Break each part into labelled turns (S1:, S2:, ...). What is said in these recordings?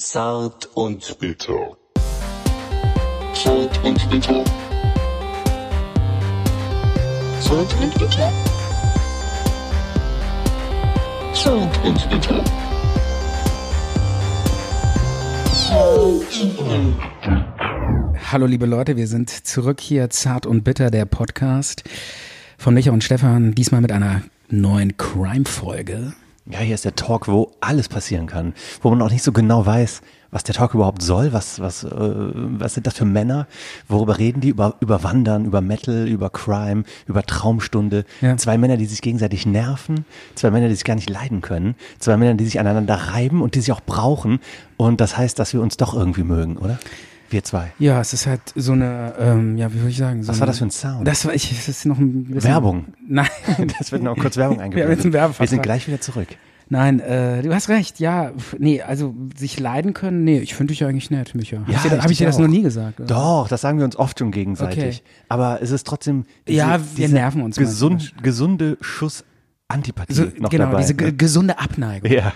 S1: Zart und bitter.
S2: Zart und bitter. Zart und bitter. Zart und bitter.
S3: Hallo liebe Leute, wir sind zurück hier, Zart und Bitter, der Podcast von Micha und Stefan, diesmal mit einer neuen Crime-Folge.
S4: Ja, hier ist der Talk, wo alles passieren kann, wo man auch nicht so genau weiß, was der Talk überhaupt soll, was, was, äh, was sind das für Männer, worüber reden die, über, über Wandern, über Metal, über Crime, über Traumstunde.
S3: Ja.
S4: Zwei Männer, die sich gegenseitig nerven, zwei Männer, die sich gar nicht leiden können, zwei Männer, die sich aneinander reiben und die sich auch brauchen. Und das heißt, dass wir uns doch irgendwie mögen, oder? Wir zwei.
S3: Ja, es ist halt so eine, ähm, ja, wie würde ich sagen? So
S4: Was
S3: eine,
S4: war das für ein Sound?
S3: Das war, ich, es ist noch ein bisschen,
S4: Werbung.
S3: Nein,
S4: Das wird noch kurz Werbung
S3: Wir haben jetzt
S4: eingeblendet.
S3: einen Werbevertrag.
S4: wir sind gleich wieder zurück.
S3: nein, äh, du hast recht, ja, pf, nee, also sich leiden können, nee, ich finde dich ja eigentlich nett, Micha.
S4: Ja,
S3: hab ich dir,
S4: ich
S3: hab ich
S4: dich
S3: dir das
S4: auch.
S3: noch nie gesagt? oder?
S4: Doch, das sagen wir uns oft schon gegenseitig.
S3: Okay.
S4: Aber es ist trotzdem
S3: Ja, wir nerven uns
S4: Gesund, gesunde Schuss Antipathie
S3: So,
S4: noch
S3: genau,
S4: dabei.
S3: diese ge-
S4: ne?
S3: gesunde Abneigung.
S4: ja.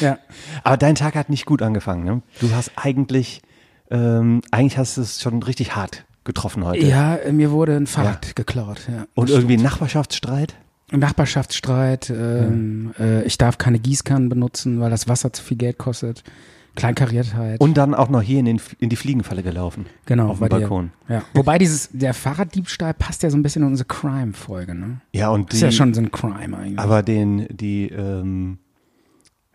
S3: Ja.
S4: Aber dein Tag hat nicht gut angefangen. Ne? Du hast eigentlich, ähm, eigentlich hast du es schon richtig hart getroffen heute.
S3: Ja, äh, mir wurde ein Fahrrad geklaut, ja.
S4: Und irgendwie ein Nachbarschaftsstreit.
S3: Nachbarschaftsstreit, ähm, äh, ich darf keine Gießkannen benutzen, weil das Wasser zu viel Geld kostet. Kleinkariertheit.
S4: Und dann auch noch hier in, den, in die Fliegenfalle gelaufen.
S3: genau,
S4: Auf dem
S3: bei dir.
S4: Balkon.
S3: Ja. Wobei dieses, der Fahrraddiebstahl passt ja so ein bisschen in unsere Crime-Folge, ne?
S4: Ja, und die,
S3: Ist ja schon so ein Crime eigentlich.
S4: aber den, die, ähm,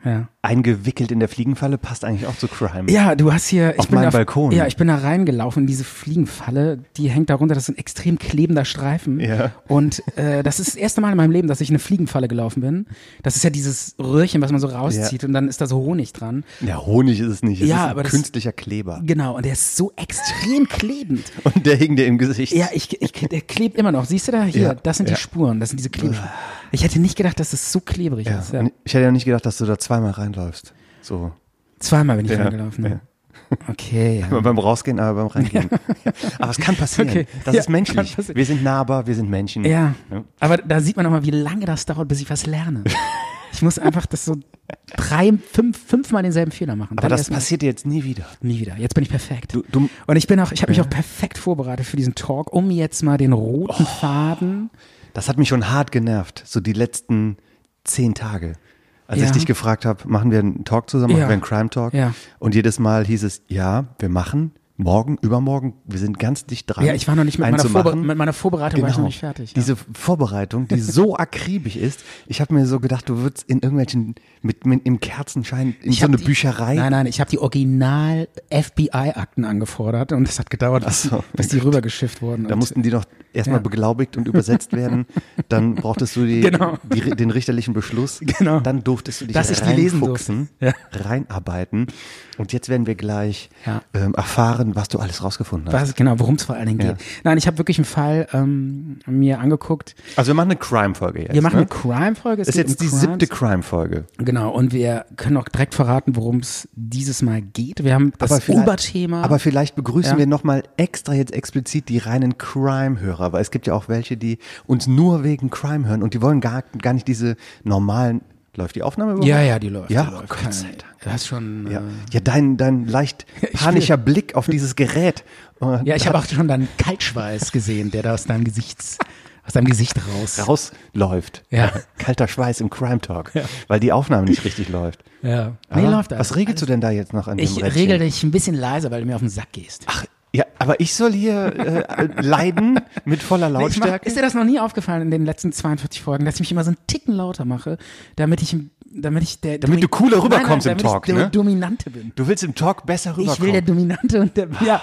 S3: ja.
S4: eingewickelt in der Fliegenfalle passt eigentlich auch zu Crime.
S3: ja, du hast hier. Ich
S4: Auf
S3: bin
S4: meinem
S3: da-
S4: Balkon.
S3: Ja, ich bin da reingelaufen in diese Fliegenfalle. Die hängt darunter. Das ist ein extrem klebender Streifen.
S4: Ja.
S3: Und äh, das ist das erste Mal in meinem Leben, dass ich in eine Fliegenfalle gelaufen bin. Das ist ja dieses Röhrchen, was man so rauszieht und dann ist da so Honig dran.
S4: Ja, Honig ist es nicht. Es
S3: Ja,
S4: ist ein
S3: aber das-
S4: künstlicher Kleber.
S3: Genau, und der ist so extrem klebend.
S4: Und der hing dir im Gesicht.
S3: Ja, ich, ich, der klebt immer noch. Siehst du da? Hier,
S4: Ja,
S3: das sind
S4: ja. Ah.
S3: die Spuren, das sind diese Klebespuren. Ich hätte nicht gedacht, dass das so klebrig
S4: Ja,
S3: ist. Ja.
S4: und Ich hätte ja nicht gedacht, dass du da zweimal reinläufst. So.
S3: Zweimal bin ich
S4: Ja,
S3: reingelaufen. ne? Okay. Ja.
S4: Beim Rausgehen, aber beim Reingehen. Aber es kann passieren.
S3: Okay.
S4: Das
S3: Ja,
S4: ist
S3: kann
S4: menschlich.
S3: passieren.
S4: Wir sind nahbar, wir sind Menschen.
S3: ja.
S4: Ja.
S3: Aber da sieht man auch mal, wie lange das dauert, bis ich was lerne. Ich muss einfach das so drei, fünf, fünfmal denselben Fehler machen.
S4: Aber das
S3: erst mal-
S4: passiert dir jetzt nie wieder.
S3: nie wieder. Jetzt bin ich perfekt.
S4: Du- du-
S3: Und ich bin auch, ich habe mich auch perfekt vorbereitet für diesen Talk, um jetzt mal den roten
S4: Oh.
S3: Faden.
S4: Das hat mich schon hart genervt, so die letzten zehn Tage. Als
S3: Ja.
S4: ich dich gefragt habe, machen wir einen Talk zusammen,
S3: Ja.
S4: machen wir einen Crime Talk.
S3: Ja.
S4: Und jedes Mal hieß es, ja, wir machen, morgen, übermorgen, wir sind ganz dicht dran.
S3: Ja, ich war noch nicht mit
S4: einen
S3: meiner,
S4: zu
S3: Vorbe
S4: machen.
S3: mit meiner Vorbereitung war ich noch nicht fertig. ne? ja.
S4: Genau. Diese Vorbereitung, die so akribisch ist, ich habe mir so gedacht, du würdest in irgendwelchen, mit, mit im Kerzenschein, in so
S3: hab
S4: eine
S3: die,
S4: Bücherei.
S3: Nein, nein, ich habe die Original FBI-Akten angefordert und es hat gedauert, bis,
S4: so.
S3: bis die rübergeschifft wurden.
S4: Da
S3: Und-
S4: mussten die noch erstmal
S3: Ja.
S4: beglaubigt und übersetzt werden. Dann brauchtest du die,
S3: Genau.
S4: die, den richterlichen Beschluss.
S3: Genau.
S4: Dann durftest du dich
S3: Dass ich die lesen
S4: reinfuchsen,
S3: durfte.
S4: reinarbeiten. Und jetzt werden wir gleich
S3: Ja.
S4: ähm, erfahren, was du alles rausgefunden hast.
S3: was, genau, worum es vor allen Dingen
S4: Ja.
S3: geht. Nein, ich habe wirklich einen Fall ähm, mir angeguckt.
S4: Also wir machen eine Crime-Folge jetzt.
S3: Wir machen
S4: ne?
S3: eine Crime-Folge. es
S4: Das ist
S3: geht
S4: jetzt
S3: um
S4: die
S3: Crimes.
S4: siebte Crime-Folge.
S3: Genau, und wir können auch direkt verraten, worum es dieses Mal geht. Wir haben das
S4: vielleicht-
S3: Oberthema.
S4: Aber vielleicht begrüßen
S3: Ja.
S4: wir nochmal extra jetzt explizit die reinen Crime-Hörer, weil es gibt ja auch welche, die uns nur wegen Crime hören und die wollen gar, gar nicht diese normalen. Läuft die Aufnahme überhaupt?
S3: ja, ja, die läuft.
S4: Ja,
S3: die läuft.
S4: Gott sei Dank.
S3: Du hast schon.
S4: Ja,
S3: äh,
S4: ja dein, dein leicht panischer Blick auf dieses Gerät. äh,
S3: ja ich habe
S4: hat-
S3: auch schon deinen Kaltschweiß gesehen, der da aus deinem Gesichts, aus deinem Gesicht raus.
S4: rausläuft.
S3: Ja.
S4: Kalter Schweiß im Crime Talk, weil die Aufnahme nicht richtig läuft.
S3: Ja.
S4: Aber
S3: Nee, läuft
S4: Ah, was
S3: alles.
S4: regelst du denn da jetzt noch an dem
S3: Ich
S4: Rädchen?
S3: regel dich ein bisschen leiser, weil du mir auf den Sack gehst.
S4: Ach, ja, aber ich soll hier äh, leiden mit voller
S3: Ich mach,
S4: Lautstärke.
S3: ist dir das noch nie aufgefallen in den letzten 42 Folgen, dass ich mich immer so einen Ticken lauter mache, damit ich, damit ich der,
S4: Damit
S3: Domi-
S4: du cooler rüberkommst
S3: nein,
S4: im
S3: damit
S4: Talk,
S3: ich der
S4: ne?
S3: Dominante bin.
S4: du willst im Talk besser rüberkommen.
S3: Ich will der Dominante und der, ja.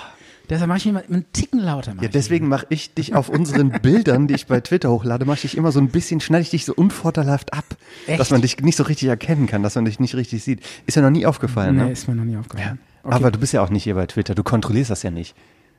S3: Deshalb mache ich mich immer einen Ticken lauter. mach
S4: Ja,
S3: ich
S4: deswegen mache ich dich auf unseren Bildern, die ich bei Twitter hochlade, mache ich dich immer so ein bisschen, schneide ich dich so unvorteilhaft ab,
S3: Echt?
S4: dass man dich nicht so richtig erkennen kann, dass man dich nicht richtig sieht. Ist ja noch nie aufgefallen,
S3: mich.
S4: ne?
S3: Nee, ist mir noch nie aufgefallen.
S4: Aber du bist ja auch nicht hier bei Twitter, du kontrollierst das ja nicht.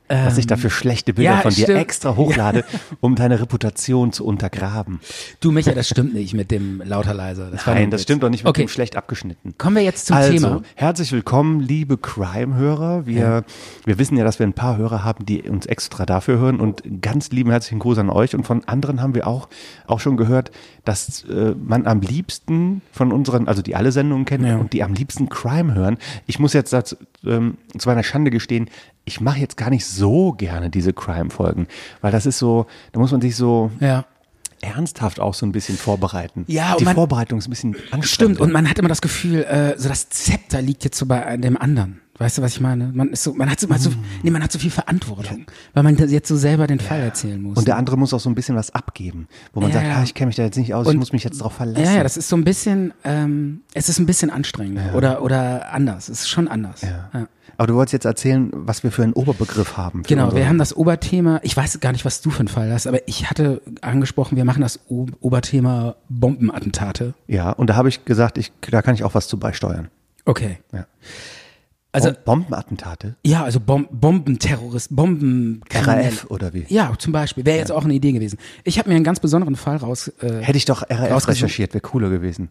S4: dass ich dafür schlechte Bilder
S3: Ähm, ja,
S4: von dir
S3: stimmt.
S4: extra hochlade, um deine Reputation zu untergraben.
S3: Du, Micha, das stimmt nicht mit dem lauter leiser. Das war nur
S4: Nein,
S3: ein
S4: das
S3: Witz.
S4: stimmt doch nicht mit
S3: Okay,
S4: dem schlecht abgeschnitten.
S3: Kommen wir jetzt zum
S4: also,
S3: Thema.
S4: Herzlich willkommen, liebe Crime-Hörer. Wir, wir wissen ja, dass wir ein paar Hörer haben, die uns extra dafür hören. Und ganz lieben herzlichen Gruß an euch. Und von anderen haben wir auch, auch schon gehört, dass äh, man am liebsten von unseren, also die alle Sendungen kennen
S3: Ja.
S4: und die am liebsten Crime hören. Ich muss jetzt dazu, ähm, zu meiner Schande gestehen, ich mache jetzt gar nicht so gerne diese Crime-Folgen, weil das ist so, da muss man sich so
S3: ja.
S4: ernsthaft auch so ein bisschen vorbereiten.
S3: Ja, und
S4: die
S3: man-
S4: Vorbereitung ist ein bisschen anstrengend.
S3: Stimmt, und man hat immer das Gefühl, äh, so das Zepter liegt jetzt so bei dem anderen. Weißt du, was ich meine? Man ist so, man hat so, man hat so,
S4: Ah.
S3: nee, man hat so viel Verantwortung, weil man das jetzt so selber den Fall erzählen muss.
S4: Und der andere muss auch so ein bisschen was abgeben, wo man
S3: Ja,
S4: sagt,
S3: ja.
S4: ah, ich kenne mich da jetzt nicht aus,
S3: Und-
S4: ich muss mich jetzt drauf verlassen.
S3: ja, ja, das ist so ein bisschen, ähm, es ist ein bisschen anstrengend oder oder anders. Es ist schon anders.
S4: Ja. Genau Aber du wolltest jetzt erzählen, was wir für einen Oberbegriff haben. Für
S3: Genau,
S4: unsere-
S3: wir haben das Oberthema, ich weiß gar nicht, was du für einen Fall hast, aber ich hatte angesprochen, wir machen das o Oberthema Bombenattentate.
S4: ja, und da habe ich gesagt, ich, da kann ich auch was zu beisteuern.
S3: Okay.
S4: Ja.
S3: Also,
S4: Bom- Bombenattentate?
S3: ja, also Bom Bombenterrorist, Bomben
S4: RAF oder wie?
S3: Ja, zum Beispiel. Wäre jetzt auch eine Idee gewesen. Ich habe mir einen ganz besonderen Fall raus, äh,
S4: Hätte ich doch RAF
S3: Rausgesucht.
S4: recherchiert, wäre cooler gewesen.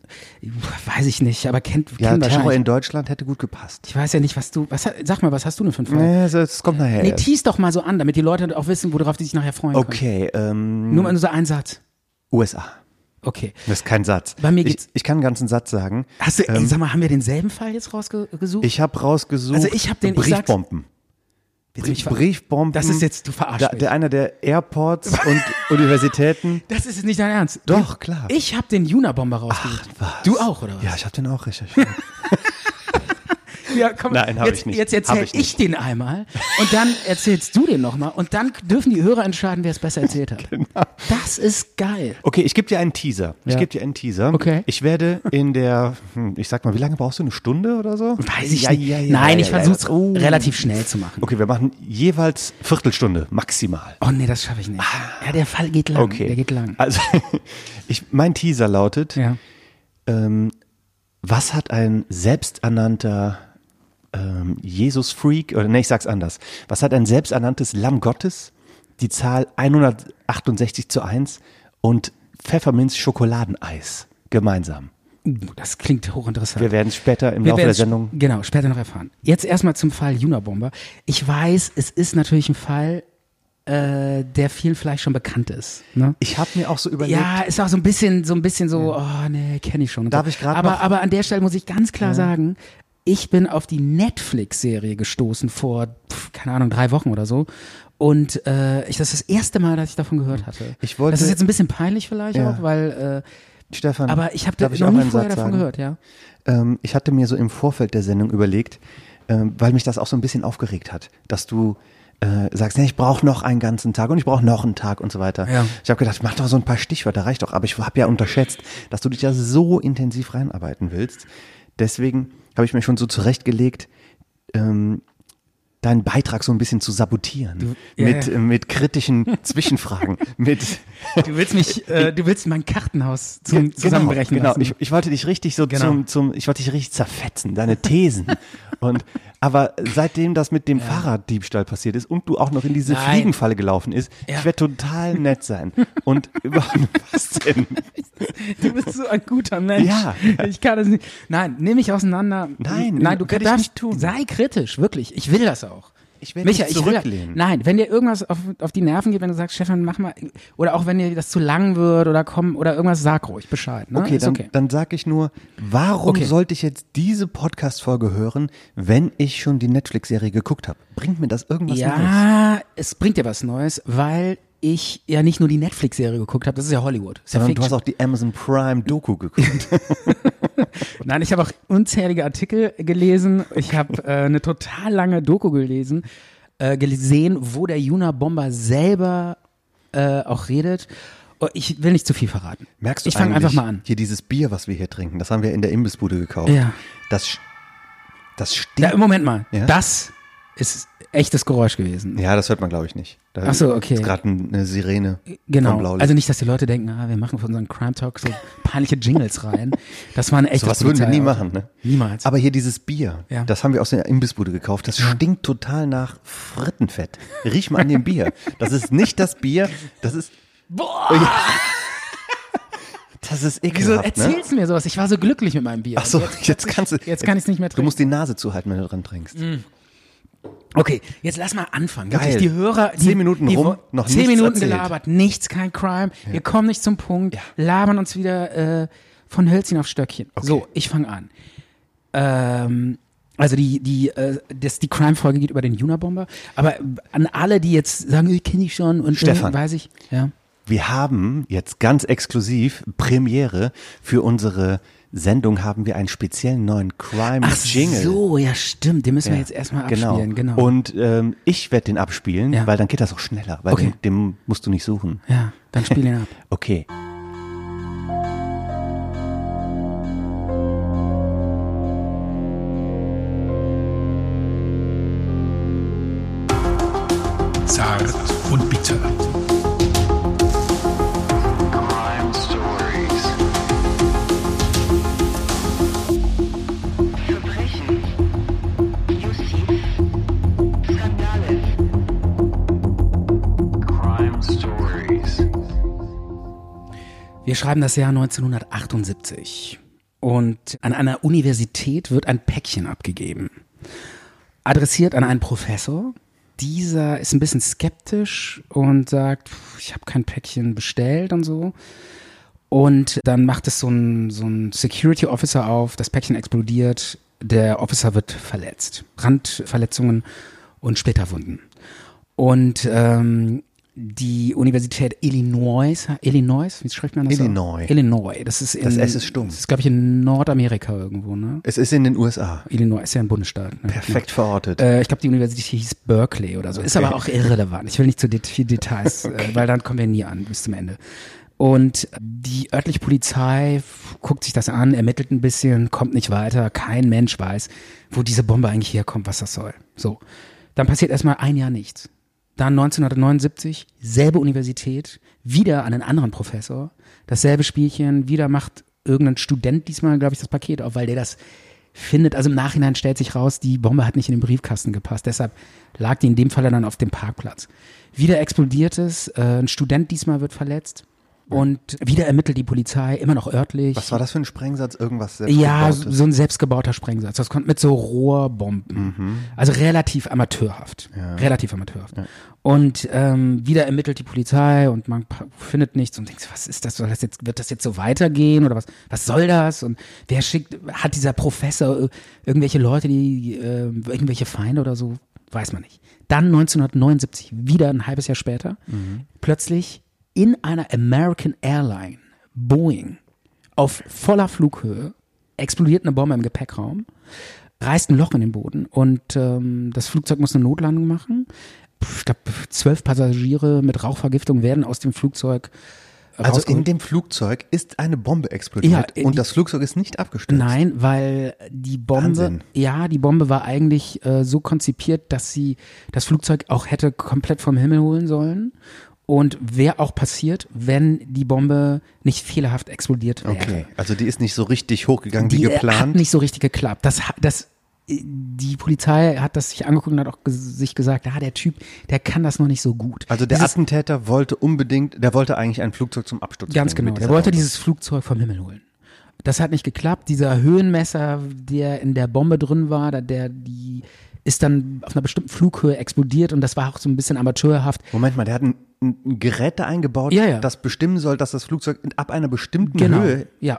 S3: weiß ich nicht, aber kennt,
S4: Ja,
S3: kennt
S4: Terror in
S3: wahrscheinlich.
S4: Deutschland hätte gut gepasst.
S3: Ich weiß ja nicht, was du, was, sag mal, was hast du denn für einen Fall?
S4: Nee, das, das kommt nachher.
S3: Nee,
S4: erst.
S3: tease doch mal so an, damit die Leute auch wissen, worauf die sich nachher freuen können.
S4: okay, ähm,
S3: Nur mal nur so ein Satz.
S4: USA.
S3: Okay.
S4: Das ist kein Satz.
S3: Bei mir
S4: ich,
S3: geht's-
S4: ich kann einen ganzen Satz sagen.
S3: Hast du, ey, sag mal, haben wir denselben Fall jetzt rausgesucht?
S4: Ähm. Ich habe rausgesucht
S3: Also ich hab den- ich sag's-
S4: Briefbomben.
S3: Willst du mich ver-
S4: Briefbomben.
S3: Das ist jetzt- du verarschst
S4: da,
S3: mich.
S4: der einer der Airports und Universitäten.
S3: Das ist jetzt nicht dein Ernst.
S4: Doch, klar.
S3: Ich habe den Juna-Bomber rausgesucht.
S4: Was?
S3: Du auch, oder was?
S4: Ja, ich habe den auch recherchiert.
S3: Ja, komm,
S4: Nein, hab
S3: jetzt,
S4: ich nicht.
S3: Jetzt
S4: Hab
S3: erzähl ich,
S4: ich nicht.
S3: den einmal und dann erzählst du den nochmal und dann dürfen die Hörer entscheiden, wer es besser erzählt hat.
S4: Genau.
S3: Das ist geil.
S4: Okay, ich gebe dir einen Teaser. Ich
S3: Ja.
S4: gebe dir einen Teaser.
S3: Okay.
S4: Ich werde in der, hm, ich sag mal, wie lange brauchst du? Eine Stunde oder so?
S3: Weiß ich
S4: ja,
S3: nicht.
S4: Ja, ja,
S3: Nein,
S4: ja,
S3: ich
S4: ja,
S3: versuche es
S4: ja. Oh.
S3: relativ schnell zu machen.
S4: Okay, wir machen jeweils Viertelstunde maximal.
S3: Oh nee, das schaffe ich nicht. Ja, der Fall geht lang.
S4: Okay.
S3: Der geht lang.
S4: Also, ich, mein Teaser lautet,
S3: Ja.
S4: ähm, was hat ein selbsternannter ähm, Jesus-Freak, oder nee, ich sag's anders, was hat ein selbsternanntes Lamm Gottes, die Zahl 168 zu 1 und Pfefferminz-Schokoladeneis gemeinsam?
S3: Uh, das klingt hochinteressant.
S4: Wir werden es später im
S3: Wir
S4: Laufe der
S3: werden's
S4: Sendung.
S3: sp- Genau, später noch erfahren. Jetzt erstmal zum Fall Junabomber. Ich weiß, es ist natürlich ein Fall, äh, der vielen vielleicht schon bekannt ist. Ne?
S4: Ich habe mir auch so überlegt,
S3: Ja, ist auch so ein bisschen, so ein bisschen so, oh nee, kenne ich schon. und
S4: Darf
S3: so.
S4: ich grad
S3: aber,
S4: noch-
S3: aber an der Stelle muss ich ganz klar sagen, ich bin auf die Netflix-Serie gestoßen vor, pf, keine Ahnung, drei Wochen oder so. Und äh, ich, das ist das erste Mal, dass ich davon gehört hatte.
S4: Ich wollte-
S3: das ist jetzt ein bisschen peinlich vielleicht
S4: Ja.
S3: auch, weil, äh,
S4: Stefan,
S3: aber ich habe
S4: darf
S3: noch nie vorher davon gehört, ja.
S4: ähm, ich hatte mir so im Vorfeld der Sendung überlegt, ähm, weil mich das auch so ein bisschen aufgeregt hat, dass du äh, sagst, nee, ich brauche noch einen ganzen Tag und ich brauche noch einen Tag und so weiter.
S3: Ja.
S4: Ich habe gedacht, mach doch so ein paar Stichwörter, reicht doch. Aber ich habe ja unterschätzt, dass du dich da so intensiv reinarbeiten willst. Deswegen habe ich mir schon so zurechtgelegt, ähm, deinen Beitrag so ein bisschen zu sabotieren.
S3: ja,
S4: mit,
S3: ja.
S4: äh, mit kritischen Zwischenfragen. mit
S3: Du willst mich, äh, du willst mein Kartenhaus zum,
S4: Ge-
S3: zusammenbrechen
S4: genau,
S3: lassen.
S4: Genau, ich, ich wollte dich richtig so
S3: Genau.
S4: zum, zum, ich wollte dich richtig zerfetzen, deine Thesen. und, aber seitdem das mit dem Fahrraddiebstahl passiert ist und du auch noch in diese
S3: Nein.
S4: Fliegenfalle gelaufen ist,
S3: Ja.
S4: ich werde total nett sein. und überhaupt, was denn?
S3: Du bist so ein guter Mensch.
S4: Ja.
S3: Ich kann das nicht. Nein, nimm mich auseinander.
S4: Nein,
S3: nein, du
S4: werd ich
S3: darfst
S4: nicht tun.
S3: Sei kritisch, wirklich. Ich will das auch.
S4: Ich will
S3: Micha,
S4: nicht
S3: ich will das-
S4: zurücklehnen.
S3: Nein, wenn dir irgendwas auf, auf die Nerven geht, wenn du sagst, Stefan, mach mal, oder auch wenn dir das zu lang wird oder komm oder irgendwas, sag ruhig Bescheid. Ne?
S4: Okay,
S3: Ist
S4: dann,
S3: okay.
S4: dann sage ich nur, warum
S3: Okay.
S4: sollte ich jetzt diese Podcast-Folge hören, wenn ich schon die Netflix-Serie geguckt habe? Bringt mir das irgendwas Neues?
S3: ja, es bringt dir was Neues, weil ich ja nicht nur die Netflix-Serie geguckt habe, das ist ja Hollywood. Das ist ja
S4: Sondern du
S3: Fiction.
S4: hast auch die Amazon Prime Doku geguckt.
S3: Nein, ich habe auch unzählige Artikel gelesen. Ich habe äh, eine total lange Doku gelesen, äh, gesehen, wo der Juna Bomber selber äh, auch redet. Oh, Ich will nicht zu viel verraten.
S4: Merkst du
S3: Ich fange
S4: eigentlich
S3: einfach mal an.
S4: Hier dieses Bier, was wir hier trinken, das haben wir in der Imbissbude gekauft.
S3: Ja.
S4: Das, sch- das steht.
S3: Da, Moment mal.
S4: Ja?
S3: Das ist echtes Geräusch gewesen.
S4: Ja, das hört man, glaube ich, nicht. Da
S3: Ach so, okay.
S4: Ist gerade eine Sirene. Vom
S3: Genau.
S4: Blaulicht.
S3: Also nicht, dass die Leute denken, ah, wir machen für unseren Crime Talk so peinliche Jingles rein. Das war ein echtes
S4: So was würden wir nie
S3: Polizeiauto.
S4: machen, ne?
S3: also Niemals.
S4: Aber hier dieses Bier,
S3: Ja.
S4: das haben wir aus der Imbissbude gekauft, das stinkt total nach Frittenfett. Riech mal an dem Bier. Das ist nicht das Bier, das ist. Boah! Das ist
S3: Wieso
S4: ekelhaft, ne?
S3: erzählst du mir sowas? Ich war so glücklich mit meinem Bier.
S4: Ach so,
S3: Und
S4: jetzt, kannst du.
S3: jetzt kann ich's nicht mehr
S4: Du
S3: trinken.
S4: musst die Nase zuhalten, wenn du dran trinkst.
S3: Okay, jetzt lass mal anfangen.
S4: Geil.
S3: Wirklich, die Hörer, die,
S4: Zehn Minuten
S3: die,
S4: rum,
S3: wo-
S4: noch
S3: zehn
S4: nichts
S3: Minuten
S4: erzählt.
S3: gelabert, nichts, kein Crime. Wir kommen nicht zum Punkt, labern uns wieder äh, von Hölzchen auf Stöckchen. So, ich fange an. Ähm, also die die äh, das, die Crime Folge geht über den Junabomber, aber an alle, die jetzt sagen, ich kenne ich schon und äh,
S4: Stefan.
S3: weiß ich, ja.
S4: Wir haben jetzt ganz exklusiv Premiere für unsere Sendung haben wir einen speziellen neuen Crime
S3: Ach
S4: Jingle.
S3: so, ja stimmt, den müssen wir
S4: Ja,
S3: jetzt erstmal abspielen, genau.
S4: Und ähm, ich werde den abspielen,
S3: Ja.
S4: weil dann geht das auch schneller, weil
S3: Okay.
S4: den, den musst du nicht suchen.
S3: ja, dann spiel ihn ab.
S4: Okay.
S5: Zart und bitter.
S6: Crime Stories.
S7: Verbrechen. Justiz. Skandale.
S6: Crime Stories.
S3: Wir schreiben das Jahr 1978 und an einer Universität wird ein Päckchen abgegeben. Adressiert an einen Professor. Dieser ist ein bisschen skeptisch und sagt, "Pff, ich habe kein Päckchen bestellt und so. Und dann macht es so ein, so ein Security Officer auf, das Päckchen explodiert, der Officer wird verletzt. Randverletzungen und Splitterwunden. Und ähm, die Universität Illinois, Illinois, wie schreibt man das?
S4: Illinois.
S3: Illinois, das ist in,
S4: Das S ist stumm.
S3: Das ist, glaube ich, in Nordamerika irgendwo, ne?
S4: Es ist in den USA.
S3: Illinois ist ja ein Bundesstaat. Ne?
S4: Perfekt verortet.
S3: Äh, ich glaube, die Universität hieß Berkeley oder so. Ist aber auch irrelevant. Ich will nicht zu det viel Details, äh, weil dann kommen wir nie an bis zum Ende. Und die örtliche Polizei f- guckt sich das an, ermittelt ein bisschen, kommt nicht weiter. Kein Mensch weiß, wo diese Bombe eigentlich herkommt, was das soll. So. Dann passiert erstmal ein Jahr nichts. Dann 1979, selbe Universität, wieder an einen anderen Professor, dasselbe Spielchen, wieder macht irgendein Student diesmal, glaube ich, das Paket auf, weil der das findet. Also im Nachhinein stellt sich raus, die Bombe hat nicht in den Briefkasten gepasst, deshalb lag die in dem Falle dann auf dem Parkplatz. Wieder explodiert es, äh, ein Student diesmal wird verletzt und wieder ermittelt die Polizei, immer noch örtlich.
S4: Was war das für ein Sprengsatz? Irgendwas
S3: Ja,
S4: selbstgebautes?
S3: so so ein selbstgebauter Sprengsatz. Das kommt mit so Rohrbomben. Also relativ amateurhaft. Relativ amateurhaft. Und ähm, wieder ermittelt die Polizei und man pa- findet nichts und denkt, was ist das? Soll das jetzt, wird das jetzt so weitergehen oder was? Was soll das? Und wer schickt, hat dieser Professor äh, irgendwelche Leute, die äh, irgendwelche Feinde oder so? Weiß man nicht. Dann 1979, wieder ein halbes Jahr später, plötzlich in einer American Airline, Boeing, auf voller Flughöhe explodiert eine Bombe im Gepäckraum, reißt ein Loch in den Boden und ähm, das Flugzeug muss eine Notlandung machen. Ich glaube, zwölf Passagiere mit Rauchvergiftung werden aus dem Flugzeug
S4: also
S3: rausgeholt.
S4: in dem Flugzeug ist eine Bombe explodiert
S3: Ja, äh,
S4: und
S3: die-
S4: das Flugzeug ist nicht abgestürzt.
S3: Nein, weil die Bombe,
S4: Wahnsinn.
S3: ja, die Bombe war eigentlich äh, so konzipiert, dass sie das Flugzeug auch hätte komplett vom Himmel holen sollen. Und wäre auch passiert, wenn die Bombe nicht fehlerhaft explodiert wäre.
S4: Okay. Also die ist nicht so richtig hochgegangen wie
S3: äh, Hat
S4: geplant.
S3: nicht so richtig geklappt. Das, ha- das, äh, die Polizei hat das sich angeguckt und hat auch ges- sich gesagt, ah, der Typ, der kann das noch nicht so gut.
S4: also der
S3: dieses,
S4: Attentäter wollte unbedingt, der wollte eigentlich ein Flugzeug zum Absturz
S3: ganz
S4: bringen
S3: genau,
S4: mit
S3: der
S4: dieser
S3: wollte
S4: Bombe.
S3: dieses Flugzeug vom Himmel holen. Das hat nicht geklappt. Dieser Höhenmesser, der in der Bombe drin war, der, der die ist dann auf einer bestimmten Flughöhe explodiert und das war auch so ein bisschen amateurhaft.
S4: Moment mal, der hat ein, ein Gerät da eingebaut,
S3: Ja, Genau. ja.
S4: das bestimmen soll, dass das Flugzeug ab einer bestimmten Höhe
S3: Ja.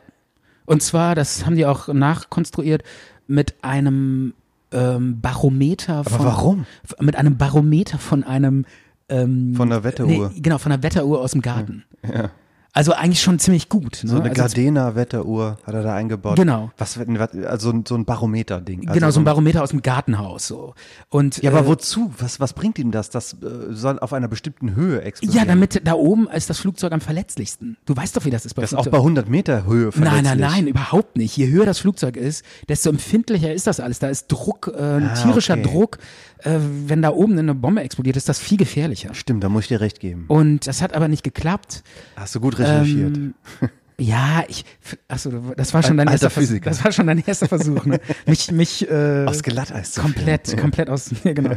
S3: Und zwar, das haben die auch nachkonstruiert mit einem ähm, Barometer von.
S4: warum?
S3: f- Mit einem Barometer von einem. Ähm,
S4: Von der Wetteruhr.
S3: Nee, genau, von einer Wetteruhr aus dem Garten. Also eigentlich schon ziemlich gut. Ne?
S4: So eine
S3: also,
S4: Gardena-Wetteruhr hat er da eingebaut.
S3: Genau.
S4: Was, was- also so ein Barometer-Ding. Also
S3: genau, so ein Barometer aus dem Gartenhaus. So. Und,
S4: Ja,
S3: äh,
S4: aber wozu? Was, was bringt ihm das? Das äh, soll auf einer bestimmten Höhe explodieren.
S3: Ja, damit da oben ist das Flugzeug am verletzlichsten. Du weißt doch, wie das ist bei
S4: Das ist auch
S3: Flugzeugen.
S4: bei 100 Meter Höhe
S3: Nein,
S4: verletzlich.
S3: nein, nein, überhaupt nicht. Je höher das Flugzeug ist, desto empfindlicher ist das alles. Da ist Druck, äh, ein
S4: Ah,
S3: tierischer
S4: okay.
S3: Druck. Äh, wenn da oben eine Bombe explodiert, ist das viel gefährlicher.
S4: Stimmt, da muss ich dir recht geben.
S3: Und das hat aber nicht geklappt.
S4: Hast du gut recherchiert.
S3: ähm, Ja, ich, achso, das war schon dein
S4: Alter
S3: erster Vers-
S4: Physiker.
S3: Das war schon dein erster Versuch, ne? Mich, mich, äh,
S4: Aufs Glatteis zu
S3: komplett,
S4: führen.
S3: komplett aus, ja, genau.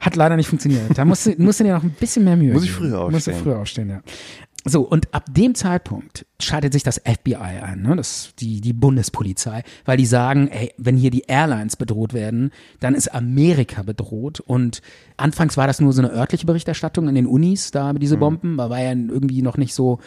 S3: Hat leider nicht funktioniert. Da musst du, musst du dir noch ein bisschen mehr Mühe
S4: Muss ich
S3: geben.
S4: früher
S3: Musst du
S4: aufstehen.
S3: Hm. früher aufstehen, ja. So, und ab dem Zeitpunkt schaltet sich das FBI ein, ne? das, die, die Bundespolizei, weil die sagen, ey, wenn hier die Airlines bedroht werden, dann ist Amerika bedroht. Und anfangs war das nur so eine örtliche Berichterstattung in den Unis, da
S4: Hm.
S3: diese Bomben, da war ja irgendwie noch nicht so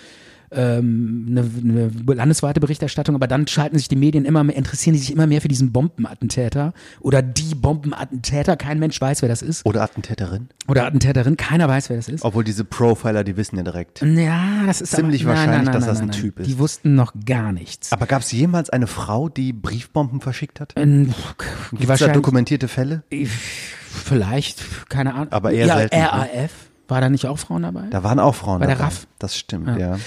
S3: eine, eine landesweite Berichterstattung, aber dann schalten sich die Medien immer mehr, interessieren die sich immer mehr für diesen Bombenattentäter oder die Bombenattentäter. Kein Mensch weiß, wer das ist.
S4: Oder Attentäterin.
S3: Oder Attentäterin, keiner weiß, wer das ist.
S4: Obwohl diese Profiler, die wissen ja direkt.
S3: Mhm. Ja, das ist
S4: Ziemlich
S3: aber,
S4: wahrscheinlich, dass das ein Typ ist.
S3: Die wussten noch gar nichts.
S4: Aber gab es jemals eine Frau, die Briefbomben verschickt hat?
S3: Ähm,
S4: Gibt es da dokumentierte Fälle?
S3: vielleicht, keine Ahnung.
S4: Aber eher
S3: ja,
S4: selten, ne?
S3: RAF. War da nicht auch Frauen dabei?
S4: Da waren auch Frauen
S3: Bei der
S4: dabei.
S3: RAF.
S4: Das stimmt, ja.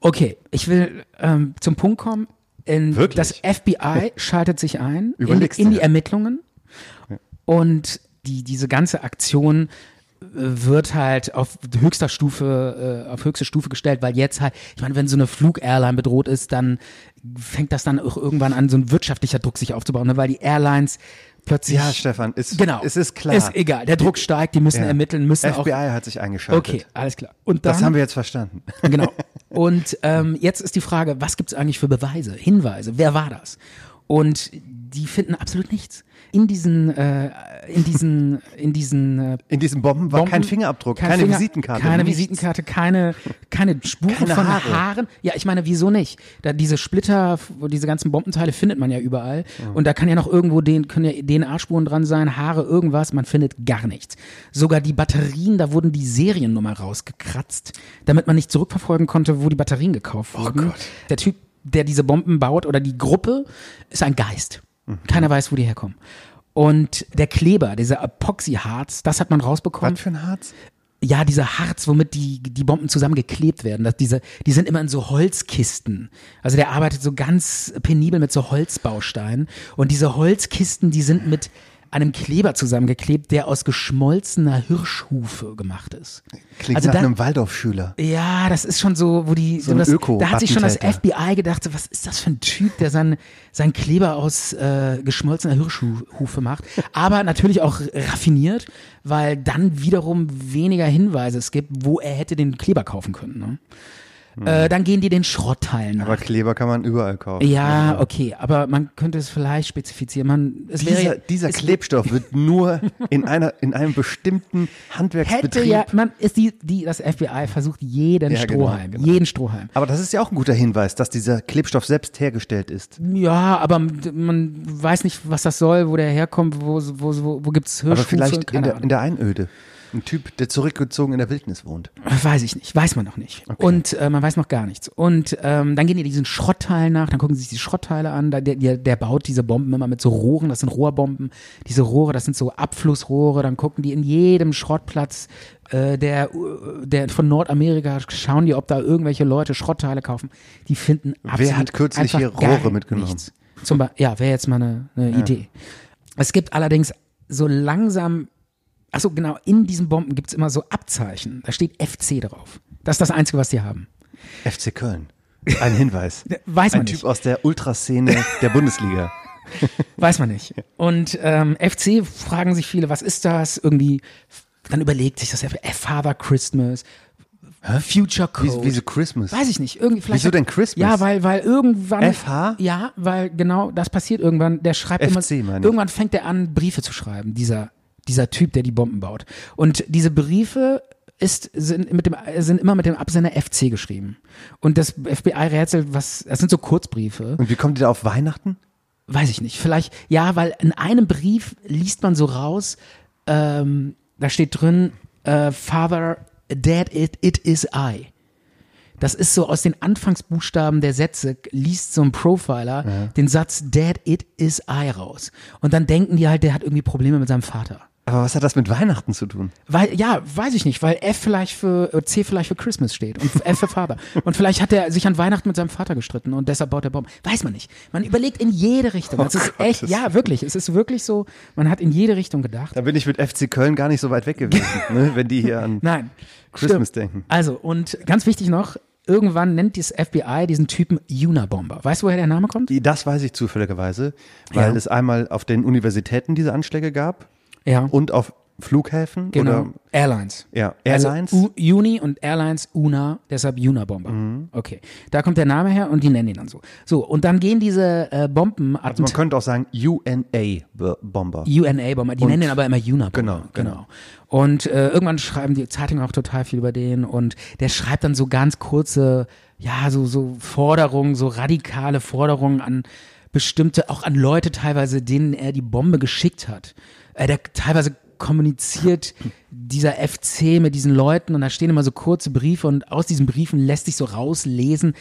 S3: Okay, ich will ähm, zum Punkt kommen. In
S4: Wirklich?
S3: Das FBI schaltet sich ein in,
S4: Überlegst du
S3: in die
S4: dir.
S3: Ermittlungen und die, diese ganze Aktion äh, wird halt auf höchster Stufe, äh, auf höchste Stufe gestellt, weil jetzt halt, ich meine, wenn so eine Flug-Airline bedroht ist, dann fängt das dann auch irgendwann an, so ein wirtschaftlicher Druck sich aufzubauen, ne? weil die Airlines plötzlich.
S4: Ja, Stefan, ist-
S3: genau,
S4: es ist klar.
S3: Ist egal, der Druck steigt, die müssen
S4: Ja.
S3: ermitteln, müssen
S4: FBI
S3: auch.
S4: hat sich eingeschaltet.
S3: Okay, alles klar. Und dann,
S4: Das haben wir jetzt verstanden.
S3: Genau. Und ähm, jetzt ist die Frage, was gibt es eigentlich für Beweise, Hinweise? Wer war das? Und die finden absolut nichts. In diesen, äh, in diesen, in diesen äh,
S4: In diesen Bomben war
S3: Bomben,
S4: kein Fingerabdruck,
S3: kein
S4: keine
S3: Finger-
S4: Visitenkarte.
S3: Keine
S4: nichts.
S3: Visitenkarte, keine, keine Spuren
S4: Keine
S3: von
S4: Haare.
S3: Haaren. Ja, ich meine, wieso nicht? Da diese Splitter, diese ganzen Bombenteile findet man ja überall. Und da kann ja noch irgendwo den, können ja DNA-Spuren dran sein, Haare, irgendwas. Man findet gar nichts. Sogar die Batterien, da wurden die Seriennummer rausgekratzt, damit man nicht zurückverfolgen konnte, wo die Batterien gekauft wurden.
S4: Oh Gott.
S3: Der Typ, der diese Bomben baut oder die Gruppe, ist ein Geist.
S4: Mhm.
S3: Keiner weiß, wo die herkommen. Und der Kleber, dieser Epoxy-Harz, das hat man rausbekommen
S4: Was für ein Harz?
S3: ja, dieser Harz, womit die, die Bomben zusammengeklebt werden, dass diese, die sind immer in so Holzkisten. Also der arbeitet so ganz penibel mit so Holzbausteinen. Und diese Holzkisten, die sind mit einem Kleber zusammengeklebt, der aus geschmolzener Hirschhufe gemacht ist.
S4: Klingt
S3: also
S4: nach
S3: da-
S4: einem Waldorfschüler.
S3: ja, das ist schon so, wo die,
S4: ein
S3: das,
S4: Öko-
S3: da hat sich schon das
S4: Attentäter.
S3: FBI gedacht, so, was ist das für ein Typ, der seinen sein Kleber aus äh, geschmolzener Hirschhufe macht, aber natürlich auch raffiniert, weil dann wiederum weniger Hinweise es gibt, wo er hätte den Kleber kaufen können. Ne? Äh, dann gehen die den Schrottteilen nach.
S4: Hm. Aber genau. Kleber kann man überall kaufen.
S3: Ja, okay, aber man könnte es vielleicht spezifizieren. Man, es
S4: Dieser,
S3: wäre,
S4: dieser
S3: es
S4: Klebstoff wird nur in, einer, in einem bestimmten
S3: hätte
S4: Handwerksbetrieb.
S3: ja, man ist die, die, das FBI versucht jeden
S4: Ja, genau,
S3: Strohhalm,
S4: genau.
S3: jeden Strohhalm.
S4: Aber das ist ja auch ein guter Hinweis, dass dieser Klebstoff selbst hergestellt ist.
S3: Ja, aber man weiß nicht, was das soll, wo der herkommt, wo, wo, wo, wo gibt's
S4: Aber
S3: Hirschhufe,
S4: vielleicht in
S3: keine
S4: der, in
S3: Ahnung.
S4: der Einöde. Ein Typ, der zurückgezogen in der Wildnis wohnt.
S3: Weiß ich nicht, weiß man noch nicht. Und äh, man weiß noch gar nichts. Und ähm, dann gehen die diesen Schrottteilen nach, dann gucken sie sich die Schrottteile an. Da, der, der, der baut diese Bomben immer mit so Rohren, das sind Rohrbomben. Diese Rohre, das sind so Abflussrohre. Dann gucken die in jedem Schrottplatz äh, der, der von Nordamerika, schauen die, ob da irgendwelche Leute Schrottteile kaufen. Die finden absolut
S4: Wer hat kürzlich
S3: einfach
S4: hier
S3: gar
S4: Rohre mitgenommen?
S3: Nichts. Zum Beispiel, ja, wäre jetzt mal eine, eine Idee. Es gibt allerdings so langsam Achso, genau, in diesen Bomben gibt's immer so Abzeichen. Da steht FC drauf. Das ist das Einzige, was die haben.
S4: FC Köln. Ein Hinweis.
S3: Weiß man
S4: ein
S3: nicht.
S4: Typ aus der Ultraszene der Bundesliga.
S3: Weiß man nicht. Und ähm, FC fragen sich viele, was ist das? Irgendwie, dann überlegt sich das äh, Father Christmas, Future Code.
S4: Wie, wie so Christmas.
S3: Weiß ich nicht, irgendwie vielleicht.
S4: Wieso denn Christmas?
S3: Ja, weil, weil irgendwann.
S4: FH?
S3: Ja, weil genau das passiert irgendwann. Der schreibt
S4: FC meine
S3: immer.
S4: ich.
S3: Irgendwann fängt er an, Briefe zu schreiben, dieser, dieser Typ, der die Bomben baut. Und diese Briefe ist, sind, mit dem, sind immer mit dem Absender FC geschrieben. Und das FBI-Rätsel, was, das sind so Kurzbriefe.
S4: Und wie kommt ihr da auf Weihnachten?
S3: Weiß ich nicht. Vielleicht, ja, weil in einem Brief liest man so raus, ähm, da steht drin, äh, Father, Dad, it, it is I. Das ist so aus den Anfangsbuchstaben der Sätze, liest so ein Profiler den Satz Dad, it is I raus. Und dann denken die halt, der hat irgendwie Probleme mit seinem Vater.
S4: Aber was hat das mit Weihnachten zu tun?
S3: Weil, ja, weiß ich nicht, weil F vielleicht für, äh, C vielleicht für Christmas steht und F für Vater. Und vielleicht hat er sich an Weihnachten mit seinem Vater gestritten und deshalb baut er Bomben. Weiß man nicht. Man überlegt in jede Richtung.
S4: Oh
S3: es ist echt, ja, wirklich. Es ist wirklich so, man hat in jede Richtung gedacht.
S4: Da bin ich mit FC Köln gar nicht so weit weg gewesen, ne? wenn die hier an
S3: Nein.
S4: Christmas
S3: Stimmt.
S4: denken.
S3: Also, und ganz wichtig noch, irgendwann nennt das FBI diesen Typen Unabomber. Weißt du, woher der Name kommt?
S4: Das weiß ich zufälligerweise, weil
S3: Ja.
S4: es einmal auf den Universitäten diese Anschläge gab
S3: Ja.
S4: und auf Flughäfen
S3: genau.
S4: oder
S3: Airlines.
S4: ja,
S3: Also
S4: Airlines.
S3: U- Uni und Airlines Una, deshalb Unabomber.
S4: Mhm.
S3: Okay, da kommt der Name her und die nennen ihn dann so. So, und dann gehen diese äh, Bomben,
S4: also man könnte auch sagen UNA-Bomber.
S3: UNA-Bomber, die nennen ihn aber immer Unabomber.
S4: Genau, genau.
S3: Und äh, irgendwann schreiben die Zeitungen auch total viel über den und der schreibt dann so ganz kurze, ja, so, so Forderungen, so radikale Forderungen an bestimmte, auch an Leute teilweise, denen er die Bombe geschickt hat. Äh, der teilweise kommuniziert dieser FC mit diesen Leuten und da stehen immer so kurze Briefe und aus diesen Briefen lässt sich so rauslesen,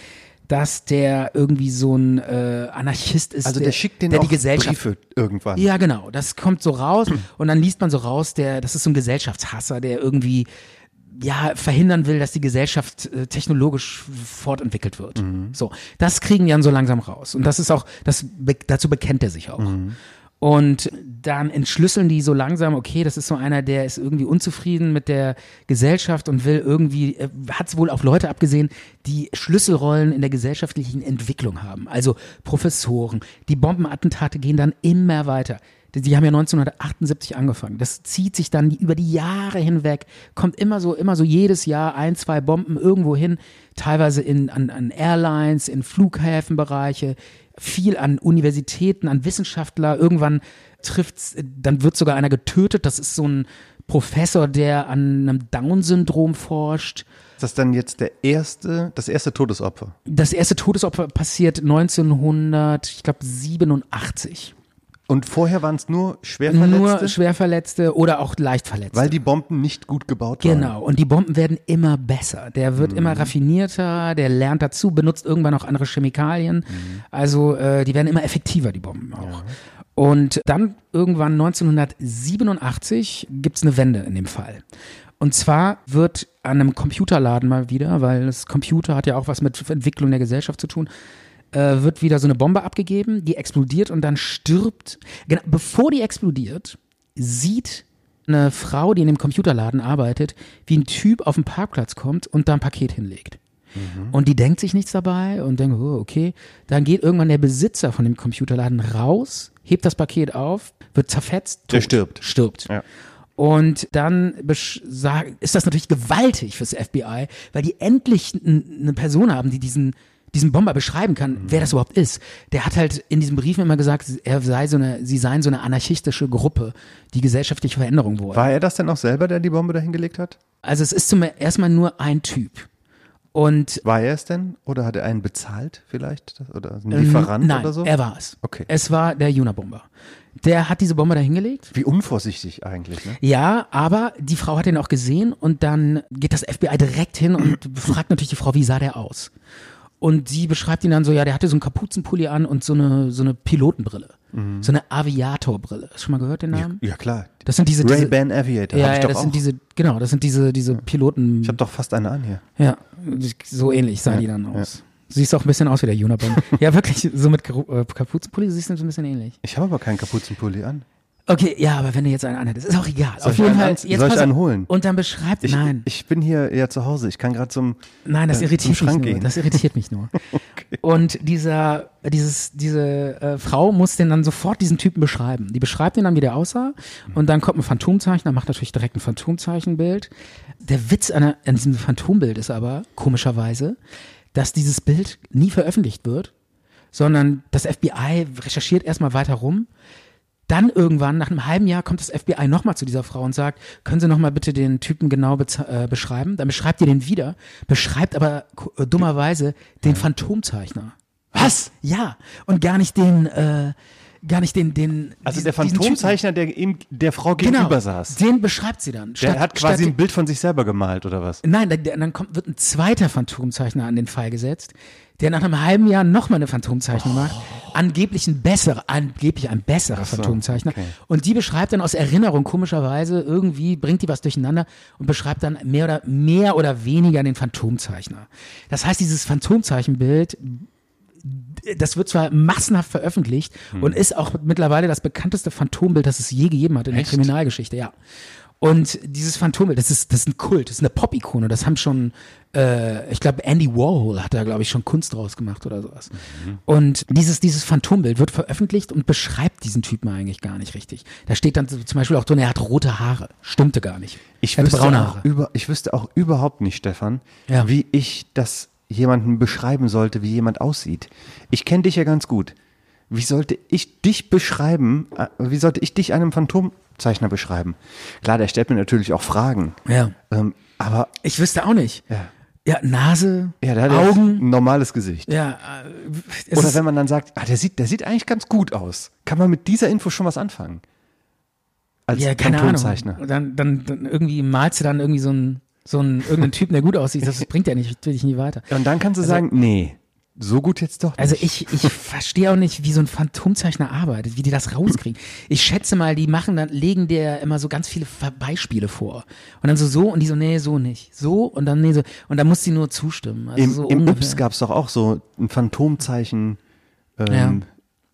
S3: dass der irgendwie so ein äh, Anarchist ist,
S4: also der, schickt den
S3: der
S4: auch
S3: die Gesellschaft
S4: Briefe irgendwann.
S3: ja, genau. Das kommt so raus und dann liest man so raus, der, das ist so ein Gesellschaftshasser, der irgendwie ja verhindern will, dass die Gesellschaft äh, technologisch fortentwickelt wird. So, das kriegen die dann so langsam raus und das ist auch, das be dazu bekennt er sich auch. Und dann entschlüsseln die so langsam, okay, das ist so einer, der ist irgendwie unzufrieden mit der Gesellschaft und will irgendwie, äh, hat es wohl auf Leute abgesehen, die Schlüsselrollen in der gesellschaftlichen Entwicklung haben. Also Professoren. Die Bombenattentate gehen dann immer weiter. Die, die haben ja 1978 angefangen. Das zieht sich dann über die Jahre hinweg, kommt immer so, immer so jedes Jahr ein, zwei Bomben irgendwo hin, teilweise in, an, an Airlines, in Flughäfenbereiche, viel an Universitäten, an Wissenschaftler. Irgendwann trifft's, dann wird sogar einer getötet. Das ist so ein Professor, der an einem Down-Syndrom forscht.
S4: Ist das dann jetzt der erste, das erste Todesopfer?
S3: Das erste Todesopfer passiert 1987.
S4: Und vorher waren es nur
S3: Nur
S4: Schwerverletzte,
S3: Schwerverletzte oder auch Leichtverletzte.
S4: weil die Bomben nicht gut gebaut waren.
S3: Genau, und die Bomben werden immer besser. Der wird immer raffinierter, der lernt dazu, benutzt irgendwann auch andere Chemikalien. Also äh, die werden immer effektiver, die Bomben auch. Und dann irgendwann 1987 gibt's eine Wende in dem Fall. Und zwar wird an einem Computerladen mal wieder, weil das Computer hat ja auch was mit Entwicklung der Gesellschaft zu tun, äh, wird wieder so eine Bombe abgegeben, die explodiert und dann stirbt. Genau, bevor die explodiert, sieht eine Frau, die in dem Computerladen arbeitet, wie ein Typ auf den Parkplatz kommt und da ein Paket hinlegt.
S4: Mhm.
S3: Und die denkt sich nichts dabei und denkt, oh, okay. Dann geht irgendwann der Besitzer von dem Computerladen raus, hebt das Paket auf, wird zerfetzt.
S4: Der
S3: tot,
S4: stirbt.
S3: Stirbt.
S4: Ja.
S3: Und dann besch- sag- ist das natürlich gewaltig fürs FBI, weil die endlich n- eine Person haben, die diesen diesen Bomber beschreiben kann, wer
S4: Mhm.
S3: das überhaupt ist. Der hat halt in diesen Briefen immer gesagt, er sei so eine, sie seien so eine anarchistische Gruppe, die gesellschaftliche Veränderung wollen.
S4: War er das denn auch selber, der die Bombe dahingelegt hat?
S3: Also es ist zum erstmal nur ein Typ. Und
S4: War er es denn? Oder hat er einen bezahlt vielleicht? Das- Oder einen Lieferant
S3: ähm, nein,
S4: oder so?
S3: er war es.
S4: Okay.
S3: Es war der Junabomber. Der hat diese Bombe dahingelegt
S4: Wie unvorsichtig eigentlich, ne?
S3: Ja, aber die Frau hat ihn auch gesehen und dann geht das FBI direkt hin und fragt natürlich die Frau, wie sah der aus? Und sie beschreibt ihn dann so, ja, der hatte so einen Kapuzenpulli an und so eine, so eine Pilotenbrille. So eine Aviatorbrille. Hast du schon mal gehört den Namen?
S4: Mhm. Ja, klar.
S3: Das sind diese, diese
S4: Ray-Ban Aviator
S3: ja,
S4: hab ich
S3: ja,
S4: doch
S3: das
S4: auch.
S3: sind diese, genau, das sind diese, diese Piloten.
S4: ich habe doch fast eine an hier.
S3: Ja, so ähnlich sah die dann aus. Siehst auch ein bisschen aus wie der Junabomb. ja, wirklich, so mit Geru- äh, Kapuzenpulli siehst du so ein bisschen ähnlich.
S4: Ich habe aber keinen Kapuzenpulli an.
S3: Okay, ja, aber wenn du jetzt einen anhättest, ist auch egal.
S4: Soll
S3: Auf
S4: ich
S3: jeden
S4: einen
S3: Fall.
S4: anz- soll ich
S3: pass
S4: einen
S3: auf.
S4: holen?
S3: Und dann beschreibt,
S4: Ich,
S3: nein.
S4: ich bin hier ja zu Hause. Ich kann gerade zum
S3: Nein, das
S4: äh,
S3: irritiert
S4: zum
S3: mich
S4: Schrank
S3: nur.
S4: gehen.
S3: Das irritiert mich nur. Und dieser, dieses, diese äh, Frau muss den dann sofort diesen Typen beschreiben. Die beschreibt ihn dann, wie der aussah. Und dann kommt ein Phantomzeichner, macht natürlich direkt ein Phantomzeichenbild. Der Witz an, der- an diesem Phantombild ist aber, komischerweise, dass dieses Bild nie veröffentlicht wird, sondern das FBI recherchiert erstmal weiter rum. Dann irgendwann, nach einem halben Jahr, kommt das FBI nochmal zu dieser Frau und sagt, können Sie nochmal bitte den Typen genau bez- äh, beschreiben? Dann beschreibt ihr den wieder, beschreibt aber ko- äh, dummerweise den Phantomzeichner. Was? Ja, und gar nicht den, äh, gar nicht den, den
S4: Also
S3: diesen- diesen
S4: der
S3: Typen.
S4: Phantomzeichner, der ihm, der Frau
S3: genau,
S4: gegenüber saß, der
S3: Den beschreibt sie dann. Statt-
S4: hat quasi
S3: statt-
S4: ein Bild von sich selber gemalt oder was?
S3: Nein, da- der- dann kommt, wird ein zweiter Phantomzeichner an den Fall gesetzt, der nach einem halben Jahr nochmal eine Phantomzeichnung macht. Angeblich ein besserer, angeblich ein besserer Phantomzeichner. Und die beschreibt dann aus Erinnerung komischerweise, irgendwie bringt die was durcheinander und beschreibt dann mehr oder, mehr oder weniger den Phantomzeichner. Das heißt, dieses Phantomzeichenbild das wird zwar massenhaft veröffentlicht und ist auch mittlerweile das bekannteste Phantombild, das es je gegeben hat in der Kriminalgeschichte, ja. Und dieses Phantombild, das ist, das ist ein Kult, das ist eine Pop-Ikone. Das haben schon, äh, ich glaube, Andy Warhol hat da, glaube ich, schon Kunst draus gemacht oder sowas.
S4: Mhm.
S3: Und dieses, dieses Phantombild wird veröffentlicht und beschreibt diesen Typen eigentlich gar nicht richtig. Da steht dann so zum Beispiel auch drin, er hat rote Haare. Stimmte gar nicht. er
S4: Ich
S3: hat
S4: wüsste,
S3: braune
S4: auch
S3: Haare.
S4: über, ich wüsste auch überhaupt nicht, Stefan,
S3: Ja.
S4: wie ich das jemanden beschreiben sollte, wie jemand aussieht. Ich kenne dich ja ganz gut. Wie sollte ich dich beschreiben? äh, Wie sollte ich dich einem Phantomzeichner beschreiben? Klar, der stellt mir natürlich auch Fragen.
S3: Ja.
S4: Ähm, aber
S3: Ich wüsste auch nicht. Ja, Nase,
S4: ja, der hat ja
S3: Augen.
S4: ein normales Gesicht.
S3: Ja, äh, es
S4: Oder
S3: ist-
S4: wenn man dann sagt, ah, der sieht, der sieht eigentlich ganz gut aus. Kann man mit dieser Info schon was anfangen? Als
S3: Ja, keine Ahnung.
S4: Phantomzeichner.
S3: Und Dann, dann, dann irgendwie malst du dann irgendwie so einen, so einen irgendeinen Typen, der gut aussieht. Das bringt ja nicht, natürlich nie weiter.
S4: Und dann kannst du sagen, nee, so gut jetzt doch nicht.
S3: Also ich, ich verstehe auch nicht, wie so ein Phantomzeichner arbeitet, wie die das rauskriegen. Ich schätze mal, die machen dann, legen dir immer so ganz viele Ver- Beispiele vor. Und dann so, so und die so, nee, so nicht. So und dann, nee, so. Und dann muss sie nur zustimmen. Also
S4: Im,
S3: so
S4: im
S3: ungefähr.
S4: Ups gab es doch auch so ein Phantomzeichen ähm,
S3: Ja.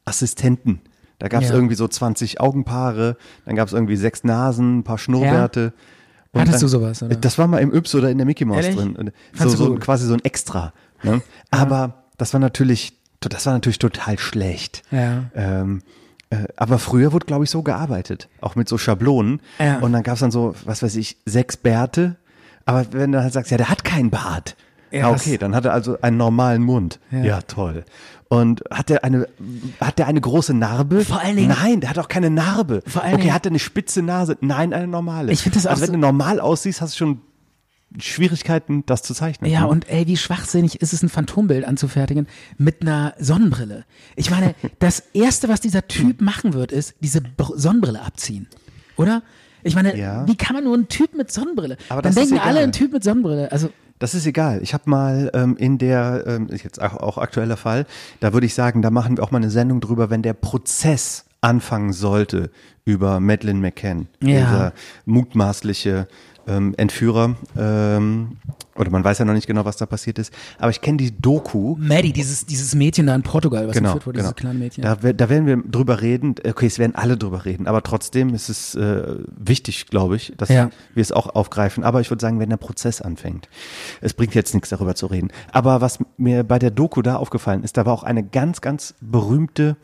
S4: Assistenten. Da gab es
S3: Ja.
S4: irgendwie so 20 Augenpaare, dann gab es irgendwie sechs Nasen, ein paar Schnurrbärte. Und
S3: Hattest du sowas, oder?
S4: Das war mal im Yps oder in der Mickey Mouse
S3: Ehrlich?
S4: drin. Und So,
S3: Fandst du
S4: so ein,
S3: gut?
S4: quasi so ein Extra. Ne? Aber das war natürlich, das war natürlich total schlecht.
S3: Ja.
S4: Ähm, äh, aber früher wurde, glaube ich, so gearbeitet, auch mit so Schablonen.
S3: Ja.
S4: Und dann gab es dann so, was weiß ich, sechs Bärte. Aber wenn du dann halt sagst, ja, der hat keinen Bart.
S3: Ja,
S4: Ja,
S3: das-
S4: okay, dann hat er also einen normalen Mund. Ja, toll. Und hat der eine, hat der eine große Narbe?
S3: Vor allen Dingen-
S4: Nein, der hat auch keine Narbe.
S3: Vor allen
S4: okay,
S3: Dingen-
S4: hat er eine spitze Nase? Nein, eine normale.
S3: Ich finde das auch
S4: also, wenn
S3: so-
S4: du normal aussiehst, hast du schon Schwierigkeiten, das zu zeichnen.
S3: Ja,
S4: ne?
S3: und ey, wie schwachsinnig ist es, ein Phantombild anzufertigen mit einer Sonnenbrille. Ich meine, das Erste, was dieser Typ
S4: Hm.
S3: machen wird, ist diese Br- Sonnenbrille abziehen. Oder? Ich meine,
S4: Ja.
S3: wie kann man nur einen Typ mit Sonnenbrille?
S4: Aber
S3: Dann
S4: das ist
S3: denken alle
S4: egal.
S3: einen Typ mit Sonnenbrille. Also,
S4: Das ist egal. Ich habe mal ähm, in der, ähm, ist jetzt auch, auch aktueller Fall, da würde ich sagen, da machen wir auch mal eine Sendung drüber, wenn der Prozess anfangen sollte über Madeleine McCann,
S3: Ja.
S4: dieser mutmaßliche ähm, Entführer. Ähm, oder man weiß ja noch nicht genau, was da passiert ist. Aber ich kenne die Doku.
S3: Maddie, dieses, dieses Mädchen da in Portugal, was
S4: Genau,
S3: entführt wurde,
S4: genau.
S3: dieses kleine Mädchen.
S4: Da, wer- da werden wir drüber reden. Okay, es werden alle drüber reden, aber trotzdem ist es äh, wichtig, glaube ich, dass
S3: Ja.
S4: wir es auch aufgreifen. Aber ich würde sagen, wenn der Prozess anfängt, es bringt jetzt nichts darüber zu reden. Aber was mir bei der Doku da aufgefallen ist, da war auch eine ganz, ganz berühmte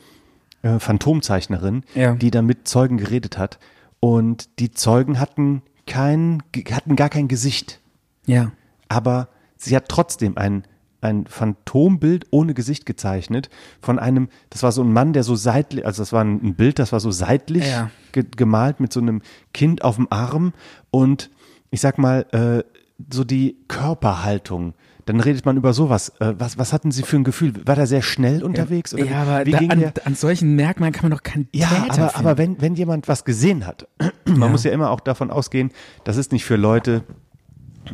S4: äh, Phantomzeichnerin,
S3: Ja.
S4: die da mit Zeugen geredet hat. Und die Zeugen hatten kein, hatten gar kein Gesicht
S3: ja.
S4: aber sie hat trotzdem ein, ein Phantombild ohne Gesicht gezeichnet von einem, das war so ein Mann, der so seitlich, also das war ein ein Bild, das war so seitlich
S3: Ja.
S4: ge gemalt mit so einem Kind auf dem Arm und ich sag mal, äh, so die Körperhaltung. Dann redet man über sowas. Äh, was, was hatten sie für ein Gefühl? War der sehr schnell unterwegs? Oder
S3: Ja, aber
S4: wie
S3: da,
S4: ging
S3: an,
S4: der?
S3: an solchen Merkmalen kann man doch keinen
S4: Ja,
S3: Täter
S4: aber,
S3: finden.
S4: aber wenn, wenn jemand was gesehen hat, man muss ja immer auch davon ausgehen, das ist nicht für Leute,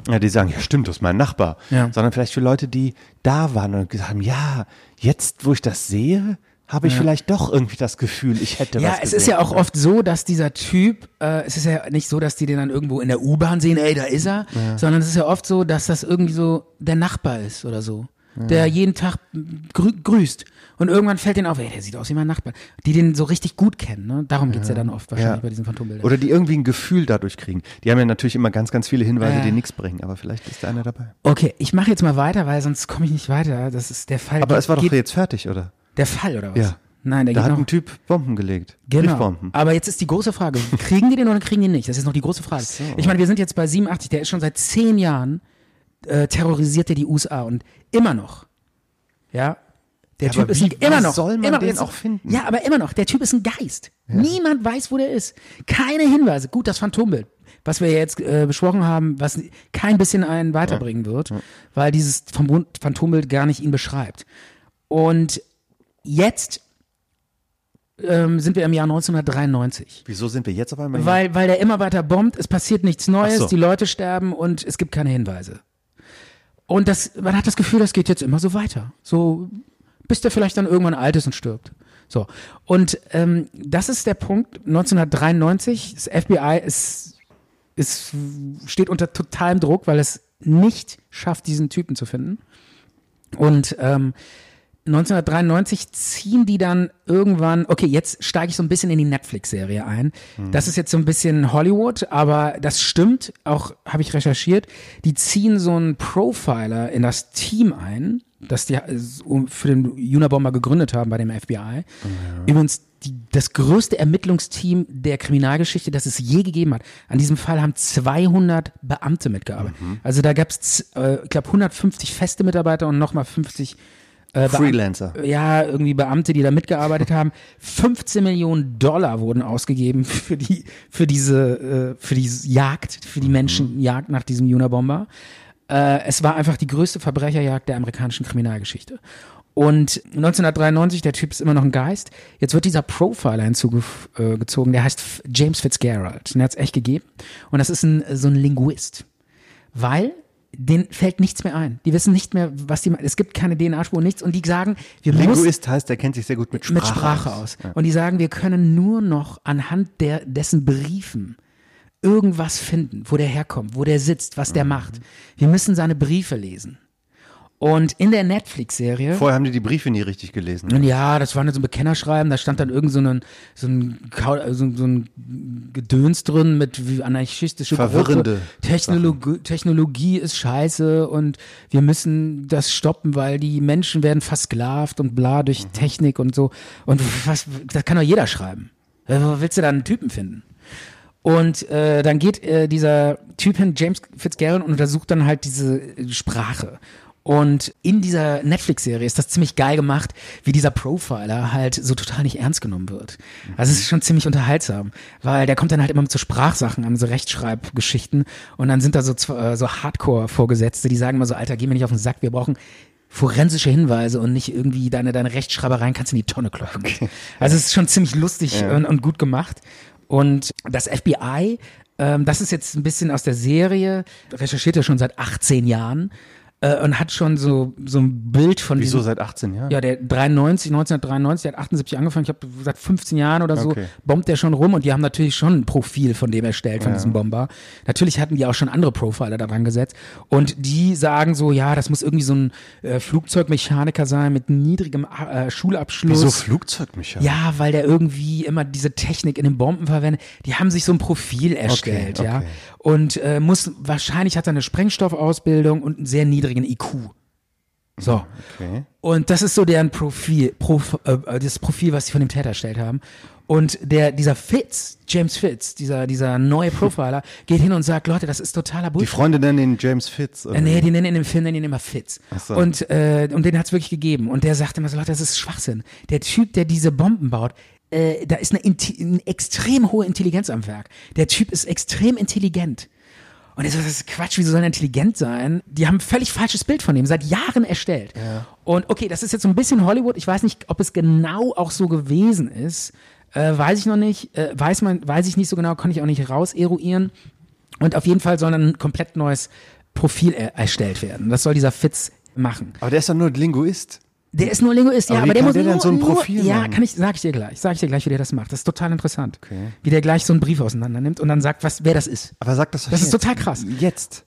S4: ja, die sagen, ja stimmt, das ist mein Nachbar,
S3: Ja.
S4: sondern vielleicht für Leute, die da waren und gesagt haben, ja, jetzt, wo ich das sehe, habe ich vielleicht doch irgendwie das Gefühl, ich hätte
S3: Ja,
S4: was
S3: es
S4: gesehen.
S3: ist ja auch oft so, dass dieser Typ, äh, es ist ja nicht so, dass die den dann irgendwo in der U-Bahn sehen, ey, da ist er, sondern es ist ja oft so, dass das irgendwie so der Nachbar ist oder so, der jeden Tag grü grüßt. Und irgendwann fällt denen auf, ey, der sieht aus wie mein Nachbar. Die den so richtig gut kennen, ne? Darum geht's ja. dann oft wahrscheinlich bei diesen Phantombildern.
S4: Oder die irgendwie ein Gefühl dadurch kriegen. Die haben ja natürlich immer ganz, ganz viele Hinweise,
S3: Ja.
S4: die nichts bringen, aber vielleicht ist da einer dabei.
S3: okay, ich mache jetzt mal weiter, weil sonst komme ich nicht weiter. Das ist der Fall.
S4: Aber
S3: geht-
S4: es war doch
S3: geht,
S4: jetzt fertig, oder?
S3: der Fall, oder was?
S4: Ja.
S3: Nein, der
S4: Da
S3: geht
S4: hat
S3: noch.
S4: ein Typ Bomben gelegt.
S3: Genau.
S4: Briefbomben.
S3: Aber jetzt ist die große Frage, kriegen die den oder kriegen die nicht? Das ist noch die große Frage. Ich meine, wir sind jetzt bei 87, der ist schon seit zehn Jahren, äh, terrorisiert er die USA und immer noch, ja, der
S4: Ja,
S3: Typ
S4: aber
S3: ist
S4: wie-
S3: ein, immer
S4: wie
S3: noch.
S4: soll man
S3: immer noch,
S4: den
S3: jetzt-
S4: auch finden?
S3: Ja, aber immer noch, der Typ ist ein Geist. Niemand weiß, wo der ist. Keine Hinweise. Gut, das Phantombild, was wir jetzt äh, besprochen haben, was kein bisschen einen weiterbringen wird, weil dieses Phan- Phantombild gar nicht ihn beschreibt. Und jetzt ähm, sind wir im Jahr 1993.
S4: Wieso sind wir jetzt auf einmal?
S3: Weil, weil der immer weiter bombt, es passiert nichts Neues,
S4: Ach so.
S3: die Leute sterben und es gibt keine Hinweise. Und das, man hat das Gefühl, das geht jetzt immer so weiter. So, bis der vielleicht dann irgendwann alt ist und stirbt. So. Und ähm, das ist der Punkt, 1993, das FBI ist, ist, steht unter totalem Druck, weil es nicht schafft, diesen Typen zu finden. Und ähm, 1993 ziehen die dann irgendwann, okay, jetzt steige ich so ein bisschen in die Netflix-Serie ein. Das ist jetzt so ein bisschen Hollywood, aber das stimmt, auch habe ich recherchiert. Die ziehen so einen Profiler in das Team ein, das die äh, so für den Unabomber gegründet haben bei dem FBI. Übrigens die, das größte Ermittlungsteam der Kriminalgeschichte, das es je gegeben hat. An diesem Fall haben 200 Beamte mitgearbeitet. Also da gab es, äh, ich glaube, 150 feste Mitarbeiter und nochmal 50 äh, Beam-
S4: Freelancer.
S3: Ja, irgendwie Beamte, die da mitgearbeitet haben. 15 Millionen Dollar wurden ausgegeben für die, für diese, äh, für die Jagd, für die Menschenjagd nach diesem Unabomber. Äh, es war einfach die größte Verbrecherjagd der amerikanischen Kriminalgeschichte. Und 1993, der Typ ist immer noch ein Geist. Jetzt wird dieser Profiler hinzugezogen, äh, gezogen, der heißt F- James Fitzgerald. Den hat's echt gegeben. Und das ist ein, so ein Linguist weil denen fällt nichts mehr ein. Die wissen nicht mehr, was die, es gibt keine DNA-Spur, nichts und die sagen, wir müssen
S4: Linguist heißt, der kennt sich sehr gut mit Sprache,
S3: mit Sprache aus. Und die sagen, wir können nur noch anhand der, dessen Briefen irgendwas finden, wo der herkommt, wo der sitzt, was der macht. Wir müssen seine Briefe lesen. Und in der Netflix-Serie.
S4: Vorher haben die die Briefe nie richtig gelesen.
S3: Und ja, das war nur so ein Bekennerschreiben, da stand dann irgend so ein, so ein, Kau- so ein, so ein Gedöns drin mit wie anarchistische
S4: Verwirrende
S3: Technologie, Technologie ist scheiße und wir müssen das stoppen, weil die Menschen werden versklavt und bla durch Technik und so. Und was, das kann doch jeder schreiben. Äh, Wo willst du da einen Typen finden? Und äh, dann geht äh, dieser Typ hin, James Fitzgerald, und untersucht dann halt diese äh, Sprache. Und in dieser Netflix-Serie ist das ziemlich geil gemacht, wie dieser Profiler halt so total nicht ernst genommen wird. Also es ist schon ziemlich unterhaltsam, weil der kommt dann halt immer mit so Sprachsachen an, so Rechtschreibgeschichten. Und dann sind da so, zw- äh, so Hardcore-Vorgesetzte, die sagen immer so, Alter, geh mir nicht auf den Sack, wir brauchen forensische Hinweise und nicht irgendwie deine, deine Rechtschreibereien kannst du in die Tonne kloppen. Also es ist schon ziemlich lustig und, und gut gemacht. Und das FBI, ähm, das ist jetzt ein bisschen aus der Serie, recherchiert ja schon seit 18 Jahren äh, und hat schon so, so ein Bild von
S4: Wieso
S3: diesem-
S4: seit 18 Jahren?
S3: ja, der 93, 1993, der hat 78 angefangen. Ich habe seit 15 Jahren oder so
S4: Okay.
S3: bombt der schon rum und die haben natürlich schon ein Profil von dem erstellt, von diesem Bomber. Natürlich hatten die auch schon andere Profiler daran gesetzt und die sagen so, ja, das muss irgendwie so ein äh, Flugzeugmechaniker sein mit niedrigem äh, Schulabschluss.
S4: Wieso Flugzeugmechaniker?
S3: Ja, weil der irgendwie immer diese Technik in den Bomben verwendet. Die haben sich so ein Profil erstellt,
S4: Okay,
S3: ja.
S4: okay.
S3: Und äh, muss, wahrscheinlich hat er eine Sprengstoffausbildung und einen sehr niedrigen IQ. So.
S4: Okay.
S3: Und das ist so deren Profil, Prof, äh, das Profil, was sie von dem Täter erstellt haben. Und der, dieser Fitz, James Fitz, dieser, dieser neue Profiler, geht hin und sagt, Leute, das ist totaler
S4: Die
S3: Bullshit.
S4: Freunde nennen ihn James Fitz. oder?
S3: Äh, Nee, die nennen in dem Film nennen ihn immer Fitz.
S4: so.
S3: Und, äh, und den hat's wirklich gegeben. Und der sagte immer so, Leute, das ist Schwachsinn. Der Typ, der diese Bomben baut, äh, da ist eine, Inti- eine extrem hohe Intelligenz am Werk. Der Typ ist extrem intelligent. Und ich so, das ist Quatsch, wieso soll er intelligent sein? Die haben ein völlig falsches Bild von ihm, seit Jahren erstellt. Und okay, das ist jetzt so ein bisschen Hollywood. Ich weiß nicht, ob es genau auch so gewesen ist. Äh, weiß ich noch nicht. Äh, weiß, man, weiß ich nicht so genau, kann ich auch nicht raus eruieren. Und auf jeden Fall soll dann ein komplett neues Profil er erstellt werden. Das soll dieser Fitz machen.
S4: Aber der ist doch nur Linguist.
S3: Der ist nur Linguist, ja,
S4: Aber
S3: aber,
S4: wie
S3: der
S4: kann
S3: muss
S4: der
S3: nur,
S4: denn so ein
S3: nur,
S4: Profil
S3: Ja,
S4: machen?
S3: kann ich, sag ich dir gleich, sag ich dir gleich, wie der das macht. Das ist total interessant. Wie der gleich so einen Brief auseinander nimmt und dann sagt, was, wer das ist.
S4: Aber sag das doch
S3: Das ist
S4: jetzt.
S3: total krass.
S4: Jetzt.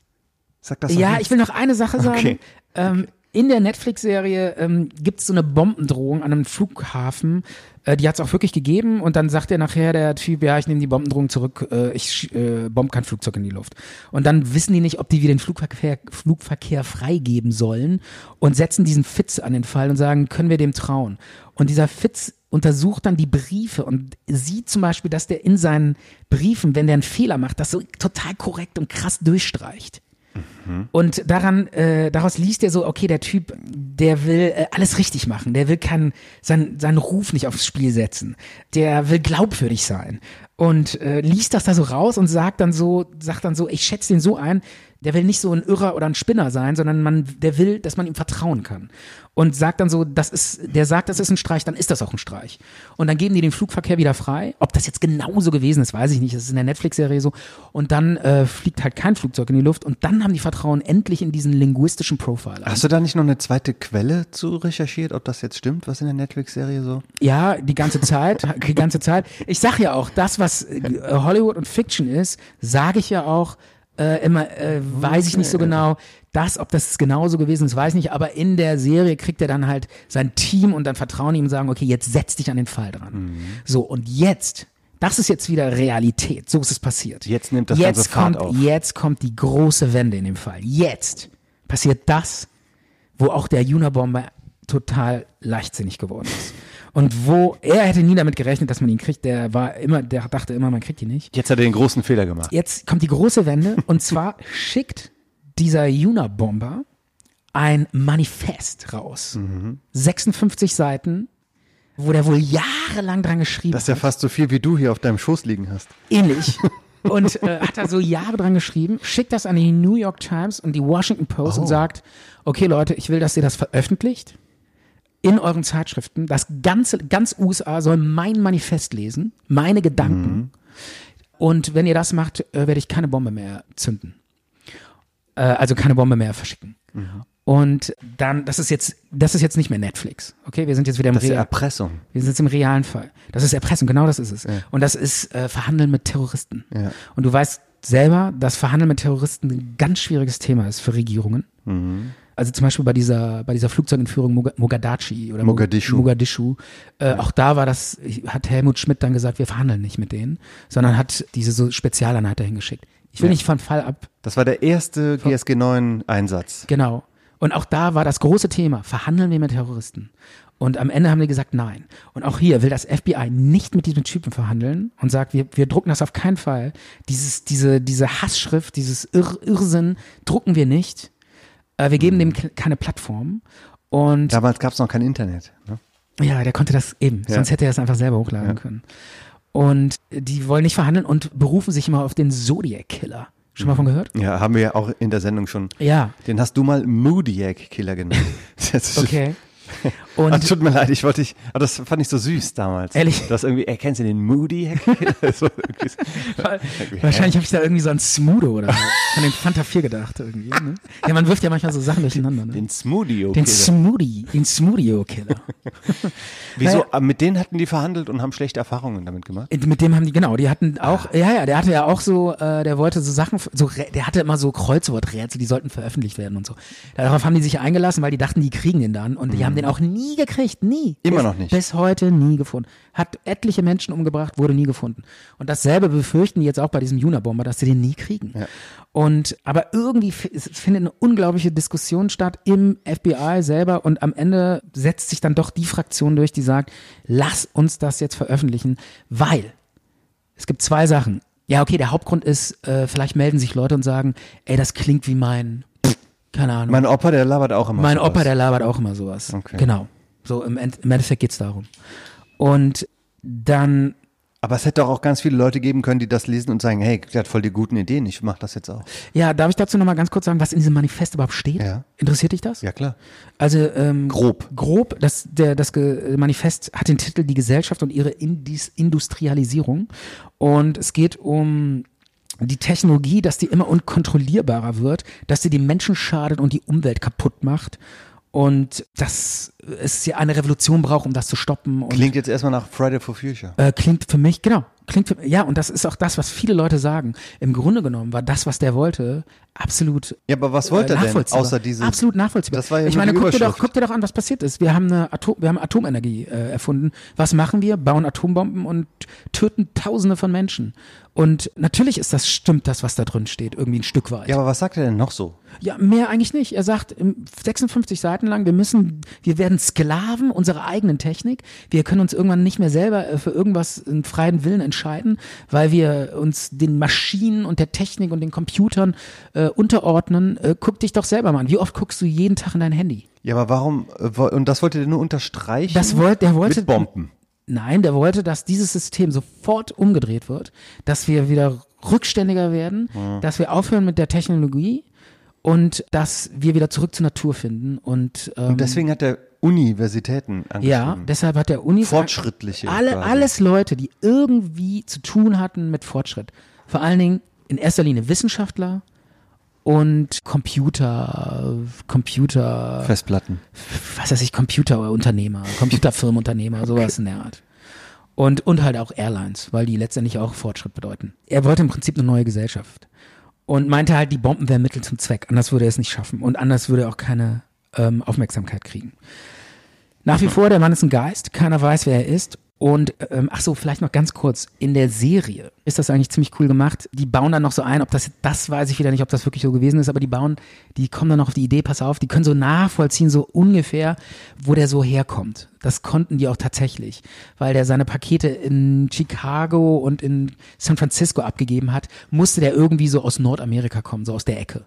S4: Sag das doch
S3: Ja,
S4: jetzt.
S3: ich will noch eine Sache sagen.
S4: Okay.
S3: Ähm, in der Netflix-Serie ähm, gibt es so eine Bombendrohung an einem Flughafen. Äh, die hat es auch wirklich gegeben. Und dann sagt er nachher der Typ, ja, ich nehme die Bombendrohung zurück, äh, ich sch- äh, bomb kein Flugzeug in die Luft. Und dann wissen die nicht, ob die wieder den Flugverkehr, Flugverkehr freigeben sollen und setzen diesen Fitz an den Fall und sagen, können wir dem trauen? Und dieser Fitz untersucht dann die Briefe und sieht zum Beispiel, dass der in seinen Briefen, wenn der einen Fehler macht, das so total korrekt und krass durchstreicht. Und daran, äh, daraus liest er so, okay, der Typ, der will äh, alles richtig machen, der will keinen, sein, seinen Ruf nicht aufs Spiel setzen, der will glaubwürdig sein. und äh, liest das da so raus und sagt dann so, sagt dann so, ich schätze den so ein, der will nicht so ein Irrer oder ein Spinner sein, sondern man, der will, dass man ihm vertrauen kann. Und sagt dann so, das ist, der sagt, das ist ein Streich, dann ist das auch ein Streich. Und dann geben die den Flugverkehr wieder frei. Ob das jetzt genauso gewesen ist, weiß ich nicht. Das ist in der Netflix-Serie so. Und dann äh, fliegt halt kein Flugzeug in die Luft. Und dann haben die Vertrauen endlich in diesen linguistischen Profiler.
S4: Hast du da nicht noch eine zweite Quelle zu recherchiert, ob das jetzt stimmt, was in der Netflix-Serie so?
S3: Ja, die ganze Zeit, die ganze Zeit. Ich sag ja auch, das, was äh, Hollywood und Fiction ist, sage ich ja auch äh, immer, äh, weiß ich nicht so genau. Das, ob das genauso gewesen ist, weiß ich nicht. Aber in der Serie kriegt er dann halt sein Team und dann vertrauen ihm und sagen, okay, jetzt setz dich an den Fall dran.
S4: Mhm.
S3: So, und jetzt, das ist jetzt wieder Realität. So ist es passiert.
S4: Jetzt nimmt das
S3: jetzt
S4: Ganze Fahrt
S3: kommt,
S4: auf.
S3: Jetzt kommt die große Wende in dem Fall. Jetzt passiert das, wo auch der Junabomber total leichtsinnig geworden ist. Und wo er hätte nie damit gerechnet, dass man ihn kriegt. Der war immer, der dachte immer, man kriegt ihn nicht.
S4: Jetzt hat er den großen Fehler gemacht.
S3: Jetzt kommt die große Wende und zwar schickt dieser Junabomber ein Manifest raus.
S4: Mhm.
S3: 56 Seiten, wo der wohl jahrelang dran geschrieben
S4: Das ist ja fast so viel, wie du hier auf deinem Schoß liegen hast.
S3: ähnlich. Und äh, hat da so Jahre dran geschrieben, schickt das an die New York Times und die Washington Post
S4: Oh.
S3: und sagt, okay Leute, ich will, dass ihr das veröffentlicht in euren Zeitschriften. Das ganze, ganz USA soll mein Manifest lesen, meine Gedanken.
S4: Mhm.
S3: Und wenn ihr das macht, äh, werde ich keine Bombe mehr zünden. Äh, also keine Bombe mehr verschicken.
S4: Mhm.
S3: Und dann, das ist jetzt, das ist jetzt nicht mehr Netflix. Okay, wir sind jetzt wieder im
S4: Das ist ja
S3: Real-
S4: Erpressung.
S3: wir sind jetzt im realen Fall. Das ist Erpressung, genau das ist es. Und das ist äh, Verhandeln mit Terroristen.
S4: Ja.
S3: Und du weißt selber, dass Verhandeln mit Terroristen ein ganz schwieriges Thema ist für Regierungen.
S4: Mhm.
S3: Also zum Beispiel bei dieser, bei dieser Flugzeugentführung Moga- Mogadachi oder Mo-
S4: Mogadischu.
S3: Mogadischu. Äh, Auch da war das, hat Helmut Schmidt dann gesagt, wir verhandeln nicht mit denen, sondern hat diese so Spezialeinheit dahin geschickt. Ich will nicht von Fall ab,
S4: Das war der erste GSG 9 Einsatz.
S3: Genau. Und auch da war das große Thema, verhandeln wir mit Terroristen. Und am Ende haben die gesagt, nein. Und auch hier will das FBI nicht mit diesem Typen verhandeln und sagt, wir, wir drucken das auf keinen Fall. Dieses, diese, diese Hassschrift, dieses Irr Irrsinn drucken wir nicht. Äh, wir geben dem ke- keine Plattform. Und
S4: Damals gab es noch kein Internet. Ne?
S3: ja, der konnte das eben.
S4: Ja.
S3: Sonst hätte er es einfach selber hochladen können. Und die wollen nicht verhandeln und berufen sich immer auf den Zodiac-Killer. Schon mal von gehört?
S4: Ja, haben wir ja auch in der Sendung schon.
S3: Ja.
S4: Den hast du mal Moodiac Killer genannt. Das ist-
S3: Okay.
S4: Ah,
S3: Und
S4: tut mir leid, ich wollte dich, aber das fand ich so süß damals.
S3: Ehrlich?
S4: Das irgendwie, erkennst du den Moodiac Killer? So irgendwie so-
S3: Wahrscheinlich habe ich da irgendwie so an Smudo oder so. An den Fanta 4 gedacht irgendwie. Ne? Ja, man wirft ja manchmal so Sachen durcheinander. Ne?
S4: Den Smoodio
S3: Den
S4: Killer.
S3: Smoothie, den Smoothie-Killer.
S4: Wieso? Ah, Mit denen hatten die verhandelt und haben schlechte Erfahrungen damit gemacht.
S3: Mit dem haben die, genau, die hatten auch, ja, ja, der hatte ja auch so, äh, der wollte so Sachen, so, Rä- der hatte immer so Kreuzworträtsel, die sollten veröffentlicht werden und so. Darauf haben die sich eingelassen, weil die dachten, die kriegen den dann und die haben den auch nie gekriegt, nie.
S4: Mhm. Immer
S3: bis,
S4: noch nicht.
S3: Bis heute nie gefunden. Hat etliche Menschen umgebracht, wurde nie gefunden. Und dasselbe befürchten die jetzt auch bei diesem Junabomber, dass sie den nie kriegen. Und, aber irgendwie f- es findet eine unglaubliche Diskussion statt im FBI selber und am Ende setzt sich dann doch die Fraktion durch, die sagt, lass uns das jetzt veröffentlichen, weil es gibt zwei Sachen. Ja, okay, der Hauptgrund ist, äh, vielleicht melden sich Leute und sagen, ey, das klingt wie mein, keine Ahnung, mein,
S4: Mein Opa, der labert auch immer. sowas.
S3: Opa, der labert auch immer sowas.
S4: Okay.
S3: Genau. So, im, End- im Endeffekt geht's darum. Und dann,
S4: Aber es hätte doch auch ganz viele Leute geben können, die das lesen und sagen, hey, der hat voll die guten Ideen, ich mach das jetzt auch.
S3: ja, darf ich dazu nochmal ganz kurz sagen, was in diesem Manifest überhaupt steht?
S4: Ja.
S3: Interessiert dich das?
S4: Ja, klar.
S3: Also ähm,
S4: Grob.
S3: Grob, das, der, das Ge- Manifest hat den Titel Die Gesellschaft und ihre Indis Industrialisierung. Und es geht um die Technologie, dass die immer unkontrollierbarer wird, dass sie die Menschen schadet und die Umwelt kaputt macht. Und dass es ja eine Revolution braucht, um das zu stoppen. Und
S4: Klingt jetzt erstmal nach Friday for Future.
S3: äh, klingt für mich, genau, klingt für, ja, und das ist auch das, was viele Leute sagen. Im Grunde genommen war das, was der wollte, absolut
S4: Ja, aber was wollte
S3: äh,
S4: er denn?
S3: nachvollziehbar.
S4: Außer diese.
S3: Absolut nachvollziehbar.
S4: Das war ja
S3: ich
S4: nur
S3: meine,
S4: die
S3: guck dir, doch,
S4: Überschrift.
S3: guck dir doch an, was passiert ist. Wir haben, eine Atom, wir haben Atomenergie äh, erfunden. Was machen wir? Bauen Atombomben und töten Tausende von Menschen. Und natürlich ist das, stimmt das, was da drin steht, irgendwie ein Stück weit.
S4: Ja, aber was sagt er denn noch so?
S3: Ja, mehr eigentlich nicht. Er sagt ähm, 56 Seiten lang, wir müssen, wir werden Sklaven unserer eigenen Technik. Wir können uns irgendwann nicht mehr selber äh, für irgendwas einen freien Willen entscheiden, weil wir uns den Maschinen und der Technik und den Computern äh, unterordnen. Äh, guck dich doch selber mal an. Wie oft guckst du jeden Tag in dein Handy?
S4: Ja, aber warum, äh, wo- und das wollte der nur unterstreichen?
S3: Das wollte, ähm, der wollte.
S4: Mit Bomben.
S3: Nein, der wollte, dass dieses System sofort umgedreht wird, dass wir wieder rückständiger werden, dass wir aufhören mit der Technologie und dass wir wieder zurück zur Natur finden. Und, ähm,
S4: Und deswegen hat er Universitäten
S3: ja,
S4: angeschrieben.
S3: deshalb hat der Uni
S4: Fortschrittliche
S3: alle
S4: quasi.
S3: alles Leute, die irgendwie zu tun hatten mit Fortschritt. Vor allen Dingen in erster Linie Wissenschaftler und Computer Computer
S4: Festplatten.
S3: was weiß ich Computerunternehmer, Computerfirmenunternehmer, sowas in der Art. Und und halt auch Airlines, weil die letztendlich auch Fortschritt bedeuten. Er wollte im Prinzip eine neue Gesellschaft und meinte halt, die Bomben wären Mittel zum Zweck. Anders würde er es nicht schaffen und anders würde er auch keine ähm, Aufmerksamkeit kriegen. Nach wie vor, der Mann ist ein Geist, keiner weiß, wer er ist. Und ähm, ach so, vielleicht noch ganz kurz, in der Serie ist das eigentlich ziemlich cool gemacht. Die bauen dann noch so ein, ob das, das weiß ich wieder nicht, ob das wirklich so gewesen ist, aber die bauen, die kommen dann noch auf die Idee, pass auf, die können so nachvollziehen, so ungefähr, wo der so herkommt. Das konnten die auch tatsächlich, weil der seine Pakete in Chicago und in San Francisco abgegeben hat, musste der irgendwie so aus Nordamerika kommen, so aus der Ecke.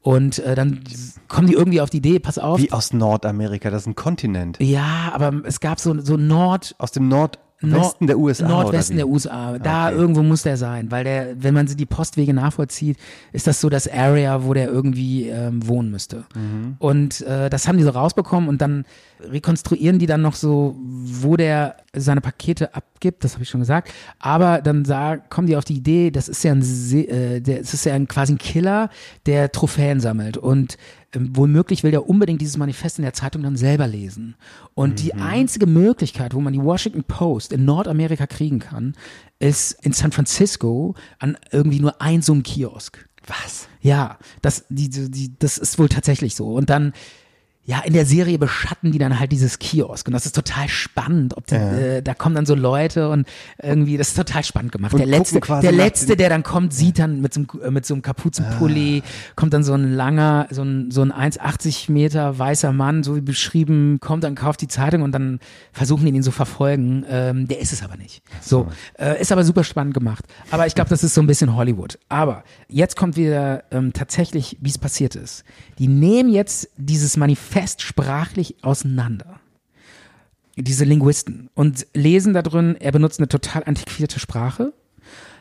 S3: Und äh, dann kommen die irgendwie auf die Idee, pass auf,
S4: Wie aus Nordamerika, das ist ein Kontinent.
S3: ja, aber es gab so, so Nord,
S4: Aus dem Nordwesten
S3: Nord-
S4: der USA.
S3: Nordwesten
S4: oder
S3: der
S4: wie?
S3: USA. Da
S4: Okay.
S3: irgendwo muss der sein, weil der, wenn man die Postwege nachvollzieht, ist das so das Area, wo der irgendwie ähm, wohnen müsste.
S4: Mhm.
S3: Und äh, das haben die so rausbekommen und dann rekonstruieren die dann noch so, wo der seine Pakete abgibt, das habe ich schon gesagt. Aber dann sa- kommen die auf die Idee, das ist ja ein, Se äh, der, es ist ja ein, quasi ein Killer, der Trophäen sammelt und ähm, Womöglich will der unbedingt dieses Manifest in der Zeitung dann selber lesen. Und die
S4: Mhm.
S3: einzige Möglichkeit, wo man die Washington Post in Nordamerika kriegen kann, ist in San Francisco an irgendwie nur ein so einem Kiosk. Was? Ja, das, die, die, die, das ist wohl tatsächlich so. Und dann, ja, in der Serie beschatten die dann halt dieses Kiosk. Und das ist total spannend. Ob die, äh, da kommen dann so Leute und irgendwie, das ist total spannend gemacht.
S4: Und
S3: der
S4: gucken
S3: letzte,
S4: quasi
S3: der
S4: nach
S3: letzte, der dann kommt, sieht dann mit so einem, äh, mit so einem Kapuzenpulli, kommt dann so ein langer, so ein, so ein 1,80 Meter weißer Mann, so wie beschrieben, kommt dann, kauft die Zeitung und dann versuchen die ihn so verfolgen. Ähm, der ist es aber nicht. So, äh, ist aber super spannend gemacht. Aber ich glaube, das ist so ein bisschen Hollywood. Aber jetzt kommt wieder ähm, tatsächlich, wie es passiert ist. Die nehmen jetzt dieses Manifest sprachlich auseinander diese Linguisten und lesen da drin, er benutzt eine total antiquierte Sprache.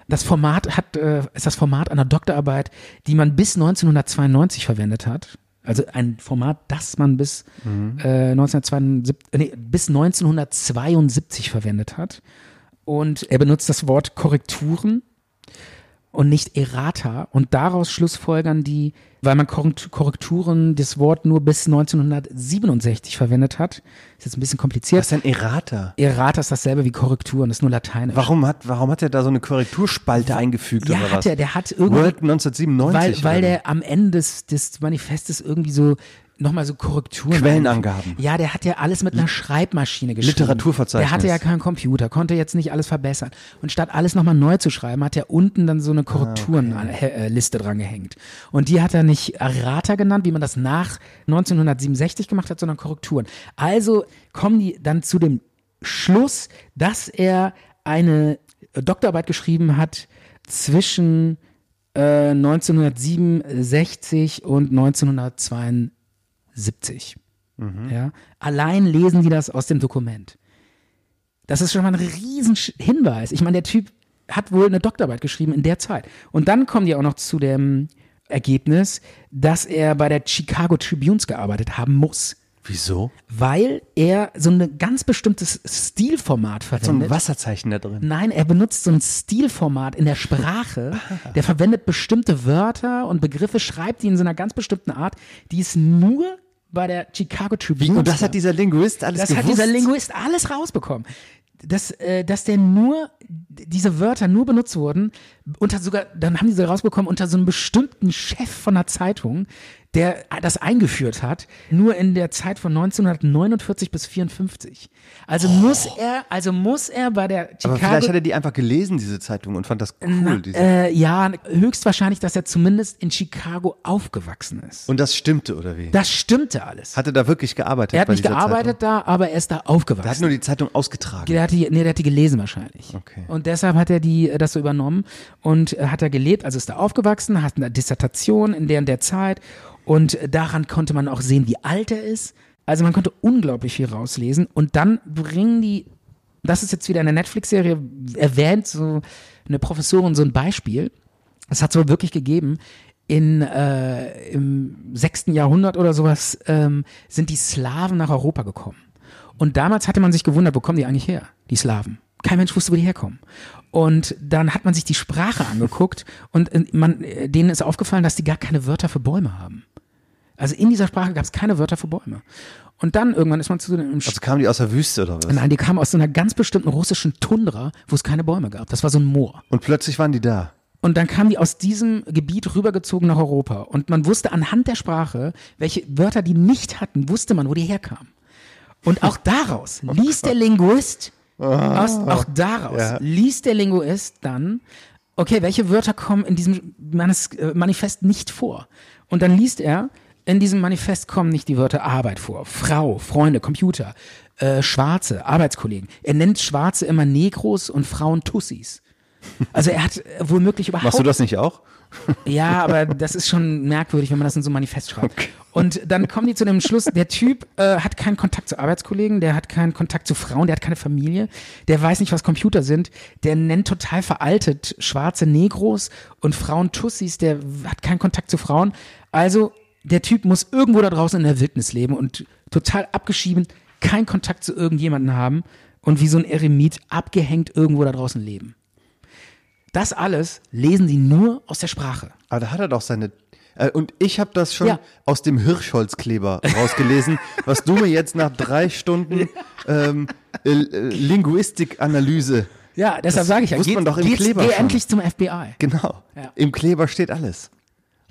S3: Das Format hat, äh, ist das Format einer Doktorarbeit, die man bis 1992 verwendet hat. Also ein Format, das man bis, äh, 1972, nee, bis 1972 verwendet hat. Und er benutzt das Wort Korrekturen und nicht Errata. Und daraus schlussfolgern die, weil man Korrekt- Korrekturen das Wort nur bis 1967 verwendet hat. Ist jetzt ein bisschen kompliziert.
S4: Was ist ein Errata?
S3: Errata ist dasselbe wie Korrekturen, das ist nur Lateinisch.
S4: Warum hat, warum hat er da so eine Korrekturspalte eingefügt
S3: Ja,
S4: oder
S3: hat
S4: was?
S3: er, der hat irgendwie.
S4: World 1997
S3: Weil, weil
S4: oder
S3: der am Ende des, des Manifestes irgendwie so nochmal so Korrekturen.
S4: Quellenangaben. Hm.
S3: Ja, der hat ja alles mit einer Schreibmaschine geschrieben.
S4: Literaturverzeichnis.
S3: Der hatte ja keinen Computer, konnte jetzt nicht alles verbessern. Und statt alles nochmal neu zu schreiben, hat er unten dann so eine äh, Korrekturenliste dran gehängt. Und die hat er nicht Errata genannt, wie man das nach 1967 gemacht hat, sondern Korrekturen. Also kommen die dann zu dem Schluss, dass er eine Doktorarbeit geschrieben hat zwischen äh, 1967 und 1972.
S4: Hm?
S3: Ja? Allein lesen die das aus dem Dokument. Das ist schon mal ein riesen Sch- Hinweis. Ich meine, der Typ hat wohl eine Doktorarbeit geschrieben in der Zeit. Und dann kommen die auch noch zu dem Ergebnis, dass er bei der Chicago Tribunes gearbeitet haben muss,
S4: Wieso?
S3: weil er so ein ganz bestimmtes Stilformat
S4: So ein
S3: verwendet.
S4: Wasserzeichen da drin.
S3: Nein, er benutzt so ein Stilformat in der Sprache. Der verwendet bestimmte Wörter und Begriffe, schreibt die in so einer ganz bestimmten Art, die es nur bei der Chicago Tribune.
S4: Und das hat
S3: gab.
S4: dieser Linguist alles
S3: das hat
S4: gewusst.
S3: dieser Linguist alles rausbekommen. Dass, äh, dass der nur, diese Wörter nur benutzt wurden, unter sogar, dann haben die sie rausbekommen, unter so einem bestimmten Chef von einer Zeitung, der das eingeführt hat, nur in der Zeit von 1949 bis 54. Also muss er, also muss er bei der
S4: Oh. Aber
S3: Chicago
S4: vielleicht hat er die einfach gelesen, diese Zeitung, und fand das cool. diese
S3: äh, ja, höchstwahrscheinlich, dass er zumindest in Chicago aufgewachsen ist.
S4: und das stimmte, oder wie?
S3: Das stimmte alles.
S4: Hat er da wirklich gearbeitet?
S3: er hat
S4: bei
S3: nicht
S4: dieser
S3: gearbeitet
S4: Zeitung?
S3: da, aber er ist da
S4: Der hat
S3: aufgewachsen.
S4: nur die Zeitung ausgetragen.
S3: Der hat die, nee, der hat die gelesen wahrscheinlich.
S4: Okay.
S3: Und deshalb hat er die äh, das so übernommen und äh, hat da gelebt, also ist da aufgewachsen, hat eine Dissertation in der und der Zeit und äh, daran konnte man auch sehen, wie alt er ist. Also man konnte unglaublich viel rauslesen und dann bringen die das ist jetzt wieder in der Netflix-Serie erwähnt, so eine Professorin, so ein Beispiel. Das hat es wohl wirklich gegeben. In, äh, Im sechsten Jahrhundert oder sowas ähm, sind die Slawen nach Europa gekommen. Und damals hatte man sich gewundert, wo kommen die eigentlich her, die Slawen? Kein Mensch wusste, wo die herkommen. Und dann hat man sich die Sprache angeguckt und äh, man, äh, denen ist aufgefallen, dass die gar keine Wörter für Bäume haben. Also in dieser Sprache gab es keine Wörter für Bäume. Und dann irgendwann ist man zu einem
S4: Also kamen die aus der Wüste oder was?
S3: Nein, die kamen aus so einer ganz bestimmten russischen Tundra, wo es keine Bäume gab. Das war so ein Moor.
S4: Und plötzlich waren die da.
S3: Und dann kamen die aus diesem Gebiet rübergezogen nach Europa. Und man wusste anhand der Sprache, welche Wörter die nicht hatten, wusste man, wo die herkamen. Und auch daraus
S4: Oh
S3: ließ der Linguist, aus, auch daraus
S4: Ah. Ja.
S3: ließ der Linguist dann, okay, welche Wörter kommen in diesem Manis, äh, Manifest nicht vor? Und dann liest er, in diesem Manifest kommen nicht die Wörter Arbeit vor, Frau, Freunde, Computer, äh, Schwarze, Arbeitskollegen. Er nennt Schwarze immer Negros und Frauen Tussis. Also er hat äh, womöglich überhaupt
S4: Machst du das nicht auch?
S3: ja, aber das ist schon merkwürdig, wenn man das in so ein Manifest schreibt. Und dann kommen die zu dem Schluss, der Typ äh, hat keinen Kontakt zu Arbeitskollegen, der hat keinen Kontakt zu Frauen, der hat keine Familie, der weiß nicht, was Computer sind, der nennt total veraltet schwarze Negros und Frauen Tussis, der hat keinen Kontakt zu Frauen. Also der Typ muss irgendwo da draußen in der Wildnis leben und total abgeschieden, keinen Kontakt zu irgendjemanden haben und wie so ein Eremit abgehängt irgendwo da draußen leben. Das alles lesen sie nur aus der Sprache.
S4: Aber Ah, da hat er doch seine. Äh, und ich habe das schon
S3: Ja.
S4: aus dem Hirschholzkleber rausgelesen, was du mir jetzt nach drei Stunden ähm, äh, äh, Linguistikanalyse.
S3: Ja, deshalb
S4: Das
S3: sage ich ja,
S4: wusste man doch im
S3: geht's-
S4: Kleber
S3: geh
S4: schon.
S3: endlich zum FBI.
S4: Genau.
S3: Ja.
S4: Im Kleber steht alles.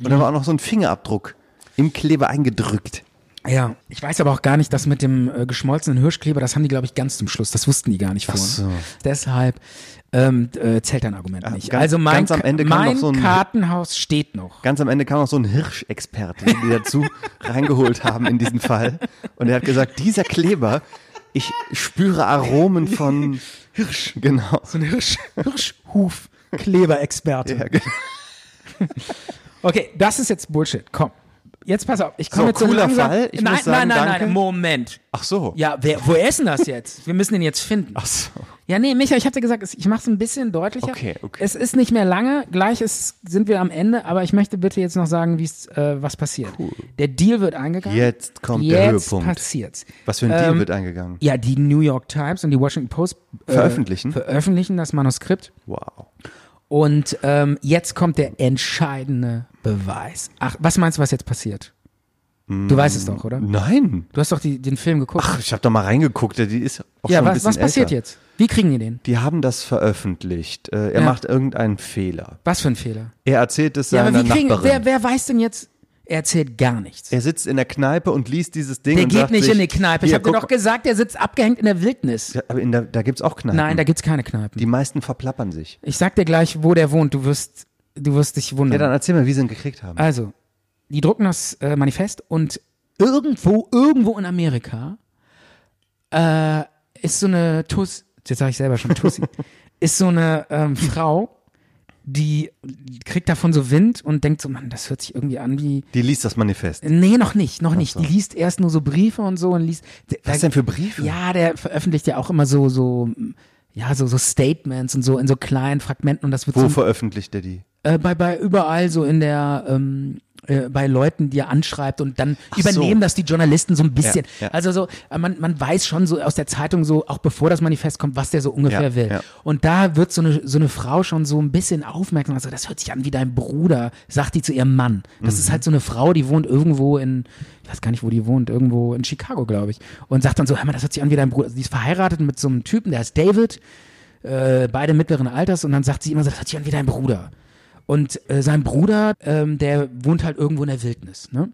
S4: Und da war auch noch so ein Fingerabdruck im Kleber eingedrückt.
S3: Ja, ich weiß aber auch gar nicht, das mit dem äh, geschmolzenen Hirschkleber, das haben die, glaube ich, ganz zum Schluss. Das wussten die gar nicht vorher.
S4: so. Ah,
S3: Deshalb ähm, äh, zählt dein Argument nicht.
S4: ganz-
S3: also mein,
S4: ganz am Ende kam
S3: mein
S4: noch so ein-
S3: Kartenhaus steht noch.
S4: Ganz am Ende kam noch so ein Hirschexperte, den die dazu reingeholt haben in diesen Fall. Und er hat gesagt, dieser Kleber, ich spüre Aromen von Hirsch. Genau.
S3: So ein Hirsch, Hirschhuf. Kleberexperte.
S4: Ja, genau.
S3: Okay, das ist jetzt Bullshit. Komm. Jetzt pass auf. Ich komme
S4: So,
S3: jetzt
S4: cooler
S3: langsam.
S4: Fall. Ich
S3: nein,
S4: muss
S3: nein,
S4: sagen,
S3: nein,
S4: danke.
S3: nein. Moment.
S4: Ach so.
S3: Ja, wer, wo ist denn das jetzt? Wir müssen ihn jetzt finden.
S4: Ach so.
S3: Ja, nee, Micha, ich hab dir gesagt, es- ich mache es ein bisschen deutlicher.
S4: Okay, okay.
S3: Es ist nicht mehr lange, gleich ist, sind wir am Ende, aber ich möchte bitte jetzt noch sagen, wie's, äh, was passiert. Der Deal wird eingegangen.
S4: Jetzt kommt
S3: Jetzt
S4: der Höhepunkt.
S3: passiert's.
S4: Was für ein Deal
S3: Ähm,
S4: wird eingegangen?
S3: Ja, die New York Times und die Washington Post äh,
S4: Veröffentlichen?
S3: veröffentlichen das Manuskript.
S4: Wow.
S3: Und ähm, jetzt kommt der entscheidende Beweis. Ach, was meinst du, was jetzt passiert? Du weißt es doch, oder?
S4: Nein.
S3: Du hast doch die, den Film geguckt.
S4: Hm. Ach, ich habe da mal reingeguckt. Die ist auch
S3: ja,
S4: schon ein
S3: was,
S4: bisschen
S3: was passiert
S4: älter.
S3: jetzt? Wie kriegen die den?
S4: Die haben das veröffentlicht. Äh,
S3: Ja.
S4: er macht irgendeinen Fehler.
S3: Was für ein Fehler?
S4: Er erzählt es
S3: Ja,
S4: seiner
S3: aber wie kriegen, wer,
S4: Nachbarin.
S3: wer weiß denn jetzt, er erzählt gar nichts.
S4: er sitzt in der Kneipe und liest dieses Ding.
S3: der
S4: und
S3: geht
S4: sagt
S3: nicht
S4: sich,
S3: in die Kneipe. Ich
S4: hier,
S3: habe dir
S4: guck
S3: doch gesagt, der sitzt abgehängt in der Wildnis.
S4: Ja, aber in der, da gibt's auch Kneipen.
S3: Nein, da gibt's keine Kneipen.
S4: die meisten verplappern sich.
S3: ich sag dir gleich, wo der wohnt. Du wirst, du wirst dich
S4: Ja,
S3: wundern.
S4: dann erzähl mal, wie sie ihn gekriegt haben.
S3: also, die drucken das äh, Manifest und irgendwo, irgendwo in Amerika äh, ist so eine Tuss, jetzt sage ich selber schon Tussi, ist so eine ähm, Frau, die kriegt davon so Wind und denkt so, Mann, das hört sich irgendwie an wie
S4: Die liest das Manifest.
S3: Nee, noch nicht, noch nicht. Die liest erst nur so Briefe und so und liest.
S4: Was denn für Briefe?
S3: Ja, der veröffentlicht ja auch immer so, so, ja, so, so Statements und so in so kleinen Fragmenten und das wird
S4: Wo
S3: so
S4: veröffentlicht er die?
S3: äh, bei, bei überall so in der ähm, äh, bei Leuten, die er anschreibt und dann übernehmen das die Journalisten so ein bisschen.
S4: Ja, ja.
S3: Also so, äh, man, man weiß schon so aus der Zeitung so, auch bevor das Manifest kommt, was der so ungefähr
S4: Ja,
S3: will.
S4: ja.
S3: Und da wird so eine, so eine Frau schon so ein bisschen aufmerksam. Also das hört sich an wie dein Bruder, sagt die zu ihrem Mann. Das
S4: Mhm.
S3: ist halt so eine Frau, die wohnt irgendwo in, ich weiß gar nicht, wo die wohnt, irgendwo in Chicago, glaube ich. Und sagt dann so, hör mal, das hört sich an wie dein Bruder. Also die ist verheiratet mit so einem Typen, der heißt David äh, beide mittleren Alters und dann sagt sie immer so, das hat sich an wie dein Bruder. Und äh, sein Bruder, ähm, der wohnt halt irgendwo in der Wildnis, ne?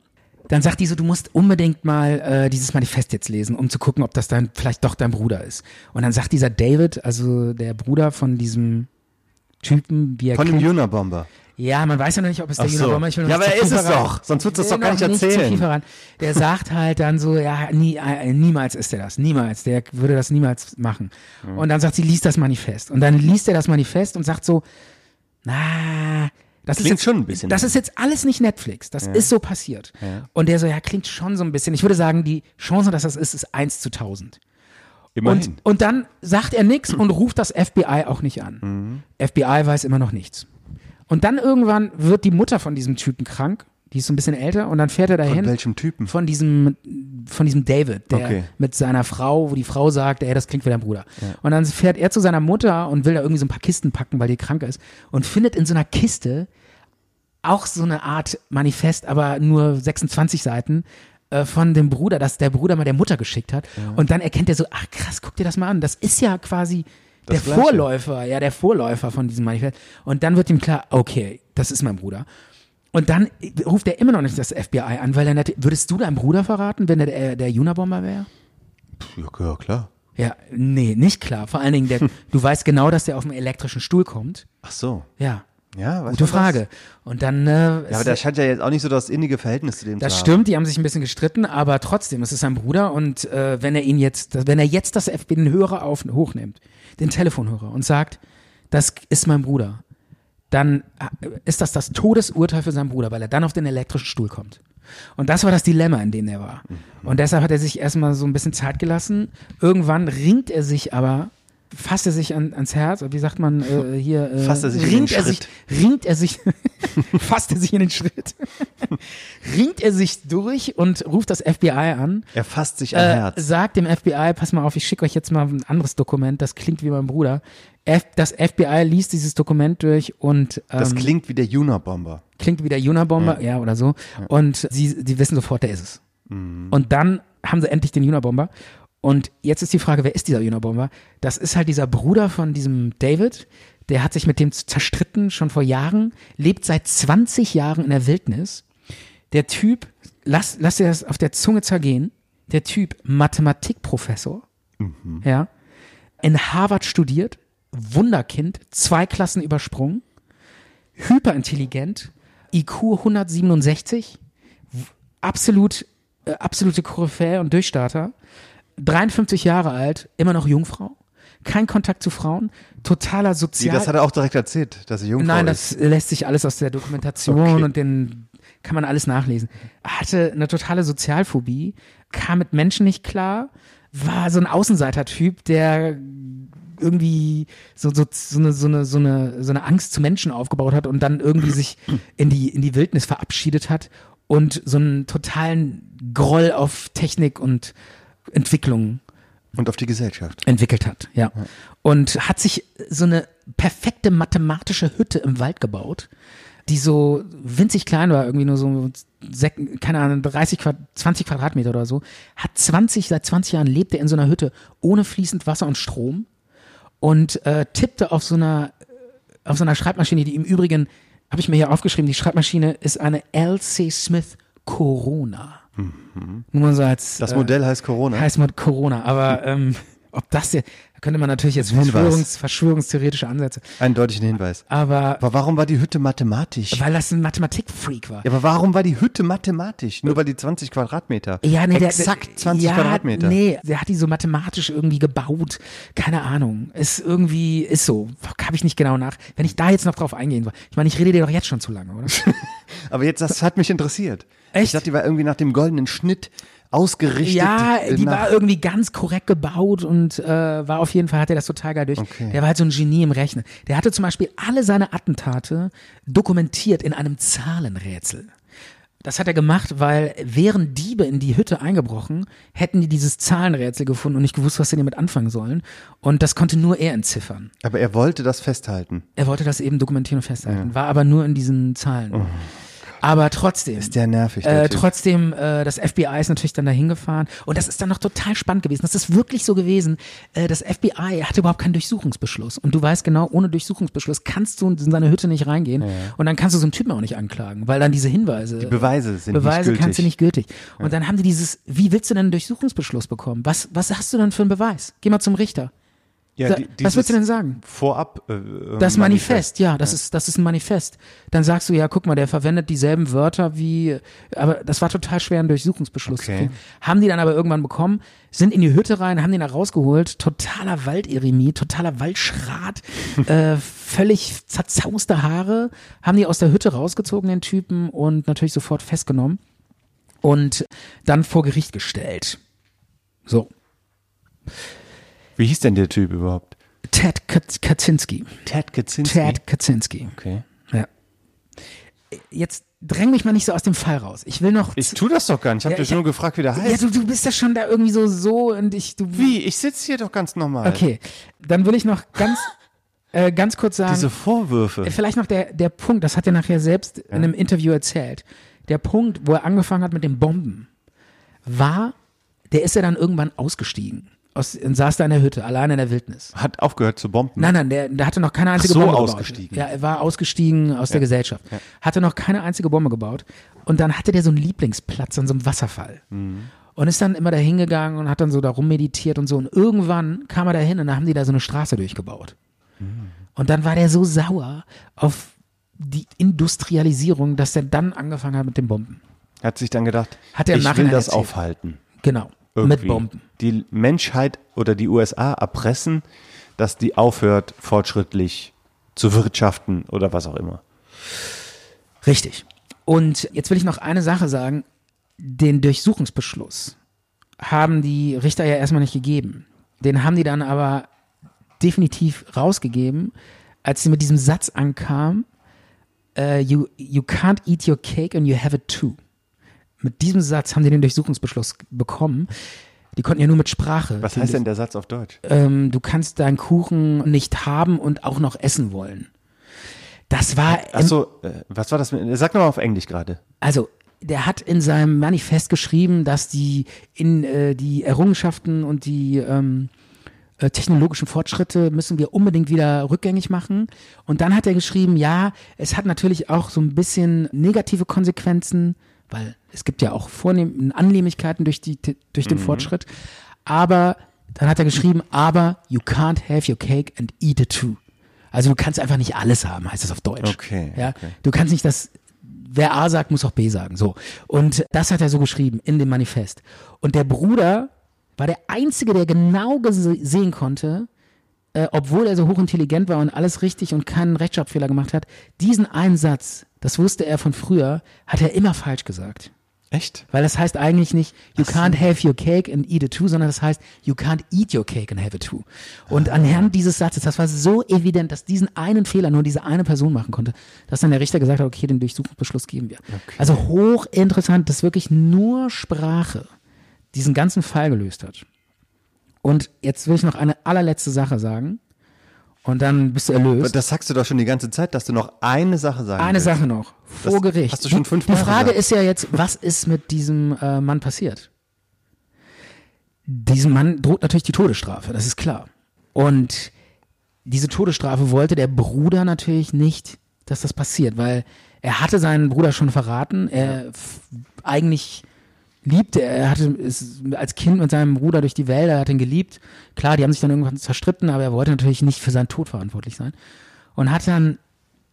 S3: Dann sagt die so, du musst unbedingt mal äh, dieses Manifest jetzt lesen, um zu gucken, ob das dann vielleicht doch dein Bruder ist. Und dann sagt dieser David, also der Bruder von diesem Typen, wie er
S4: Von dem
S3: kennt,
S4: Junabomber.
S3: ja, man weiß ja noch nicht, ob es der
S4: Ach so.
S3: Junabomber ist. Ich will noch
S4: Ja,
S3: nicht
S4: aber
S3: zu
S4: er
S3: viel
S4: ist es
S3: verraten.
S4: doch. Sonst würdest du es
S3: Ich will
S4: doch gar
S3: noch
S4: nicht
S3: Zu
S4: erzählen.
S3: viel verraten. der sagt halt dann so, ja, nie, äh, niemals ist er das, niemals, der würde das niemals machen.
S4: Mhm.
S3: Und dann sagt sie, liest das Manifest. Und dann liest er das Manifest und sagt so, na, das
S4: Klingt
S3: ist jetzt,
S4: schon ein bisschen
S3: Das ist jetzt alles nicht Netflix, das ist so passiert. Und der so, ja, klingt schon so ein bisschen. Ich würde sagen, die Chance, dass das ist, ist 1 zu 1000.
S4: Immerhin.
S3: Und, und dann sagt er nichts und ruft das FBI auch nicht
S4: Mhm.
S3: an. FBI weiß immer noch nichts. Und dann irgendwann wird die Mutter von diesem Typen krank. Die ist so ein bisschen älter und dann fährt er dahin.
S4: welchem Typen?
S3: Von diesem, von diesem David, der
S4: Okay.
S3: mit seiner Frau, wo die Frau sagt, ey, das klingt wie dein Bruder. Und dann fährt er zu seiner Mutter und will da irgendwie so ein paar Kisten packen, weil die krank ist. Und findet in so einer Kiste auch so eine Art Manifest, aber nur 26 Seiten äh, von dem Bruder, das der Bruder mal der Mutter geschickt hat. Und dann erkennt er so, ach krass, guck dir das mal an. Das ist ja quasi der
S4: Das Gleiche.
S3: Vorläufer, ja, der Vorläufer von diesem Manifest. Und dann wird ihm klar, okay, das ist mein Bruder. Und dann äh, ruft er immer noch nicht das FBI an, weil er natürlich, würdest du deinem Bruder verraten, wenn er der, der Junabomber wäre?
S4: Ja, ja, klar.
S3: Ja, nee, nicht klar. Vor allen Dingen, der, du weißt genau, dass der auf dem elektrischen Stuhl kommt.
S4: Ach so.
S3: Ja,
S4: Ja, was
S3: gute Frage. Und dann äh,
S4: Ja, aber
S3: ist-
S4: da scheint ja jetzt auch nicht so das innige Verhältnis zu dem
S3: Das
S4: zu
S3: stimmt, die haben sich ein bisschen gestritten, aber trotzdem, es ist sein Bruder und äh, wenn er ihn jetzt, wenn er jetzt das FB, den Hörer auf, hochnimmt, den Telefonhörer und sagt, das ist mein Bruder, dann äh, ist das das Todesurteil für seinen Bruder, weil er dann auf den elektrischen Stuhl kommt. Und das war das Dilemma, in dem er war.
S4: Mhm.
S3: Und deshalb hat er sich erstmal so ein bisschen Zeit gelassen. Irgendwann ringt er sich aber, fasst er sich an, ans Herz, oder wie sagt man äh, hier, äh,
S4: Fasst er sich in den
S3: ringt er sich,
S4: Schritt.
S3: ringt er sich, fasst er sich in den Schritt, ringt er sich durch und ruft das FBI an.
S4: haben. Er fasst sich am
S3: Äh,
S4: Herz.
S3: sagt dem FBI, pass mal auf, ich schicke euch jetzt mal ein anderes Dokument, das klingt wie mein Bruder. F das FBI liest dieses Dokument durch und ähm,
S4: Das klingt wie der Junabomber.
S3: klingt wie der Junabomber, ja. oder so. Und sie, sie wissen sofort, der ist es. Und dann haben sie endlich den Junabomber. Und jetzt ist die Frage, wer ist dieser Junabomber? Das ist halt dieser Bruder von diesem David. Der hat sich mit dem zerstritten schon vor Jahren, lebt seit 20 Jahren in der Wildnis. Der Typ, lass, lass dir das auf der Zunge zergehen. Der Typ, Mathematikprofessor,
S4: Mhm.
S3: ja, in Harvard studiert, Wunderkind, zwei Klassen übersprungen hyperintelligent, IQ 167, w- absolut, äh, absolute Koryphäe und Durchstarter, 53 Jahre alt, immer noch Jungfrau, kein Kontakt zu Frauen, totaler
S4: Die,
S3: Sozial...
S4: das hat er auch direkt erzählt, dass er Jungfrau
S3: Nein,
S4: ist.
S3: das lässt sich alles aus der Dokumentation
S4: Okay.
S3: und den kann man alles nachlesen. Hatte eine totale Sozialphobie, kam mit Menschen nicht klar, war so ein Außenseiter-Typ, der irgendwie so, so, so, eine, so, eine, so, eine, so eine Angst zu Menschen aufgebaut hat und dann irgendwie sich in die, in die Wildnis verabschiedet hat und so einen totalen Groll auf Technik und Entwicklung
S4: Und auf die Gesellschaft.
S3: entwickelt hat, ja. Und hat sich so eine perfekte mathematische Hütte im Wald gebaut, die so winzig klein war, irgendwie nur so, sek- keine Ahnung, 30, Quad 20 Quadratmeter oder so. Hat 20, seit 20 Jahren lebt er in so einer Hütte ohne fließend Wasser und Strom und äh, tippte auf so einer auf so einer Schreibmaschine, die im Übrigen, habe ich mir hier aufgeschrieben, die Schreibmaschine ist eine LC Smith Corona. Nur so als
S4: Das
S3: äh,
S4: Modell heißt Corona.
S3: heißt mal Corona, aber ähm, ob das hier, da könnte man natürlich jetzt
S4: Hm. Hinweis.
S3: Verschwörungs, verschwörungstheoretische Ansätze,
S4: Eindeutigen Hinweis.
S3: aber
S4: Aber warum war die Hütte mathematisch?
S3: weil das ein Mathematikfreak war.
S4: Ja, aber warum war die Hütte mathematisch?
S3: Äh,
S4: Nur weil die 20 Quadratmeter. Exakt 20
S3: ja,
S4: Quadratmeter.
S3: Nee, der hat die so mathematisch irgendwie gebaut. Keine Ahnung. Ist irgendwie, ist so. Habe ich nicht genau nach. Wenn ich da jetzt noch drauf eingehen will. Ich meine, ich rede dir doch jetzt schon zu lange, oder?
S4: Aber jetzt, das hat mich interessiert. Ich
S3: Echt?
S4: dachte, die war irgendwie nach dem goldenen Schnitt ausgerichtet.
S3: Ja, die
S4: nach,
S3: war irgendwie ganz korrekt gebaut und äh, war auf jeden Fall, hat er das total geil durch.
S4: Okay.
S3: Der war halt so ein Genie im Rechnen. Der hatte zum Beispiel alle seine Attentate dokumentiert in einem Zahlenrätsel. Das hat er gemacht, weil wären Diebe in die Hütte eingebrochen, hätten die dieses Zahlenrätsel gefunden und nicht gewusst, was sie damit anfangen sollen. Und das konnte nur er entziffern.
S4: Aber er wollte das festhalten.
S3: Er wollte das eben dokumentieren und festhalten, war aber nur in diesen Zahlen. aber trotzdem.
S4: Oh. Ist der nervig, der
S3: Äh,
S4: Typ.
S3: trotzdem, äh, das FBI ist natürlich dann dahin gefahren und das ist dann noch total spannend gewesen. Das ist wirklich so gewesen. Äh, das FBI hatte überhaupt keinen Durchsuchungsbeschluss und du weißt genau, ohne Durchsuchungsbeschluss kannst du in seine Hütte nicht reingehen und dann kannst du so einen Typen auch nicht anklagen, weil dann diese Hinweise, die
S4: Beweise sind nicht
S3: Beweise
S4: gültig.
S3: kannst du nicht gültig. Und dann haben die dieses, wie willst du denn einen Durchsuchungsbeschluss bekommen? Was, was hast du denn für einen Beweis? Geh mal zum Richter.
S4: Ja,
S3: Sa-
S4: die-
S3: was willst du denn
S4: dieses
S3: sagen?
S4: Vorab. äh, äh,
S3: Das Manifest, ja, das ist das ist ein Manifest. Dann sagst du ja, guck mal, der verwendet dieselben Wörter wie, aber das war total schwer, einen Durchsuchungsbeschluss zu
S4: Okay.
S3: kriegen. Haben die dann aber irgendwann bekommen, sind in die Hütte rein, haben den da rausgeholt, totaler Walderemie, totaler Waldschrat, äh, völlig zerzauste Haare, haben die aus der Hütte rausgezogen, den Typen, und natürlich sofort festgenommen und dann vor Gericht gestellt. So.
S4: Wie hieß denn der Typ überhaupt?
S3: Ted Kat- Kaczynski.
S4: Ted Kaczynski.
S3: Ted Kaczynski.
S4: Okay.
S3: Ja. Jetzt dräng mich mal nicht so aus dem Fall raus. Ich will noch.
S4: Ich tu das doch gar nicht. Ich habe
S3: Ja,
S4: dich
S3: ich-
S4: nur gefragt, wie der
S3: ja,
S4: heißt.
S3: du, du bist ja schon da irgendwie so so und ich du.
S4: wie? Ich sitze hier doch ganz normal.
S3: Okay, dann will ich noch ganz äh, ganz kurz sagen.
S4: Diese Vorwürfe.
S3: Vielleicht noch der, der Punkt, das hat er nachher selbst in einem Interview erzählt. Der Punkt, wo er angefangen hat mit den Bomben, war, der ist ja dann irgendwann ausgestiegen. Aus, und saß da in der Hütte, allein in der Wildnis.
S4: Hat aufgehört zu bomben.
S3: Nein, nein, der, der hatte noch keine einzige
S4: so,
S3: Bombe
S4: ausgestiegen.
S3: gebaut. Ja, er war ausgestiegen aus der Gesellschaft. Hatte noch keine einzige Bombe gebaut. Und dann hatte der so einen Lieblingsplatz an so einem Wasserfall.
S4: Mhm.
S3: Und ist dann immer da hingegangen und hat dann so da rummeditiert und so. Und irgendwann kam er da hin und dann haben die da so eine Straße durchgebaut.
S4: Mhm.
S3: Und dann war der so sauer auf die Industrialisierung, dass er dann angefangen hat mit den Bomben.
S4: Hat sich dann gedacht,
S3: Hat er im
S4: ich will
S3: Nachhinein
S4: das
S3: erzählt.
S4: aufhalten.
S3: Genau. Mit
S4: Irgendwie.
S3: Bomben.
S4: Die Menschheit oder die USA erpressen, dass die aufhört, fortschrittlich zu wirtschaften oder was auch immer.
S3: Richtig. Und jetzt will ich noch eine Sache sagen. Den Durchsuchungsbeschluss haben die Richter ja erstmal nicht gegeben. Den haben die dann aber definitiv rausgegeben, als sie mit diesem Satz ankam, äh, you, you can't eat your cake and you have it too. Mit diesem Satz haben die den Durchsuchungsbeschluss bekommen. Die konnten ja nur mit Sprache.
S4: Was heißt denn der Satz auf Deutsch?
S3: Ähm, du kannst deinen Kuchen nicht haben und auch noch essen wollen. Das war im
S4: Achso, äh, was war das? Mit, sag nochmal auf Englisch gerade.
S3: also der hat in seinem Manifest geschrieben, dass die in äh, die Errungenschaften und die ähm, äh, technologischen Fortschritte müssen wir unbedingt wieder rückgängig machen. Und dann hat er geschrieben, ja, es hat natürlich auch so ein bisschen negative Konsequenzen, weil es gibt ja auch Vornehm Annehmlichkeiten durch, die, durch
S4: Mhm.
S3: den Fortschritt. Aber dann hat er geschrieben, aber you can't have your cake and eat it too. Also du kannst einfach nicht alles haben, heißt das auf Deutsch.
S4: Okay,
S3: Ja, du kannst nicht das wer A sagt, muss auch B sagen. So. Und das hat er so geschrieben in dem Manifest. Und der Bruder war der Einzige, der genau gese- sehen konnte, äh, obwohl er so hochintelligent war und alles richtig und keinen Rechtschreibfehler gemacht hat, diesen einen Satz, das wusste er von früher, hat er immer falsch gesagt.
S4: Echt?
S3: Weil das heißt eigentlich nicht, you can't have your cake and eat it too, sondern das heißt, you can't eat your cake and have it too. Und anhand dieses Satzes, das war so evident, dass diesen einen Fehler nur diese eine Person machen konnte, dass dann der Richter gesagt hat, okay, den Durchsuchungsbeschluss geben wir. Also hochinteressant, dass wirklich nur Sprache diesen ganzen Fall gelöst hat. Und jetzt will ich noch eine allerletzte Sache sagen. Und dann bist du erlöst.
S4: Das sagst du doch schon die ganze Zeit, dass du noch eine Sache sagen
S3: Eine
S4: willst.
S3: Sache noch. Vor
S4: Das
S3: Gericht.
S4: hast du schon fünfmal
S3: Die Frage
S4: gesagt.
S3: ist ja jetzt, was ist mit diesem äh, Mann passiert? Diesem Mann droht natürlich die Todesstrafe, das ist klar. Und diese Todesstrafe wollte der Bruder natürlich nicht, dass das passiert, weil er hatte seinen Bruder schon verraten. Er f- eigentlich liebte er, er hatte ist als Kind mit seinem Bruder durch die Wälder, er hat ihn geliebt. Klar, die haben sich dann irgendwann zerstritten, aber er wollte natürlich nicht für seinen Tod verantwortlich sein und hat dann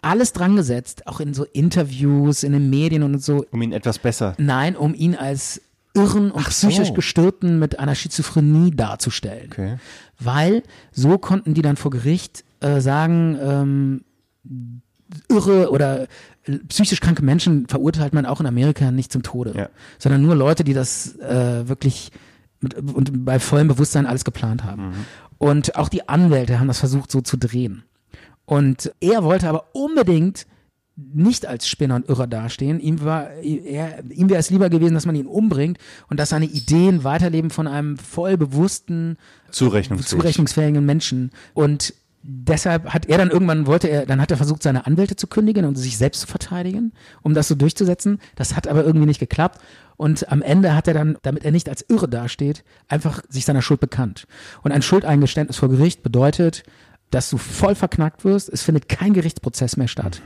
S3: alles dran gesetzt, auch in so Interviews, in den Medien und so.
S4: Um ihn etwas besser.
S3: Nein, um ihn als irren und psychisch gestörten mit einer Schizophrenie darzustellen.
S4: Okay.
S3: Weil so konnten die dann vor Gericht äh, sagen, ähm, irre oder äh, psychisch kranke Menschen verurteilt man auch in Amerika nicht zum Tode,
S4: Ja.
S3: sondern nur Leute, die das äh, wirklich mit, und bei vollem Bewusstsein alles geplant haben. Und auch die Anwälte haben das versucht so zu drehen. Und er wollte aber unbedingt nicht als Spinner und Irrer dastehen. Ihm, war, er, ihm wäre es lieber gewesen, dass man ihn umbringt und dass seine Ideen weiterleben von einem voll bewussten,
S4: Zurechnungsfähig.
S3: zurechnungsfähigen Menschen. Und deshalb hat er dann irgendwann wollte er, dann hat er versucht, seine Anwälte zu kündigen und sich selbst zu verteidigen, um das so durchzusetzen. Das hat aber irgendwie nicht geklappt. Und am Ende hat er dann, damit er nicht als Irre dasteht, einfach sich seiner Schuld bekannt. Und ein Schuldeingeständnis vor Gericht bedeutet, dass du voll verknackt wirst. Es findet kein Gerichtsprozess mehr statt.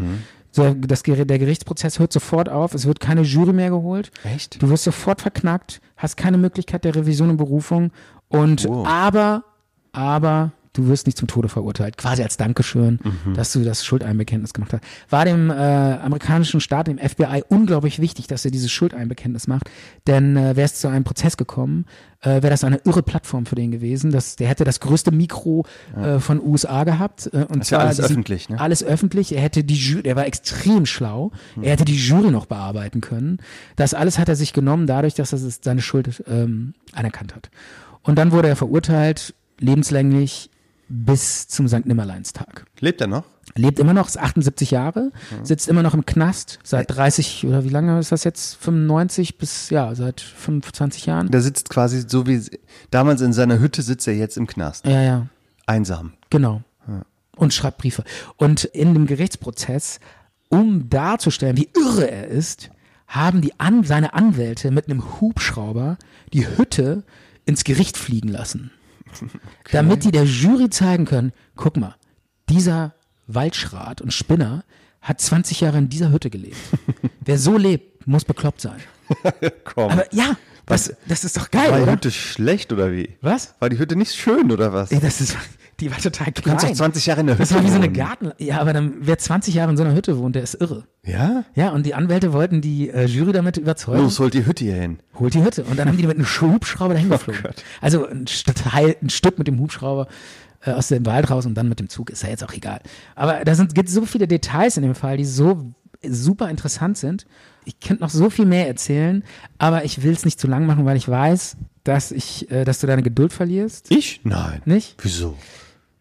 S3: So, das, Geri- der Gerichtsprozess hört sofort auf. Es wird keine Jury mehr geholt.
S4: Echt?
S3: Du wirst sofort verknackt, hast keine Möglichkeit der Revision und Berufung. Und aber, aber du wirst nicht zum Tode verurteilt. Quasi als Dankeschön,
S4: Mhm.
S3: dass du das Schuldeinbekenntnis gemacht hast. War dem äh, amerikanischen Staat, dem FBI, unglaublich wichtig, dass er dieses Schuldeinbekenntnis macht. Denn äh, wäre es zu einem Prozess gekommen, äh, wäre das eine irre Plattform für den gewesen. Das, der hätte das größte Mikro äh, von USA gehabt. Äh, und
S4: Ist ja
S3: zwar
S4: alles
S3: diese-
S4: öffentlich, ne?
S3: alles öffentlich. Er hätte die Jury, er war extrem schlau. Er hätte die Jury noch bearbeiten können. Das alles hat er sich genommen, dadurch, dass er es- seine Schuld ähm, anerkannt hat. Und dann wurde er verurteilt, lebenslänglich bis zum St. Nimmerleinstag.
S4: Lebt er noch?
S3: Lebt immer noch, ist 78 Jahre, sitzt immer noch im Knast seit 30 oder wie lange ist das jetzt? 95 bis ja, seit 25 Jahren.
S4: Der sitzt quasi so wie damals in seiner Hütte sitzt er jetzt im Knast.
S3: Ja, ja.
S4: Einsam.
S3: Genau. Und schreibt Briefe. Und in dem Gerichtsprozess, um darzustellen, wie irre er ist, haben die An seine Anwälte mit einem Hubschrauber die Hütte ins Gericht fliegen lassen. Damit die der Jury zeigen können, guck mal, dieser Waldschrat und Spinner hat 20 Jahre in dieser Hütte gelebt. Wer so lebt, muss bekloppt sein.
S4: Komm.
S3: Aber ja, das, das ist doch geil,
S4: War die
S3: oder?
S4: Hütte schlecht oder wie?
S3: Was?
S4: War die Hütte nicht schön oder was?
S3: Ey, das ist, die war total klein.
S4: kannst doch 20 Jahre in der
S3: Das
S4: Hütte
S3: war wie so eine
S4: wohnen.
S3: Garten. Ja, aber dann, wer 20 Jahre in so einer Hütte wohnt, der ist irre.
S4: Ja?
S3: Ja, und die Anwälte wollten die äh, Jury damit überzeugen,
S4: Los, holt die Hütte hier hin.
S3: holt die Hütte. Und dann haben die mit einem Hubschrauber dahin geflogen. also ein, Stadtteil, ein Stück mit dem Hubschrauber äh, aus dem Wald raus und dann mit dem Zug, ist ja jetzt auch egal. Aber da gibt so viele Details in dem Fall, die so super interessant sind. Ich könnte noch so viel mehr erzählen, aber ich will es nicht zu lang machen, weil ich weiß, dass ich, äh, dass du deine Geduld verlierst.
S4: Ich? Nein.
S3: Nicht?
S4: Wieso?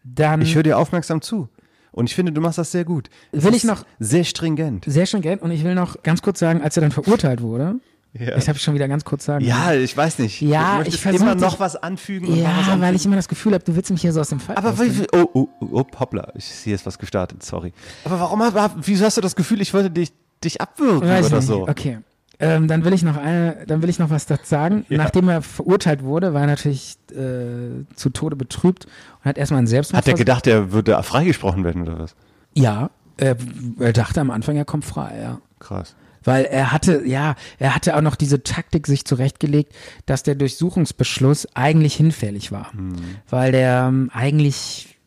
S3: Dann
S4: Ich höre dir aufmerksam zu. Und ich finde, du machst das sehr gut. Es
S3: Will ich
S4: ist
S3: noch-
S4: Sehr stringent.
S3: Sehr schön, Geld. Und ich will noch ganz kurz sagen, als er dann verurteilt wurde,
S4: Ja.
S3: das habe ich schon wieder ganz kurz sagen.
S4: Ja, ich weiß nicht.
S3: Ja,
S4: du möchtest
S3: ich versuch
S4: immer
S3: dich-
S4: noch was anfügen. und noch was
S3: ja
S4: anfügen.
S3: weil ich immer das Gefühl habe, du willst mich hier so aus dem Fall.
S4: Aber
S3: rausnehmen.
S4: wie, wie, oh, oh, oh, oh, hoppla, ich, hier ist was gestartet, sorry. Aber warum, hab- wieso hast du das Gefühl, ich wollte dich, dich abwürgen
S3: Weiß
S4: oder
S3: nicht.
S4: so?
S3: Okay. Ähm, dann will ich noch eine, dann will ich noch was dazu sagen. Nachdem er verurteilt wurde, war er natürlich äh, zu Tode betrübt und hat erstmal einen Selbstmord.
S4: Hat er gedacht, er würde freigesprochen werden oder was?
S3: Ja. Er, er dachte am Anfang, er kommt frei, ja.
S4: Krass.
S3: Weil er hatte, ja, er hatte auch noch diese Taktik sich zurechtgelegt, dass der Durchsuchungsbeschluss eigentlich hinfällig war. Weil der ähm, eigentlich,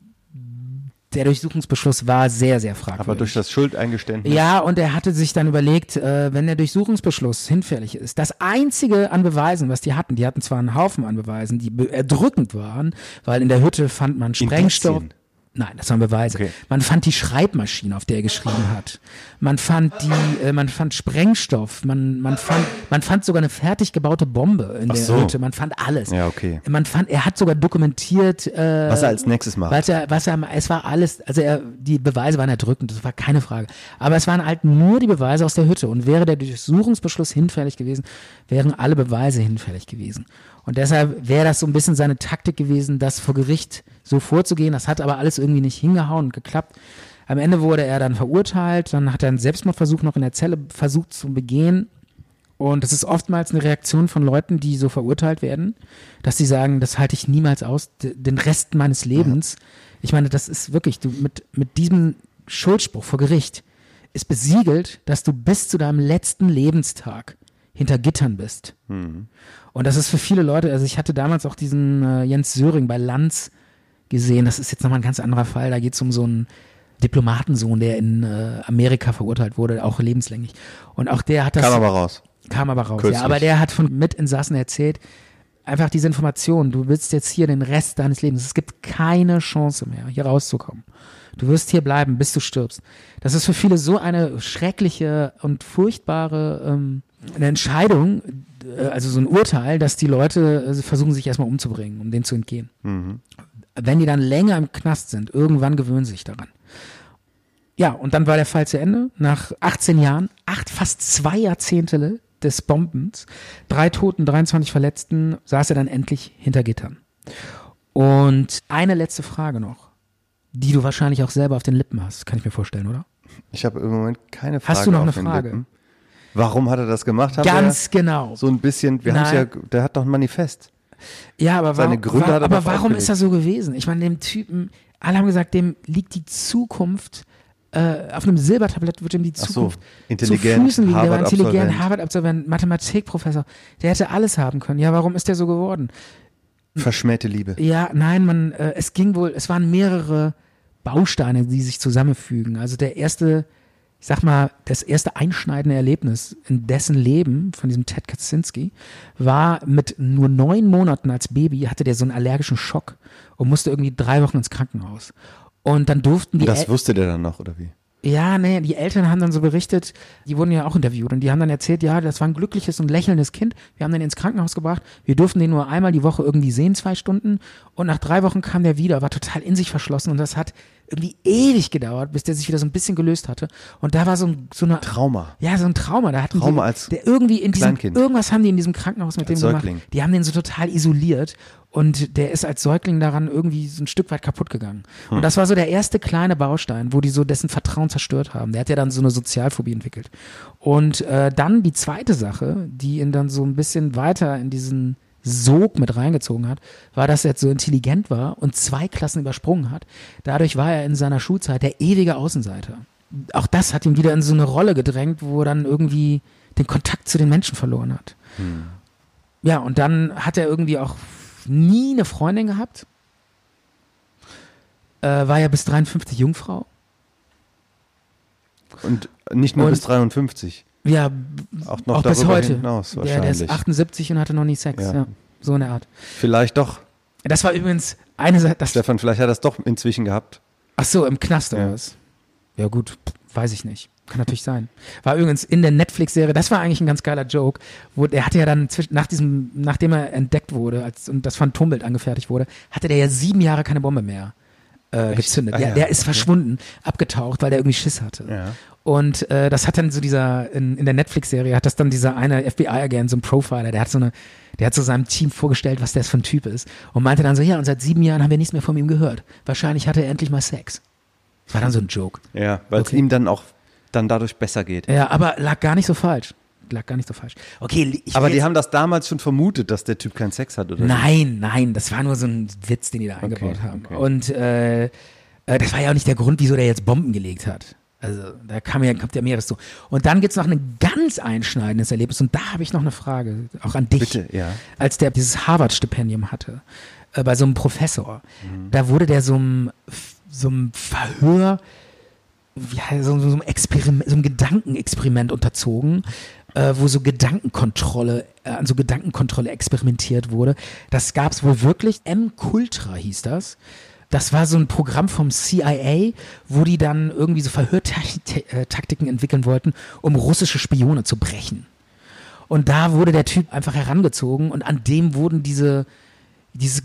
S3: der Durchsuchungsbeschluss war sehr, sehr fragwürdig.
S4: Aber durch das Schuldeingeständnis.
S3: ja, und er hatte sich dann überlegt, äh, wenn der Durchsuchungsbeschluss hinfällig ist, das einzige an Beweisen, was die hatten, die hatten zwar einen Haufen an Beweisen, die be- erdrückend waren, weil in der Hütte fand man Sprengstoff.
S4: Indizien.
S3: Nein, das waren Beweise.
S4: Okay.
S3: Man fand die Schreibmaschine, auf der er geschrieben hat. Man fand die, äh, man fand Sprengstoff. Man, man fand, man fand sogar eine fertig gebaute Bombe in der
S4: so.
S3: Hütte. Man fand alles.
S4: Ja, okay.
S3: Man fand, er hat sogar dokumentiert, äh,
S4: Was er als nächstes macht.
S3: was er, was er, es war alles, also er, die Beweise waren erdrückend, das war keine Frage. Aber es waren halt nur die Beweise aus der Hütte. Und wäre der Durchsuchungsbeschluss hinfällig gewesen, wären alle Beweise hinfällig gewesen. Und deshalb wäre das so ein bisschen seine Taktik gewesen, das vor Gericht so vorzugehen. Das hat aber alles irgendwie nicht hingehauen und geklappt. Am Ende wurde er dann verurteilt, dann hat er einen Selbstmordversuch noch in der Zelle versucht zu begehen. Und das ist oftmals eine Reaktion von Leuten, die so verurteilt werden, dass sie sagen, das halte ich niemals aus, d- den Rest meines Lebens. Ich meine, das ist wirklich, du mit, mit diesem Schuldspruch vor Gericht ist besiegelt, dass du bis zu deinem letzten Lebenstag hinter Gittern bist. Und das ist für viele Leute, also ich hatte damals auch diesen äh, Jens Söring bei Lanz gesehen, das ist jetzt nochmal ein ganz anderer Fall, da geht es um so einen Diplomatensohn, der in äh, Amerika verurteilt wurde, auch lebenslänglich. Und auch der hat das
S4: Kam aber raus.
S3: kam aber raus.
S4: Kürzlich.
S3: Ja, aber der hat von Mitinsassen erzählt, einfach diese Information, du willst jetzt hier den Rest deines Lebens, es gibt keine Chance mehr, hier rauszukommen. Du wirst hier bleiben, bis du stirbst. Das ist für viele so eine schreckliche und furchtbare ähm, eine Entscheidung, äh, also so ein Urteil, dass die Leute äh, versuchen, sich erstmal umzubringen, um dem zu entgehen. Wenn die dann länger im Knast sind, irgendwann gewöhnen sie sich daran. Ja, und dann war der Fall zu Ende. Nach 18 Jahren, acht, fast zwei Jahrzehnte des Bombens, drei Toten, 23 Verletzten, saß er dann endlich hinter Gittern. Und eine letzte Frage noch, die du wahrscheinlich auch selber auf den Lippen hast, kann ich mir vorstellen, oder?
S4: Ich habe im Moment keine Frage.
S3: Hast du noch
S4: auf
S3: eine
S4: den
S3: Frage?
S4: Lippen. Warum hat er das gemacht? Haben wir
S3: Ganz genau.
S4: So ein bisschen, wir haben ja,
S3: Nein.
S4: der hat doch ein Manifest.
S3: Ja, aber,
S4: Seine
S3: warum-
S4: Gründe
S3: wa-
S4: hat er
S3: aber
S4: doch
S3: warum
S4: aufgelegt.
S3: ist er so gewesen? Ich meine, dem Typen, alle haben gesagt, dem liegt die Zukunft äh, auf einem Silbertablett wird ihm die
S4: so,
S3: Zukunft
S4: intelligent,
S3: zu Füßen liegen. Der war
S4: Harvard-Absolvent.
S3: intelligent, Harvard-Absolvent, Mathematikprofessor. Der hätte alles haben können. Ja, warum ist der so geworden?
S4: Verschmähte Liebe.
S3: Ja, nein, man, äh, es ging wohl, es waren mehrere Bausteine, die sich zusammenfügen. Also der erste, ich sag mal, das erste einschneidende Erlebnis in dessen Leben von diesem Ted Kaczynski war mit nur neun Monaten als Baby hatte der so einen allergischen Schock und musste irgendwie drei Wochen ins Krankenhaus. Und dann durften die
S4: Das
S3: El-
S4: wusste der dann noch, oder wie?
S3: Ja, nee, die Eltern haben dann so berichtet, die wurden ja auch interviewt und die haben dann erzählt, ja, das war ein glückliches und lächelndes Kind. Wir haben den ins Krankenhaus gebracht. Wir durften den nur einmal die Woche irgendwie sehen, zwei Stunden. Und nach drei Wochen kam der wieder, war total in sich verschlossen und das hat irgendwie ewig gedauert, bis der sich wieder so ein bisschen gelöst hatte. Und da war so, ein, so eine.
S4: Trauma.
S3: Ja, so ein Trauma. Da hatten
S4: Trauma
S3: die,
S4: als
S3: der irgendwie in diesem,
S4: Kleinkind.
S3: irgendwas haben die in diesem Krankenhaus mit
S4: Als
S3: dem
S4: Säugling.
S3: gemacht. Die haben den so total isoliert und der ist als Säugling daran irgendwie so ein Stück weit kaputt gegangen.
S4: Hm.
S3: Und das war so der erste kleine Baustein, wo die so dessen Vertrauen zerstört haben. Der hat ja dann so eine Sozialphobie entwickelt. Und äh, dann die zweite Sache, die ihn dann so ein bisschen weiter in diesen Sog mit reingezogen hat, war, dass er jetzt so intelligent war und zwei Klassen übersprungen hat. Dadurch war er in seiner Schulzeit der ewige Außenseiter. Auch das hat ihn wieder in so eine Rolle gedrängt, wo er dann irgendwie den Kontakt zu den Menschen verloren hat. Ja, und dann hat er irgendwie auch nie eine Freundin gehabt. Äh, war ja bis 53 Jungfrau.
S4: Und nicht nur
S3: Und-
S4: bis 53.
S3: Ja,
S4: Auch noch
S3: auch
S4: darüber
S3: bis heute.
S4: hinaus
S3: der, der ist
S4: wahrscheinlich.
S3: 78 und hatte noch nie Sex.
S4: Ja.
S3: Ja. so eine Art.
S4: Vielleicht doch.
S3: Das war übrigens eine Seite. Das,
S4: Stefan, vielleicht hat er es doch inzwischen gehabt.
S3: ach so, im Knast
S4: Ja.
S3: oder was? Ja, gut, pff, weiß ich nicht. Kann natürlich sein. War übrigens in der Netflix-Serie, das war eigentlich ein ganz geiler Joke, wo er hatte ja dann zwischen, nach diesem, nachdem er entdeckt wurde als, und das Phantombild angefertigt wurde, hatte der ja sieben Jahre keine Bombe mehr äh, gezündet.
S4: Ah,
S3: ja,
S4: ja.
S3: Der ist verschwunden, abgetaucht, weil der irgendwie Schiss hatte.
S4: Ja.
S3: Und äh, das hat dann so dieser, in, in der Netflix-Serie hat das dann dieser eine FBI-Agent, so ein Profiler, der hat so eine, der hat so seinem Team vorgestellt, was der für ein Typ ist. Und meinte dann so, ja, und seit sieben Jahren haben wir nichts mehr von ihm gehört. Wahrscheinlich hatte er endlich mal Sex. Das war dann so ein Joke.
S4: Ja, weil es
S3: Okay.
S4: ihm dann auch dann dadurch besser geht.
S3: Ja, aber lag gar nicht so falsch. Lag gar nicht so falsch. Okay, ich
S4: Aber
S3: will
S4: die
S3: jetzt-
S4: haben das damals schon vermutet, dass der Typ keinen Sex hat, oder?
S3: Nein, nein, das war nur so ein Witz, den die da eingebaut haben.
S4: okay.
S3: Und äh, äh, das war ja auch nicht der Grund, wieso der jetzt Bomben gelegt hat. Also da kam ja, kommt ja mehres zu. Und dann gibt's noch ein ganz einschneidendes Erlebnis und da habe ich noch eine Frage, auch an dich.
S4: Bitte, ja.
S3: Als der dieses Harvard-Stipendium hatte, äh, bei so einem Professor,
S4: Mhm.
S3: da wurde der so einem, so einem Verhör ja, so, so, so, einem Experiment, so einem Gedankenexperiment unterzogen, äh, wo so Gedankenkontrolle, äh, an so Gedankenkontrolle experimentiert wurde. Das gab es wohl wirklich. M-Cultra hieß das. Das war so ein Programm vom CIA, wo die dann irgendwie so Verhörtaktiken entwickeln wollten, um russische Spione zu brechen. Und da wurde der Typ einfach herangezogen und an dem wurden diese, diese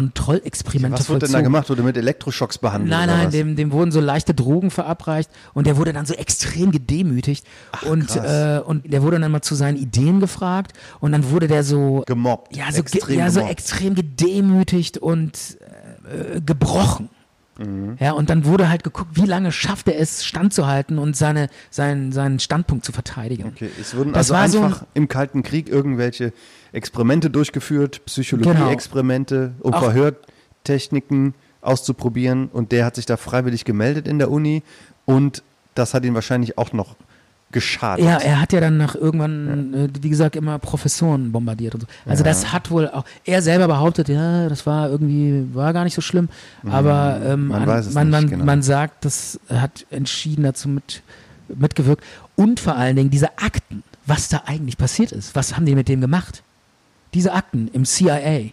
S3: Gedankenkontrollexperimente
S4: Was wurde denn da
S3: vollzogen.
S4: gemacht? Wurde mit Elektroschocks behandelt?
S3: Nein,
S4: oder
S3: nein,
S4: was?
S3: dem, dem wurden so leichte Drogen verabreicht und der wurde dann so extrem gedemütigt und,
S4: krass.
S3: äh, und der wurde dann mal zu seinen Ideen gefragt und dann wurde der so
S4: gemobbt.
S3: ja, so, ge-
S4: extrem
S3: ja, so
S4: gemobbt.
S3: extrem gedemütigt und äh, äh, gebrochen.
S4: Mhm.
S3: Ja, und dann wurde halt geguckt, wie lange schafft er es, standzuhalten und seine, seinen, seinen Standpunkt zu verteidigen.
S4: Okay, es wurden
S3: Das
S4: also
S3: war so ein-
S4: einfach im Kalten Krieg irgendwelche Experimente durchgeführt, Psychologie-Experimente, um
S3: Auch-
S4: Verhörtechniken auszuprobieren. Und der hat sich da freiwillig gemeldet in der Uni und das hat ihn wahrscheinlich auch noch geschadet.
S3: Ja, er hat ja dann nach irgendwann, äh, wie gesagt, immer Professoren bombardiert und so. Also das hat wohl auch, er selber behauptet, ja, das war irgendwie, war gar nicht so schlimm, aber ähm,
S4: Mhm. man
S3: an-
S4: weiß es
S3: man,
S4: nicht
S3: man,
S4: genau.
S3: man sagt, das hat entschieden dazu mit, mitgewirkt. Und vor allen Dingen diese Akten, was da eigentlich passiert ist, was haben die mit dem gemacht? Diese Akten im CIA,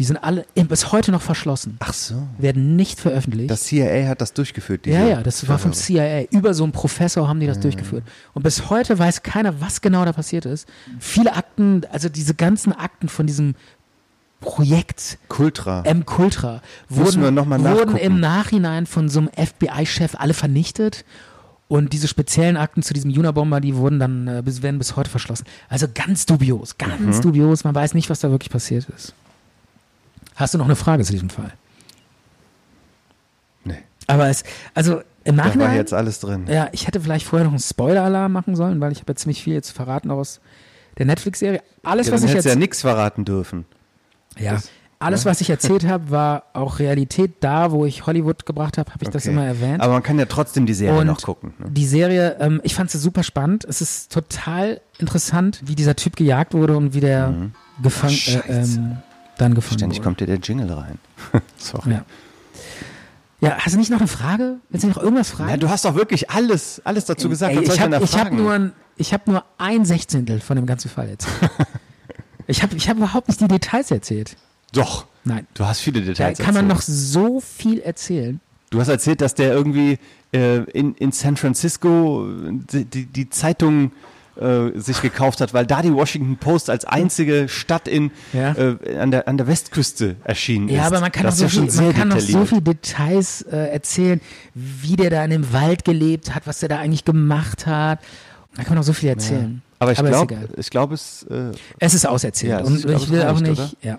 S3: die sind alle bis heute noch verschlossen,
S4: Ach so.
S3: werden nicht veröffentlicht.
S4: Das CIA hat das durchgeführt. diese Mhm.
S3: Ja, ja, das war vom
S4: Verhöre.
S3: CIA. Über so einen Professor haben die das durchgeführt. Und bis heute weiß keiner, was genau da passiert ist. Viele Akten, also diese ganzen Akten von diesem Projekt
S4: Kultra.
S3: M-Cultra
S4: Müssen wir
S3: wurden,
S4: noch mal
S3: wurden
S4: nachgucken.
S3: im Nachhinein von so einem FBI-Chef alle vernichtet. Und diese speziellen Akten zu diesem Unabomber, die wurden dann, äh, bis, werden bis heute verschlossen. Also ganz dubios,
S4: Mhm.
S3: ganz dubios. Man weiß nicht, was da wirklich passiert ist. Hast du noch eine Frage zu diesem Fall?
S4: nee,
S3: Aber es, also im
S4: da
S3: Nachhinein.
S4: war jetzt alles drin.
S3: Ja, ich hätte vielleicht vorher noch einen Spoiler-Alarm machen sollen, weil ich habe ja ziemlich viel jetzt verraten auch aus der Netflix-Serie. Alles,
S4: ja,
S3: was
S4: dann
S3: ich
S4: hättest
S3: jetzt,
S4: du ja nichts verraten dürfen.
S3: ja, alles, was ich erzählt habe, war auch Realität. Da, wo ich Hollywood gebracht habe, habe ich das
S4: Okay.
S3: immer erwähnt.
S4: Aber man kann ja trotzdem die Serie
S3: Und
S4: noch gucken. Ne?
S3: die Serie, ähm, ich fand sie super spannend. Es ist total interessant, wie dieser Typ gejagt wurde und wie der gefangen,
S4: Mhm. Scheiße.
S3: äh, ähm, dann gefangen
S4: Ständig
S3: wurde.
S4: kommt dir der Jingle rein. Sorry.
S3: Ja. ja, hast du nicht noch eine Frage? Willst du noch irgendwas fragen?
S4: Ja, du hast doch wirklich alles, alles dazu gesagt.
S3: Ey,
S4: Was soll
S3: ich
S4: denn
S3: habe
S4: da
S3: hab
S4: fragen?
S3: nur, ein- ich hab nur ein Sechzehntel von dem ganzen Fall jetzt. ich habe ich hab überhaupt nicht die Details erzählt.
S4: Doch.
S3: Nein.
S4: Du hast viele
S3: Da
S4: Details.
S3: kann man noch
S4: erzählt.
S3: so viel erzählen.
S4: Du hast erzählt, dass der irgendwie äh, in, in San Francisco die, die, die Zeitung äh, sich gekauft hat, weil da die Washington Post als einzige Stadt in,
S8: Ja.
S4: äh, an, der, an der Westküste erschienen ist.
S3: Ja, aber man kann, doch
S4: Das
S3: so,
S4: ist ja
S3: viel,
S4: schon
S3: man
S4: sehr
S3: kann doch so
S4: detailliert.
S3: viel Details äh, erzählen, wie der da in dem Wald gelebt hat, was der da eigentlich gemacht hat. Da kann man doch so viel erzählen.
S4: Aber ich
S3: ist
S4: glaube,
S3: egal.
S4: ich glaube es, äh,
S3: es ist auserzählt.
S4: Ja, es
S3: und
S4: ist- glaub,
S3: ich
S4: es
S3: will auch
S4: reicht,
S3: nicht.
S4: oder?
S3: Ja.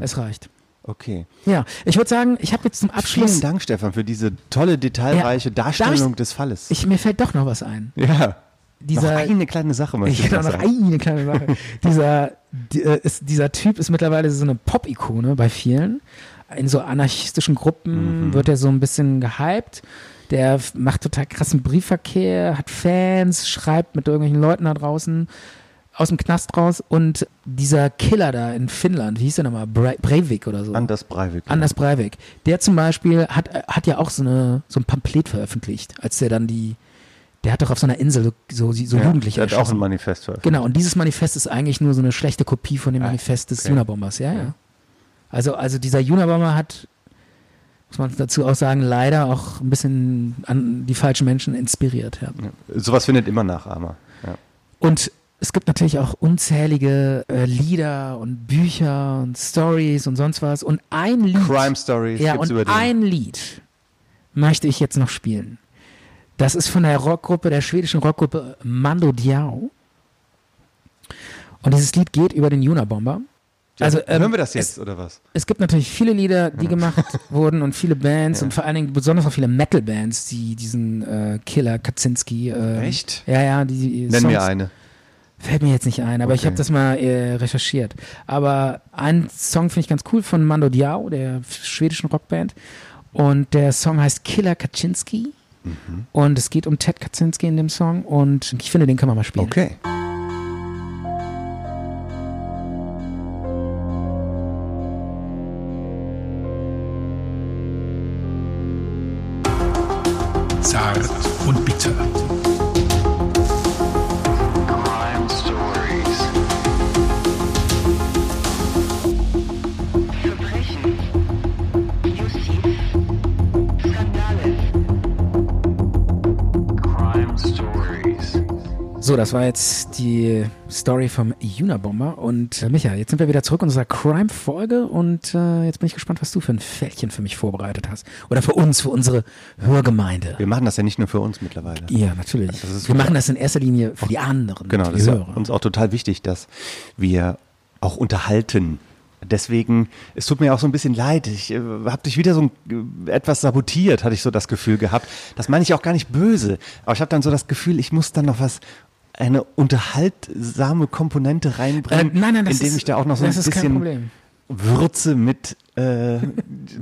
S3: Es reicht.
S4: okay.
S3: Ja, ich würde sagen, ich habe jetzt zum Abschluss.
S4: Vielen Dank, Stefan, für diese tolle, detailreiche
S3: Ja. Darf
S4: Darstellung
S3: ich-
S4: des Falles.
S3: Ich, mir fällt doch noch was ein.
S4: ja.
S3: Dieser,
S4: noch eine kleine Sache möchte
S3: ich
S4: ich
S3: hätte auch
S4: noch
S3: noch
S4: sagen.
S3: eine kleine Sache. dieser, die, äh, ist, dieser Typ ist mittlerweile so eine Pop-Ikone bei vielen. In so anarchistischen Gruppen
S4: Mhm.
S3: wird er so ein bisschen gehypt. Der f- macht total krassen Briefverkehr, hat Fans, schreibt mit irgendwelchen Leuten da draußen aus dem Knast raus. Und dieser Killer da in Finnland, wie hieß der nochmal? Bre Breivik oder so.
S4: Anders Breivik.
S3: Anders Breivik. Der zum Beispiel hat, äh, hat ja auch so, eine, so ein Pamphlet veröffentlicht, als der dann die. Der hat doch auf so einer Insel so, so, so
S4: ja,
S3: Jugendliche
S4: der hat auch
S3: erschossen.
S4: ein Manifest veröffentlicht.
S3: Genau, und dieses Manifest ist eigentlich nur so eine schlechte Kopie von dem
S4: Ah,
S3: Manifest des
S4: okay.
S3: Junabombers, ja, ja. Also, also dieser Junabomber hat, muss man dazu auch sagen, leider auch ein bisschen an die falschen Menschen inspiriert, ja.
S4: Sowas findet immer Nachahmer. Ja.
S3: Und es gibt natürlich auch unzählige äh, Lieder und Bücher und Stories und sonst was. Und ein Lied.
S4: Crime Stories
S3: ja,
S4: gibt's
S3: und
S4: über den.
S3: ein Lied möchte ich jetzt noch spielen. Das ist von der Rockgruppe, der schwedischen Rockgruppe Mando Diao. Und dieses Lied geht über den Junabomber.
S4: Ja,
S3: also, ähm,
S4: hören wir das jetzt oder was?
S3: Es gibt natürlich viele Lieder, die gemacht wurden und viele Bands und vor allen Dingen besonders auch viele Metal-Bands, die diesen äh, Killer Kaczynski. Äh,
S4: Echt?
S3: Ja, ja, die, die
S4: Nenn mir
S3: Songs-
S4: eine.
S3: Fällt mir jetzt nicht ein, aber ich
S4: Okay.
S3: habe das mal äh, recherchiert. Aber einen Song finde ich ganz cool von Mando Diao, der schwedischen Rockband. Und der Song heißt Killer Kaczynski.
S4: Mhm.
S3: Und es geht um Ted Kaczynski in dem Song. Und ich finde, den kann man mal spielen.
S4: Okay.
S5: Zart und bitter.
S6: Crime Stories.
S9: Verbrechen. Justiz. Skandale.
S6: Crime Stories.
S3: So, das war jetzt die Story vom Unabomber. Und äh, Micha, jetzt sind wir wieder zurück in unserer Crime-Folge. Und äh, jetzt bin ich gespannt, was du für ein Fältchen für mich vorbereitet hast. Oder für uns, für unsere Hörgemeinde.
S4: Wir machen das ja nicht nur für uns mittlerweile.
S3: Ja, natürlich.
S4: Das ist
S3: wir
S4: super.
S3: machen das in erster Linie für die anderen.
S4: Genau,
S3: die
S4: das ist ja
S3: Hörer.
S4: uns auch total wichtig, dass wir auch unterhalten. Deswegen, es tut mir auch so ein bisschen leid. Ich äh, habe dich wieder so ein, äh, etwas sabotiert, hatte ich so das Gefühl gehabt. Das meine ich auch gar nicht böse. Aber ich habe dann so das Gefühl, ich muss dann noch was, eine unterhaltsame Komponente reinbringen,
S3: Äh, nein, nein, das
S4: indem
S3: ist-
S4: ich da auch noch so ein
S3: das ist kein
S4: bisschen
S3: Problem.
S4: Würze mit äh,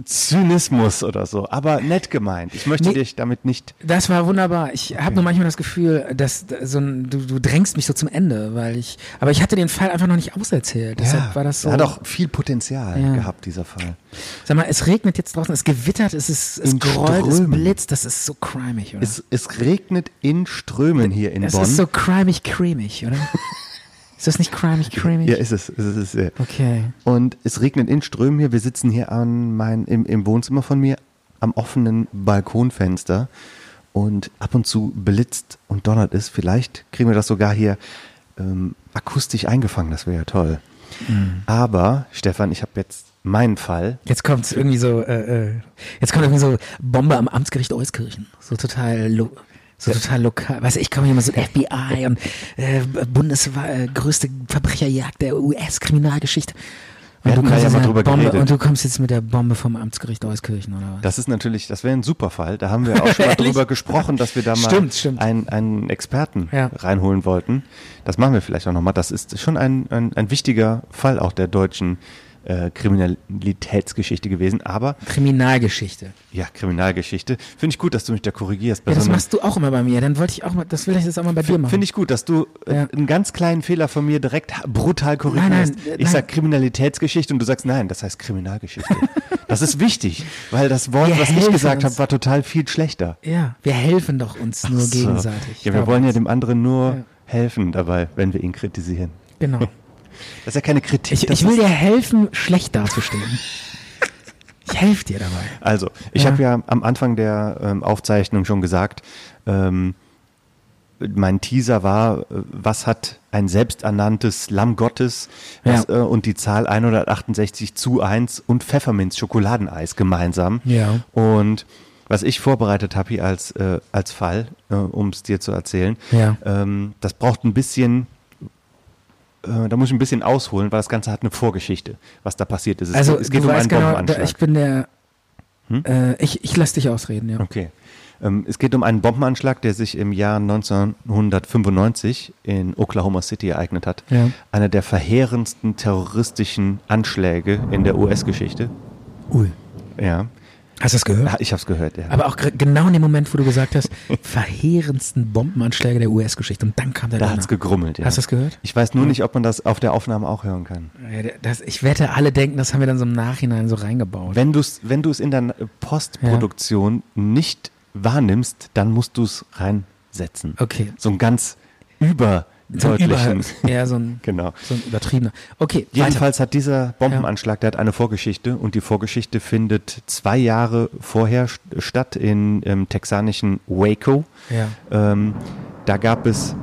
S4: Zynismus oder so. Aber nett gemeint. Ich möchte
S3: Nee.
S4: dich damit nicht.
S3: Das war wunderbar. Ich habe nur manchmal das Gefühl, dass d- so ein, du, du drängst mich so zum Ende, weil ich, aber ich hatte den Fall einfach noch nicht auserzählt. Deshalb war das so.
S4: hat auch viel Potenzial
S3: Ja.
S4: gehabt, dieser Fall.
S3: Sag mal, es regnet jetzt draußen, es gewittert, es ist, es
S4: In
S3: grollt, es
S4: Strömen.
S3: blitzt, das ist so crimig, oder?
S4: Es, es regnet in Strömen hier in
S3: es
S4: Bonn.
S3: ist so crimig cremig, oder? ist das nicht crimig cremig?
S4: ja, ist es. es, ist, es ja.
S3: Okay.
S4: Und es regnet in Strömen hier. Wir sitzen hier an mein, im, im Wohnzimmer von mir am offenen Balkonfenster und ab und zu blitzt und donnert es. Vielleicht kriegen wir das sogar hier ähm, akustisch eingefangen. Das wäre ja toll.
S3: Mhm.
S4: Aber, Stefan, ich habe jetzt meinen Fall.
S3: Jetzt kommt irgendwie so, äh, äh, jetzt kommt irgendwie so Bombe am Amtsgericht Euskirchen. So total, lo so total lokal. Weißt du, ich komme hier mal so ein FBI und äh, bundesweit äh, größte Verbrecherjagd der US-Kriminalgeschichte. Und
S4: Wir hatten da ja
S3: jetzt
S4: mal
S3: mit der
S4: drüber
S3: Bombe,
S4: geredet.
S3: und du kommst jetzt mit der Bombe vom Amtsgericht Euskirchen, oder was?
S4: Das ist natürlich, das wäre ein super Fall. Da haben wir auch schon mal
S3: Ehrlich?
S4: drüber gesprochen, dass wir da mal
S3: Stimmt, stimmt.
S4: Einen, einen Experten
S3: Ja.
S4: reinholen wollten. Das machen wir vielleicht auch nochmal. Das ist schon ein, ein, ein wichtiger Fall auch der deutschen äh, Kriminalitätsgeschichte gewesen. Aber
S3: Kriminalgeschichte.
S4: ja, Kriminalgeschichte. Finde ich gut, dass du mich da korrigierst. bei
S3: Ja, das
S4: so einem-
S3: machst du auch immer bei mir. Dann wollte ich auch mal, das will ich jetzt auch mal bei dir machen.
S4: Finde ich gut, dass du äh,
S3: Ja.
S4: einen ganz kleinen Fehler von mir direkt ha- brutal korrigierst.
S3: Nein, nein,
S4: ich
S3: nein.
S4: sag Kriminalitätsgeschichte und du sagst nein, das heißt Kriminalgeschichte. das ist wichtig, weil das Wort,
S3: Wir
S4: was ich
S3: helfen uns.
S4: gesagt habe, war total viel schlechter.
S3: ja, wir helfen doch uns nur
S4: So.
S3: gegenseitig.
S4: Ja, wir
S3: Aber-
S4: wollen ja dem anderen nur
S3: Ja.
S4: helfen dabei, wenn wir ihn kritisieren.
S3: Genau.
S4: Das ist ja keine Kritik.
S3: Ich,
S4: das
S3: ich will
S4: ist,
S3: dir helfen, schlecht dazustehen. Ich helfe dir dabei.
S4: Also, ich
S3: Ja.
S4: habe ja am Anfang der ähm, Aufzeichnung schon gesagt, ähm, mein Teaser war, äh, was hat ein selbsternanntes Lamm Gottes was, äh, und die Zahl 168 zu 1 und Pfefferminz Schokoladeneis gemeinsam.
S3: Ja.
S4: Und was ich vorbereitet habe hier als, äh, als Fall, äh, um es dir zu erzählen,
S3: Ja.
S4: ähm, das braucht ein bisschen, äh, da muss ich ein bisschen ausholen, weil das Ganze hat eine Vorgeschichte, was da passiert ist. Es
S3: Also,
S4: geht- es geht
S3: du
S4: um
S3: weißt
S4: einen
S3: genau,
S4: Bombenanschlag. Hm?
S3: da, ich bin der. Äh, ich ich lasse dich ausreden, ja.
S4: Okay. Ähm, es geht um einen Bombenanschlag, der sich im Jahr 1995 in Oklahoma City ereignet hat.
S3: Ja.
S4: Einer der verheerendsten terroristischen Anschläge in der US-Geschichte.
S3: Ui.
S4: Ja.
S3: Hast du das gehört?
S4: Ah, Ich hab's gehört, ja.
S3: Aber auch gr- genau in dem Moment, wo du gesagt hast, verheerendsten Bombenanschläge der US-Geschichte. Und dann kam der
S4: da
S3: Donner.
S4: hat's gegrummelt, ja.
S3: Hast du das gehört?
S4: Ich weiß nur nicht, ob man das auf der Aufnahme auch hören kann.
S3: Ja, der- Das, ich wette, alle denken, das haben wir dann so im Nachhinein so reingebaut.
S4: Wenn du es wenn du's in der Postproduktion nicht wahrnimmst, dann musst du es reinsetzen.
S3: Okay.
S4: So ein ganz
S3: So ein
S4: überdeutlichen.
S3: Über- ja, so ein,
S4: genau.
S3: so ein übertriebener. Okay, weiter.
S4: Jedenfalls hat dieser Bombenanschlag, der hat eine Vorgeschichte und die Vorgeschichte findet zwei Jahre vorher st- statt in im texanischen Waco.
S3: Ja.
S4: Ähm, da gab es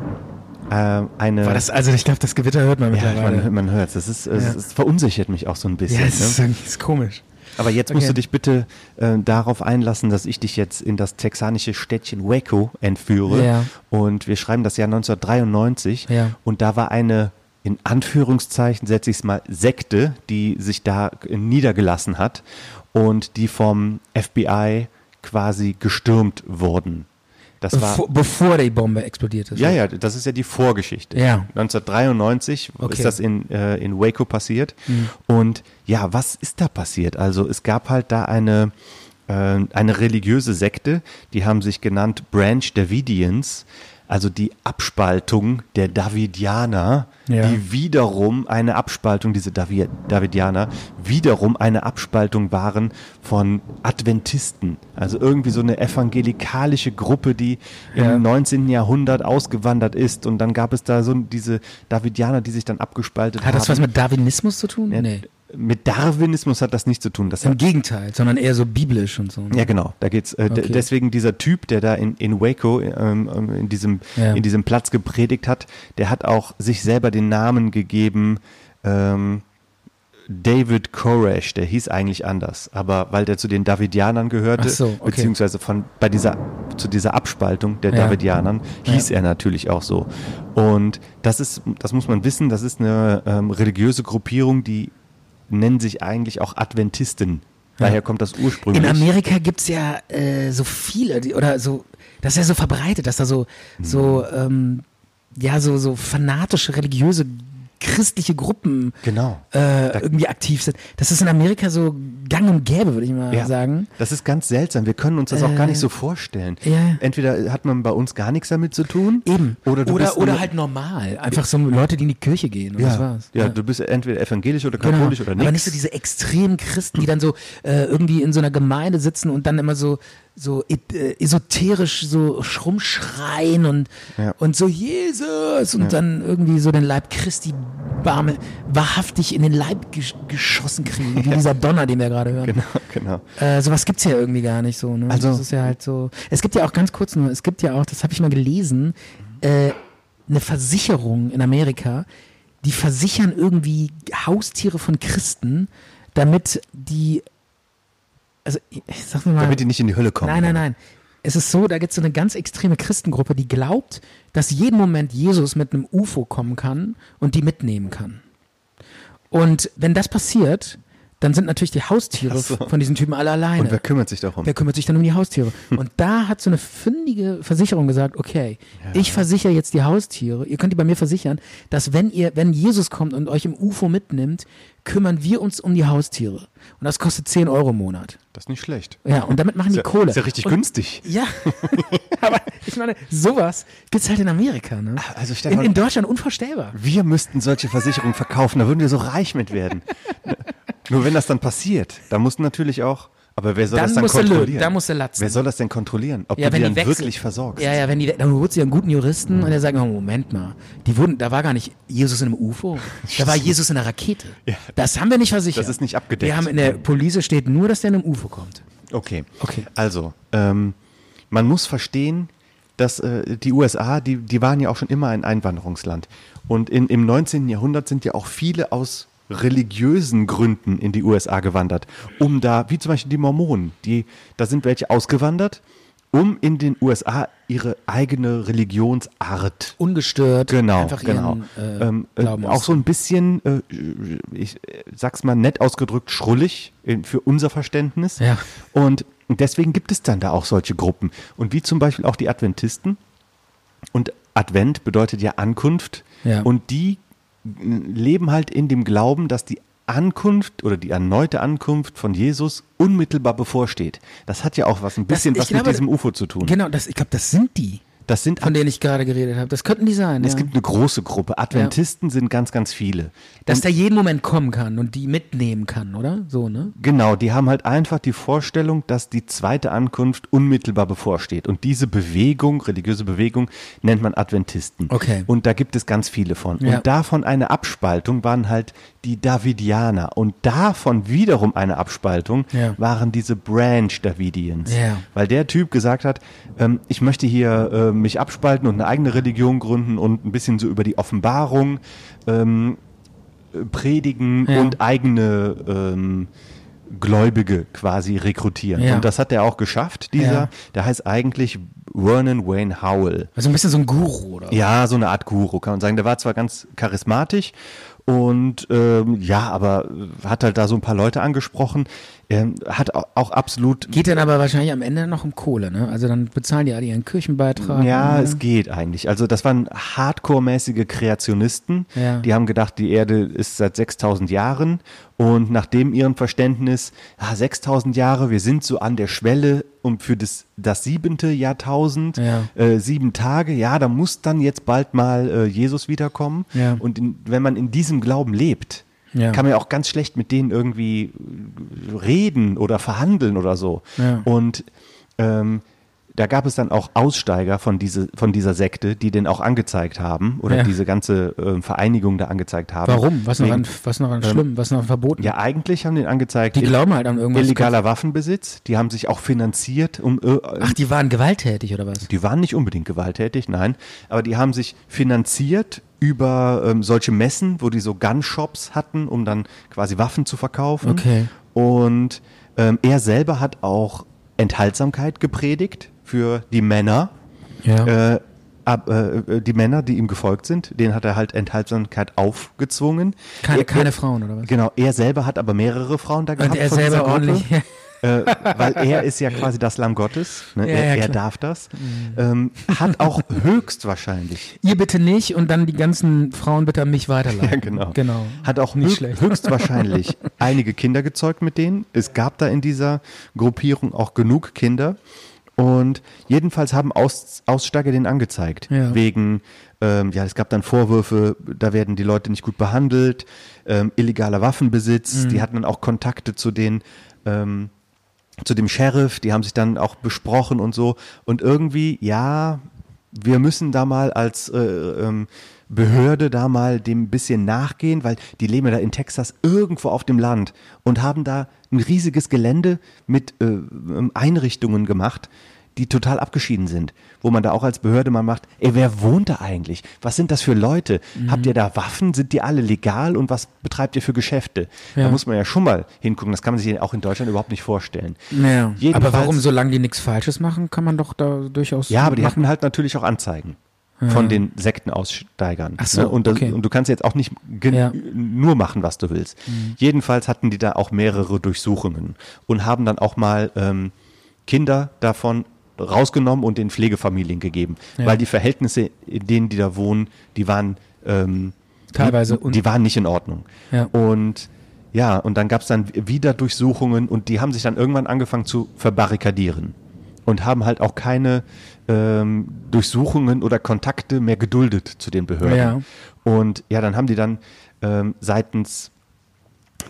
S4: äh, eine.
S3: War das, also ich glaube, das Gewitter hört man
S4: ja,
S3: mittlerweile.
S4: man, man hört es. Ist, es,
S3: Ja.
S4: es verunsichert mich auch so ein bisschen.
S3: ja, es ist,
S4: ne?
S3: es ist komisch.
S4: Aber jetzt musst
S3: okay.
S4: du dich bitte äh, darauf einlassen, dass ich dich jetzt in das texanische Städtchen Waco entführe.
S3: Ja.
S4: Und wir schreiben das Jahr 1993.
S3: Ja.
S4: Und da war eine, in Anführungszeichen setze ich es mal, Sekte, die sich da niedergelassen hat und die vom FBI quasi gestürmt wurden. Das war.
S3: Bevor, bevor die Bombe explodiert ist.
S4: Ja, ja, das ist ja die Vorgeschichte.
S3: Ja.
S4: 1993
S3: Okay. Hm.
S4: ist das in, äh, in Waco passiert. Und ja, was ist da passiert? Also es gab halt da eine, äh, eine religiöse Sekte, die haben sich genannt Branch Davidians, also die Abspaltung der Davidianer,
S3: Ja.
S4: die wiederum eine Abspaltung, diese Davi Davidianer, wiederum eine Abspaltung waren von Adventisten. Also irgendwie so eine evangelikalische Gruppe, die
S3: Ja.
S4: im 19. Jahrhundert ausgewandert ist. Und dann gab es da so diese Davidianer, die sich dann abgespaltet
S3: Hat
S4: haben.
S3: das was mit Darwinismus zu tun?
S4: Ja,
S3: nee.
S4: Mit Darwinismus hat das nichts zu tun. Das
S3: Im
S4: hat,
S3: Gegenteil, sondern eher so biblisch und so. ne?
S4: ja, genau. Da geht's. Äh, de-
S3: Okay.
S4: Deswegen dieser Typ, der da in, in Waco ähm, ähm, in diesem
S3: Ja.
S4: in diesem Platz gepredigt hat, der hat auch sich selber den Namen gegeben. Ähm, David Koresh, der hieß eigentlich anders, aber weil der zu den Davidianern gehörte,
S3: Ach so, okay.
S4: beziehungsweise von bei dieser zu dieser Abspaltung der
S3: Ja.
S4: Davidianern hieß er natürlich auch so. Und das ist, das muss man wissen, das ist eine ähm, religiöse Gruppierung, die nennen sich eigentlich auch Adventisten. Daher kommt das ursprünglich.
S3: In Amerika gibt es ja äh, so viele, die, oder so, das ist ja so verbreitet, dass da so, so,
S4: Mhm.
S3: ähm, ja, so, so fanatische, religiöse, christliche Gruppen
S4: Genau.
S3: äh, irgendwie aktiv sind. Das ist in Amerika so gang und gäbe, würde ich mal
S4: Ja.
S3: sagen. Äh,
S4: Das ist ganz seltsam. Wir können uns das auch gar nicht so vorstellen.
S3: ja.
S4: Entweder hat man bei uns gar nichts damit zu tun.
S3: Eben.
S4: Oder du
S3: oder,
S4: bist
S3: oder
S4: eine-
S3: halt normal. Einfach so Leute, die in die Kirche gehen und
S4: Ja,
S3: das war's.
S4: ja, du bist entweder evangelisch oder
S3: Genau.
S4: katholisch oder
S3: Aber
S4: nichts.
S3: nicht so diese extremen Christen, die dann so äh, irgendwie in so einer Gemeinde sitzen und dann immer so so et- äh, esoterisch so rumschreien und
S4: Ja.
S3: und so Jesus und dann irgendwie so den Leib Christi warme, wahrhaftig in den Leib gesch geschossen kriegen, wie dieser Donner, den wir gerade hören.
S4: Genau, genau.
S3: Äh, sowas gibt's ja irgendwie gar nicht so. Ne?
S4: Also-
S3: das ist ja halt so. Es gibt ja auch ganz kurz nur, es gibt ja auch, das habe ich mal gelesen, äh, eine Versicherung in Amerika, die versichern irgendwie Haustiere von Christen, damit die, also ich ich sag nur mal,
S4: Damit die nicht in die Hölle kommen.
S3: nein, nein, nein. Es ist so, da gibt's so eine ganz extreme Christengruppe, die glaubt, dass jeden Moment Jesus mit einem UFO kommen kann und die mitnehmen kann. Und wenn das passiert, dann sind natürlich die Haustiere von diesen Typen alle alleine.
S4: Und wer kümmert sich darum?
S3: Wer kümmert sich dann um die Haustiere? Und da hat so eine findige Versicherung gesagt, okay, ich versichere jetzt die Haustiere, ihr könnt die bei mir versichern, dass wenn ihr, wenn Jesus kommt und euch im UFO mitnimmt, kümmern wir uns um die Haustiere. Und das kostet 10 Euro im Monat.
S4: Das ist nicht schlecht.
S3: Ja, und damit machen die
S4: Ist ja,
S3: Kohle.
S4: Ist ja richtig
S3: und,
S4: günstig.
S3: Ja, aber ich meine, sowas gibt's halt in Amerika, ne?
S10: Ah,
S4: Also
S3: In,
S4: Stefan,
S3: in Deutschland unvorstellbar.
S4: wir müssten solche Versicherungen verkaufen, da würden wir so reich mit werden. Nur wenn das dann passiert, da muss natürlich auch Aber wer soll
S10: Dann
S4: das dann
S10: muss er lö-
S4: kontrollieren?
S10: dann muss er latzen.
S4: Wer soll das denn kontrollieren? Ob
S10: Ja,
S4: du
S10: wenn
S4: die dann
S10: die wechseln.
S4: wirklich versorgst?
S10: Ja, ja, wenn die, dann holt sie einen guten Juristen und der sagt, oh, Moment mal, die wurden, da war gar nicht Jesus in einem UFO, da war Jesus in einer Rakete. Das haben wir nicht versichert.
S4: Das ist nicht abgedeckt.
S10: Wir haben in der Police steht nur, dass der in einem UFO kommt.
S4: Okay.
S10: Okay.
S4: Also, ähm, man muss verstehen, dass äh, die USA, die, die waren ja auch schon immer ein Einwanderungsland. Und in, im 19. Jahrhundert sind ja auch viele aus religiösen Gründen in die USA gewandert, um da, wie zum Beispiel die Mormonen, die, da sind welche ausgewandert, um in den USA ihre eigene Religionsart
S10: Ungestört.
S4: Genau,
S10: einfach
S4: genau.
S10: Ihren, äh,
S4: ähm, äh,
S10: Glauben
S4: auch so ein bisschen, äh, ich äh, sag's mal nett ausgedrückt, schrullig in- für unser Verständnis.
S10: Ja.
S4: Und deswegen gibt es dann da auch solche Gruppen. Und wie zum Beispiel auch die Adventisten. Und Advent bedeutet ja Ankunft.
S10: Ja.
S4: Und die äh, leben halt in dem Glauben, dass die Ankunft oder die erneute Ankunft von Jesus unmittelbar bevorsteht. Das hat ja auch was ein
S10: Das-
S4: bisschen
S10: ich
S4: was
S10: glaube,
S4: mit diesem UFO zu tun.
S10: Genau, das, ich glaube, das sind die,
S4: Das sind
S10: von denen ich gerade geredet habe. Das könnten die sein.
S4: es
S10: ja.
S4: gibt eine große Gruppe. Adventisten sind ganz, ganz viele.
S10: dass der jeden Moment kommen kann und die mitnehmen kann, oder? So, ne?
S4: Genau, die haben halt einfach die Vorstellung, dass die zweite Ankunft unmittelbar bevorsteht. Und diese Bewegung, religiöse Bewegung, nennt man Adventisten.
S10: Okay.
S4: Und da gibt es ganz viele von.
S10: Ja.
S4: Und davon eine Abspaltung waren halt die Davidianer. Und davon wiederum eine Abspaltung
S10: Ja.
S4: waren diese Branch Davidians.
S10: Ja.
S4: Weil der Typ gesagt hat, ähm, ich möchte hier äh, mich abspalten und eine eigene Religion gründen und ein bisschen so über die Offenbarung ähm, äh, predigen
S10: Ja.
S4: und eigene ähm, Gläubige quasi rekrutieren.
S10: Ja.
S4: Und das hat er auch geschafft, dieser.
S10: Ja.
S4: Der heißt eigentlich Vernon Wayne Howell.
S10: Also ein bisschen so ein Guru, oder?
S4: Ja, so eine Art Guru, kann man sagen. Der war zwar ganz charismatisch und ähm, ja, aber hat halt da so ein paar Leute angesprochen, ähm, hat au- auch absolut
S10: Geht dann aber wahrscheinlich am Ende noch um Kohle, ne? Also dann bezahlen die alle ihren Kirchenbeitrag.
S4: Ja,
S10: ne?
S4: es geht eigentlich. Also das waren hardcore-mäßige Kreationisten.
S10: Ja.
S4: Die haben gedacht, die Erde ist seit 6000 Jahren und nach dem ihren Verständnis, ah, 6000 Jahre, wir sind so an der Schwelle und für das, das siebente Jahrtausend,
S10: Ja.
S4: äh, sieben Tage, ja, da muss dann jetzt bald mal äh, Jesus wiederkommen.
S10: Ja.
S4: Und in, wenn man in diesem Glauben lebt,
S10: Ja.
S4: kann man ja auch ganz schlecht mit denen irgendwie reden oder verhandeln oder so.
S10: Ja.
S4: Und ähm, da gab es dann auch Aussteiger von, diese, von dieser Sekte, die den auch angezeigt haben oder
S10: Ja.
S4: diese ganze ähm, Vereinigung da angezeigt haben.
S10: Warum? Was noch
S4: Wegen-
S10: an, was noch an schlimm, was noch an verboten?
S4: Ähm, Ja, eigentlich haben den angezeigt.
S10: Die glauben halt an irgendwas.
S4: Illegaler Waffenbesitz, die haben sich auch finanziert, um äh,
S10: Ach, die waren gewalttätig, oder was?
S4: die waren nicht unbedingt gewalttätig, nein, aber die haben sich finanziert über ähm, solche Messen, wo die so Gunshops hatten, um dann quasi Waffen zu verkaufen.
S10: Okay.
S4: Und ähm, er selber hat auch Enthaltsamkeit gepredigt für die Männer.
S10: Ja.
S4: Äh, ab, äh, die Männer, die ihm gefolgt sind, denen hat er halt Enthaltsamkeit aufgezwungen.
S10: Keine-
S4: Er-
S10: keine
S4: er-
S10: Frauen, oder was?
S4: Genau, er selber hat aber mehrere Frauen da gehabt.
S10: Und er
S4: von dieser
S10: selber
S4: Gruppe
S10: ordentlich.
S4: äh, weil er ist ja quasi das Lamm Gottes. Ne?
S10: Ja,
S4: er,
S10: ja,
S4: er
S10: klar. Mhm.
S4: darf das. Ähm, hat auch höchstwahrscheinlich,
S10: Ihr bitte nicht und dann die ganzen Frauen bitte an mich weiterleiten.
S4: ja genau,
S10: Genau.
S4: hat auch
S10: Nicht
S4: hö
S10: schlecht.
S4: höchstwahrscheinlich einige Kinder gezeugt mit denen. Es gab da in dieser Gruppierung auch genug Kinder. Und jedenfalls haben Aus Aussteiger den angezeigt.
S10: Ja.
S4: Wegen, ähm, ja, es gab dann Vorwürfe, da werden die Leute nicht gut behandelt, ähm, illegaler Waffenbesitz,
S10: Mhm.
S4: die hatten dann auch Kontakte zu den ähm, zu dem Sheriff, die haben sich dann auch besprochen und so. Und irgendwie, ja, wir müssen da mal als äh, ähm, Behörde da mal dem bisschen nachgehen, weil die leben ja da in Texas irgendwo auf dem Land und haben da ein riesiges Gelände mit äh, ähm, Einrichtungen gemacht, die total abgeschieden sind, wo man da auch als Behörde mal macht, ey, wer wohnt da eigentlich? Was sind das für Leute? Habt ihr da Waffen? Sind die alle legal? Und was betreibt ihr für Geschäfte? Da
S10: Ja.
S4: muss man ja schon mal hingucken. Das kann man sich auch in Deutschland überhaupt nicht vorstellen.
S10: Naja.
S4: Jedenfalls-
S10: Aber warum, solange die nichts Falsches machen, kann man doch da durchaus.
S4: Ja, aber die
S10: machen.
S4: hatten halt natürlich auch Anzeigen von den Sektenaussteigern. ne?
S10: Ach so,
S4: und, das,
S10: okay.
S4: und du kannst jetzt auch nicht gen-
S10: Ja. Mhm.
S4: nur machen, was du willst. Jedenfalls hatten die da auch mehrere Durchsuchungen und haben dann auch mal ähm, Kinder davon rausgenommen und den Pflegefamilien gegeben, weil die Verhältnisse, in denen die da wohnen, die waren ähm,
S10: Teilweise un-
S4: die waren nicht in Ordnung.
S10: Ja.
S4: Und ja, und dann gab es dann wieder Durchsuchungen und die haben sich dann irgendwann angefangen zu verbarrikadieren und haben halt auch keine ähm, Durchsuchungen oder Kontakte mehr geduldet zu den Behörden.
S10: Ja.
S4: Und ja, dann haben die dann ähm, seitens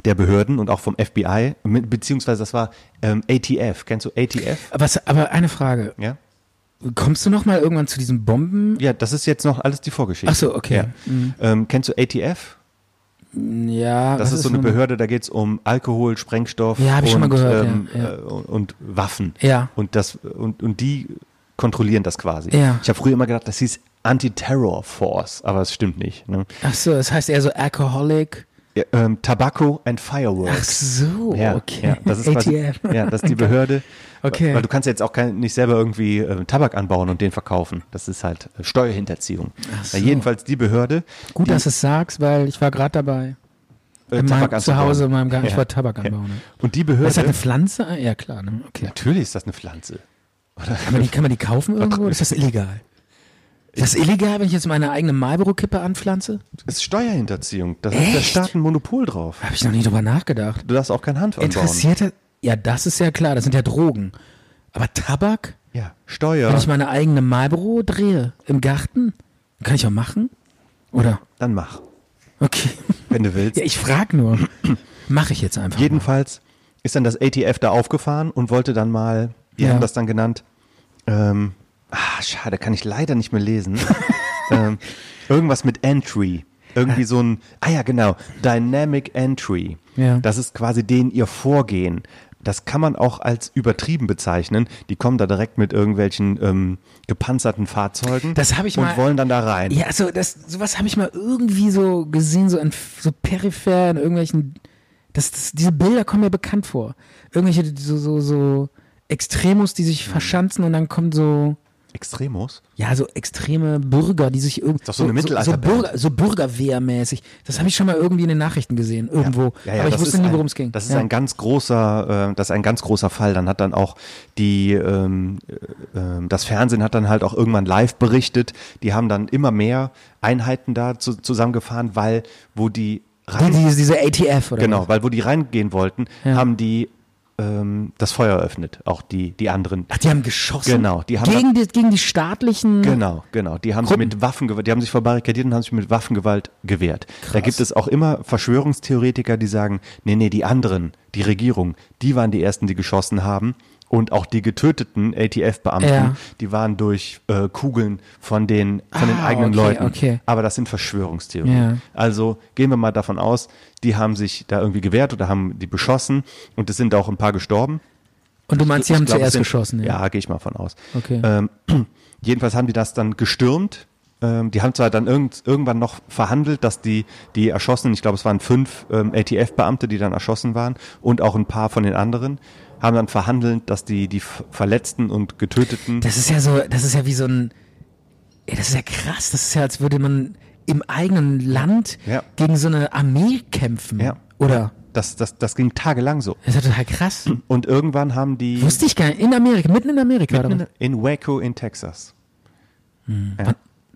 S4: der Behörden und auch vom FBI, mit- beziehungsweise das war ähm, ATF. Kennst du ATF?
S3: Aber, was, aber eine Frage.
S4: Ja.
S3: Kommst du noch mal irgendwann zu diesen Bomben?
S4: Ja, das ist jetzt noch alles die Vorgeschichte.
S3: Ach so, okay.
S4: Ja. Ähm, kennst du ATF?
S3: Ja.
S4: Das
S3: was
S4: ist so eine
S3: nun-
S4: Behörde, da geht es um Alkohol, Sprengstoff
S3: Ja, hab ich schon mal gehört,
S4: ähm,
S3: ja, ja.
S4: äh, und, und Waffen.
S3: Ja.
S4: Und, das, und, und die kontrollieren das quasi.
S3: Ja.
S4: Ich habe früher immer gedacht, das hieß Anti-Terror Force, aber es stimmt nicht. Ne?
S3: Ach so, das heißt eher so Alcoholic.
S4: Ja, ähm, Tobacco and
S3: Ach
S4: Fireworks.
S3: so,
S4: ja,
S3: okay.
S4: ja, das ist quasi,
S3: ATF.
S4: ja, das ist die Behörde.
S3: Oh Okay.
S4: Weil du kannst ja jetzt auch kein, nicht selber irgendwie äh, Tabak anbauen und den verkaufen. Das ist halt äh, Steuerhinterziehung. Ja, jedenfalls die Behörde.
S3: Gut,
S4: die,
S3: dass du es sagst, weil ich war gerade dabei.
S4: äh,
S3: in meinem-
S4: Tabak
S3: zu Hause in
S4: anzubauen.
S3: meinem Garten. Ich
S4: Ja.
S3: wollte Tabak anbauen. ne?
S4: Und die
S3: Ist das
S4: Behörde.
S3: eine Pflanze? Ah, Ja, klar. Ne? Okay.
S4: Natürlich ist das eine Pflanze.
S3: Kann, man die, kann man die kaufen irgendwo? Oder Ist das illegal? Ist das illegal, wenn ich jetzt meine eigene Marlboro-Kippe anpflanze?
S4: ist Steuerhinterziehung. Da hat der
S3: Echt?
S4: Staat ein Monopol drauf.
S3: Habe ich noch nie drüber nachgedacht.
S4: Du darfst auch kein Hanf anbauen.
S3: Interessiert das? Ja, das ist ja klar. Das sind ja Drogen. Aber Tabak?
S4: Ja,
S3: Wenn
S4: Steuer.
S3: ich meine eigene Marlboro drehe im Garten? Kann ich auch machen? Oder?
S4: Dann mach,
S3: Okay.
S4: wenn du willst.
S3: Ja, ich frage nur. Mache ich jetzt einfach. mal.
S4: Jedenfalls ist dann das ATF da aufgefahren und wollte dann mal, die
S3: Ja.
S4: haben das dann genannt, ähm, ah, schade, kann ich leider nicht mehr lesen. ähm, irgendwas mit Entry. Irgendwie so ein, ah ja, genau, Dynamic Entry.
S3: Ja.
S4: Das ist quasi denen ihr Vorgehen. Das kann man auch als übertrieben bezeichnen. Die kommen da direkt mit irgendwelchen ähm, gepanzerten Fahrzeugen
S3: Das habe ich
S4: und
S3: mal-
S4: wollen dann da rein.
S3: Ja, also das, sowas habe ich mal irgendwie so gesehen, so, in, so peripher in irgendwelchen. Das, das, diese Bilder kommen mir bekannt vor. Irgendwelche so, so, so Extremos, die
S4: Mhm.
S3: sich verschanzen und dann kommen so.
S4: Extremos?
S3: Ja, so extreme Bürger, die sich irgendwie.
S4: doch so eine
S3: so, so,
S4: Mittelalterband.
S3: Bürger, so Bürgerwehrmäßig. Das habe ich schon mal irgendwie in den Nachrichten gesehen, irgendwo.
S4: Ja, ja,
S3: Aber ich
S4: das
S3: wusste
S4: ist
S3: nie,
S4: ein-
S3: worum es ging.
S4: Das ist
S3: ja.
S4: ein ganz großer, äh, das ist ein ganz großer Fall. Dann hat dann auch die, ähm, äh, ähm, das Fernsehen hat dann halt auch irgendwann live berichtet. Die haben dann immer mehr Einheiten da zu, zusammengefahren, weil wo die
S3: Die,
S4: rein,
S3: die, diese ATF oder
S4: genau,
S3: was?
S4: weil wo die reingehen wollten,
S3: Ja.
S4: haben die ähm, das Feuer eröffnet. Auch die die anderen.
S3: Ach, die haben geschossen.
S4: Genau, die haben
S3: gegen, die, gegen die staatlichen.
S4: Genau, genau. Die haben sich mit Waffengewalt, die haben sich verbarrikadiert und haben sich mit Waffengewalt gewehrt. Da gibt es auch immer Verschwörungstheoretiker, die sagen, nee, nee, die anderen, die Regierung, die waren die ersten, die geschossen haben. Und auch die getöteten ATF-Beamten,
S3: Ja.
S4: die waren durch äh, Kugeln von den, von den
S3: Ah,
S4: eigenen
S3: okay,
S4: Leuten.
S3: okay.
S4: Aber das sind Verschwörungstheorien.
S3: Ja.
S4: Also gehen wir mal davon aus, die haben sich da irgendwie gewehrt oder haben die beschossen und es sind auch ein paar gestorben.
S3: Und du meinst, die
S4: Ich
S3: haben
S4: glaub, es
S3: zuerst
S4: sind-
S3: geschossen, ja.
S4: Ja, gehe ich mal von aus.
S3: Okay.
S4: Ähm, jedenfalls haben die das dann gestürmt. Ähm, die haben zwar dann irgend, irgendwann noch verhandelt, dass die, die Erschossenen, ich glaube, es waren fünf ähm, ATF-Beamte, die dann erschossen waren und auch ein paar von den anderen, haben dann verhandelt, dass die, die F- Verletzten und Getöteten.
S3: Das ist ja so, das ist ja wie so ein, ja, das ist ja krass, das ist ja, als würde man im eigenen Land
S4: Ja.
S3: gegen so eine Armee kämpfen.
S4: Ja.
S3: Oder?
S4: das, das, das ging tagelang so.
S3: Das ist ja total krass.
S4: Und irgendwann haben die
S3: Wusste ich gar nicht, in Amerika, mitten in Amerika. oder was?
S4: in Waco in Texas,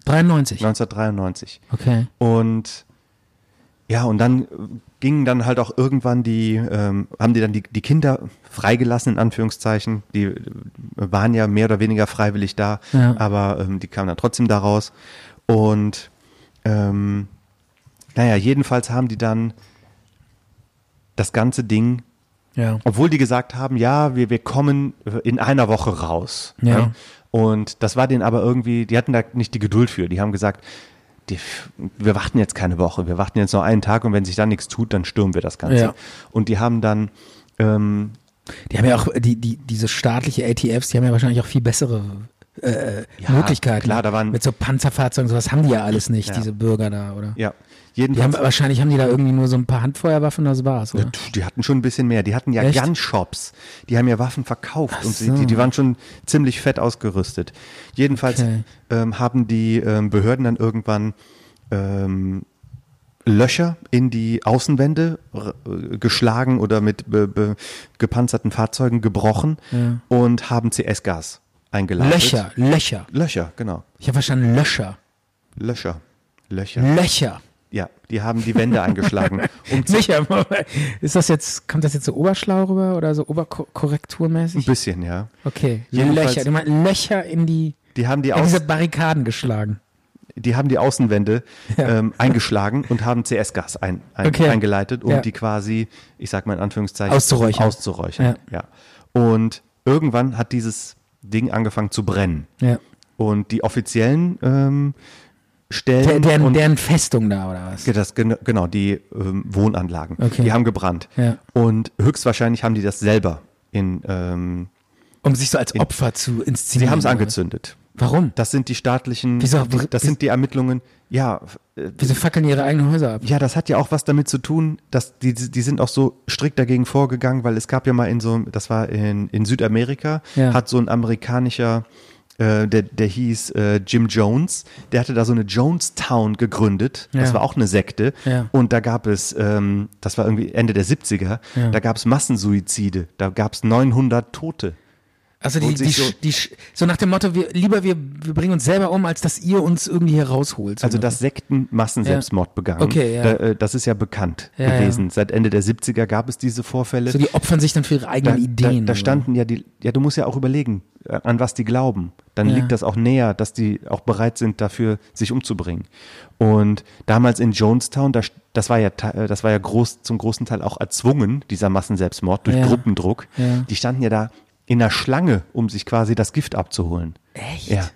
S3: 93.
S4: 1993.
S3: Okay.
S4: Und ja, und dann äh, gingen dann halt auch irgendwann die, ähm, haben die dann die, die Kinder freigelassen, in Anführungszeichen. Die äh, waren ja mehr oder weniger freiwillig da,
S3: Ja.
S4: aber ähm, die kamen dann trotzdem da raus. Und ähm, naja, jedenfalls haben die dann das ganze Ding
S3: Ja.
S4: obwohl die gesagt haben, ja, wir, wir kommen in einer Woche raus. ne?
S3: Ja.
S4: Und das war denen aber irgendwie, die hatten da nicht die Geduld für. Die haben gesagt, die, wir warten jetzt keine Woche, wir warten jetzt noch einen Tag und wenn sich dann nichts tut, dann stürmen wir das Ganze.
S3: Ja.
S4: Und die haben dann, ähm,
S3: Die haben ja auch, die, die, diese staatliche ATFs, die haben ja wahrscheinlich auch viel bessere äh, Möglichkeiten.
S4: klar, da waren-
S3: Mit so Panzerfahrzeugen, sowas haben die ja alles nicht,
S4: Ja.
S3: diese Bürger da, oder?
S4: ja,
S3: Die haben,
S4: jedenfalls,
S3: wahrscheinlich haben die da irgendwie nur so ein paar Handfeuerwaffen, das war's, oder?
S4: Ne, die hatten schon ein bisschen mehr. Die hatten ja
S3: Echt?
S4: Gunshops, die haben ja Waffen verkauft und sie,
S3: so.
S4: die, die waren schon ziemlich fett ausgerüstet. Jedenfalls
S3: Okay.
S4: ähm, haben die ähm, Behörden dann irgendwann ähm, Löcher in die Außenwände r- äh, geschlagen oder mit be, be, gepanzerten Fahrzeugen gebrochen und haben CS-Gas eingeleitet.
S3: Löcher, Löcher.
S4: Löcher, genau.
S3: Ich habe verstanden, Löcher.
S4: Löcher. Löcher.
S3: Löcher.
S4: ja, die haben die Wände eingeschlagen. Um zu,
S3: Sicher, ist das jetzt, kommt das jetzt so oberschlau rüber oder so
S4: ein
S3: oberkorrekturmäßig?
S4: bisschen, ja.
S3: Okay,
S4: Jedenfalls-
S3: Löcher, du meinst Löcher in die,
S4: Die haben die
S3: in
S4: Aus
S3: diese Barrikaden geschlagen.
S4: die haben die Außenwände ähm, eingeschlagen und haben CS-Gas ein, ein,
S3: Okay.
S4: eingeleitet, um
S3: Ja.
S4: die quasi, ich sag mal in Anführungszeichen,
S3: Auszuräuchern.
S4: auszuräuchern. Ja. Und irgendwann hat dieses Ding angefangen zu brennen.
S3: Ja.
S4: Und die offiziellen ähm, Stellen
S3: Der, deren,
S4: und
S3: deren Festung da oder was?
S4: Ge- Das, gen- genau, die ähm, Wohnanlagen.
S3: Okay.
S4: Die haben gebrannt.
S3: Ja.
S4: Und höchstwahrscheinlich haben die das selber in. Ähm,
S3: Um sich so als Opfer zu inszenieren.
S4: sie haben es
S3: oder was?
S4: angezündet.
S3: Warum?
S4: Das sind die staatlichen.
S3: ne? Wieso-
S4: die, das
S3: wieso-
S4: sind die Ermittlungen. Ja, äh,
S3: Wieso fackeln ihre eigenen Häuser ab?
S4: ja, das hat ja auch was damit zu tun, dass die, die sind auch so strikt dagegen vorgegangen, weil es gab ja mal in so, das war in, in Südamerika,
S3: Ja.
S4: hat so ein amerikanischer, äh, der, der hieß äh, Jim Jones, der hatte da so eine Jonestown gegründet, das
S3: Ja.
S4: war auch eine Sekte
S3: Ja.
S4: und da gab es, ähm, das war irgendwie Ende der 70er, da gab es Massensuizide, da gab es 900 Tote.
S3: Also die,
S4: Und
S3: die,
S4: sich
S3: so,
S4: so-
S3: die, sch- so nach dem Motto, wir, lieber wir, wir bringen uns selber um, als dass ihr uns irgendwie hier rausholt. So
S4: Also
S3: nach-
S4: dass Sekten Massenselbstmord begangen.
S3: Okay, ja.
S4: da, äh, das ist ja bekannt
S3: Ja, ja.
S4: gewesen. Seit Ende der 70er gab es diese Vorfälle.
S3: so die opfern sich dann für ihre eigenen Ideen.
S4: Da, da
S3: oder?
S4: standen ja die, ja, du musst ja auch überlegen, äh, an was die glauben. Dann
S3: Ja.
S4: liegt das auch näher, dass die auch bereit sind, dafür sich umzubringen. Und damals in Jonestown, da, st- das war ja, te- äh, das war ja groß, zum großen Teil auch erzwungen, dieser Massenselbstmord durch
S3: Ja.
S4: Gruppendruck.
S3: Ja.
S4: Die standen ja da in einer Schlange, um sich quasi das Gift abzuholen.
S3: Echt?
S4: Ja,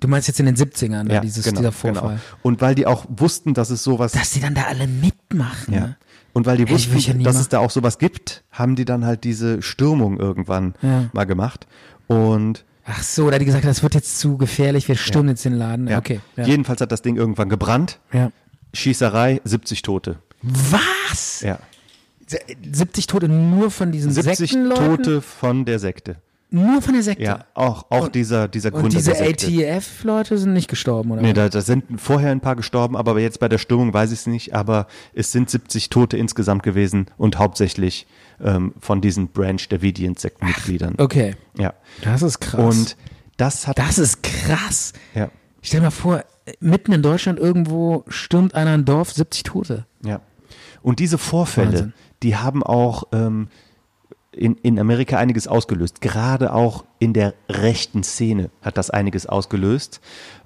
S3: Du meinst jetzt in den 70ern,
S4: ja
S3: ja, dieses,
S4: genau,
S3: dieser Vorfall.
S4: Genau. Und weil die auch wussten, dass es sowas
S3: Dass die dann da alle mitmachen.
S4: Ja.
S3: ne?
S4: Und weil die
S3: Ey, ich
S4: wussten,
S3: will ja nie
S4: dass
S3: mal-
S4: es da auch sowas gibt, haben die dann halt diese Stürmung irgendwann
S3: Ja.
S4: mal gemacht. Und
S3: Ach so, da hat die gesagt, das wird jetzt zu gefährlich, wir stürmen jetzt den Laden.
S4: ja,
S3: Okay. Ja.
S4: jedenfalls hat das Ding irgendwann gebrannt.
S3: ja.
S4: Schießerei, 70 Tote.
S3: Was?
S4: Ja.
S3: 70 Tote nur von diesen
S4: 70
S3: Sektenleuten?
S4: Tote von der Sekte.
S3: Nur von der Sekte?
S4: Ja, auch, auch dieser, dieser Gründer
S3: Und diese
S4: der Sekte.
S3: ATF-Leute sind nicht gestorben, oder?
S4: Nee, da, da sind vorher ein paar gestorben, aber jetzt bei der Stürmung weiß ich es nicht. Aber es sind 70 Tote insgesamt gewesen und hauptsächlich ähm, von diesen Branch Davidian-Sektenmitgliedern.
S3: Okay.
S4: Ja.
S3: Das ist krass.
S4: Und das hat.
S3: das ist krass.
S4: ja.
S3: Ich stell mir vor, mitten in Deutschland irgendwo stürmt einer ein Dorf, 70 Tote.
S4: Ja. Und diese Vorfälle,
S3: Wahnsinn.
S4: die haben auch ähm, in, in Amerika einiges ausgelöst. Gerade auch in der rechten Szene hat das einiges ausgelöst.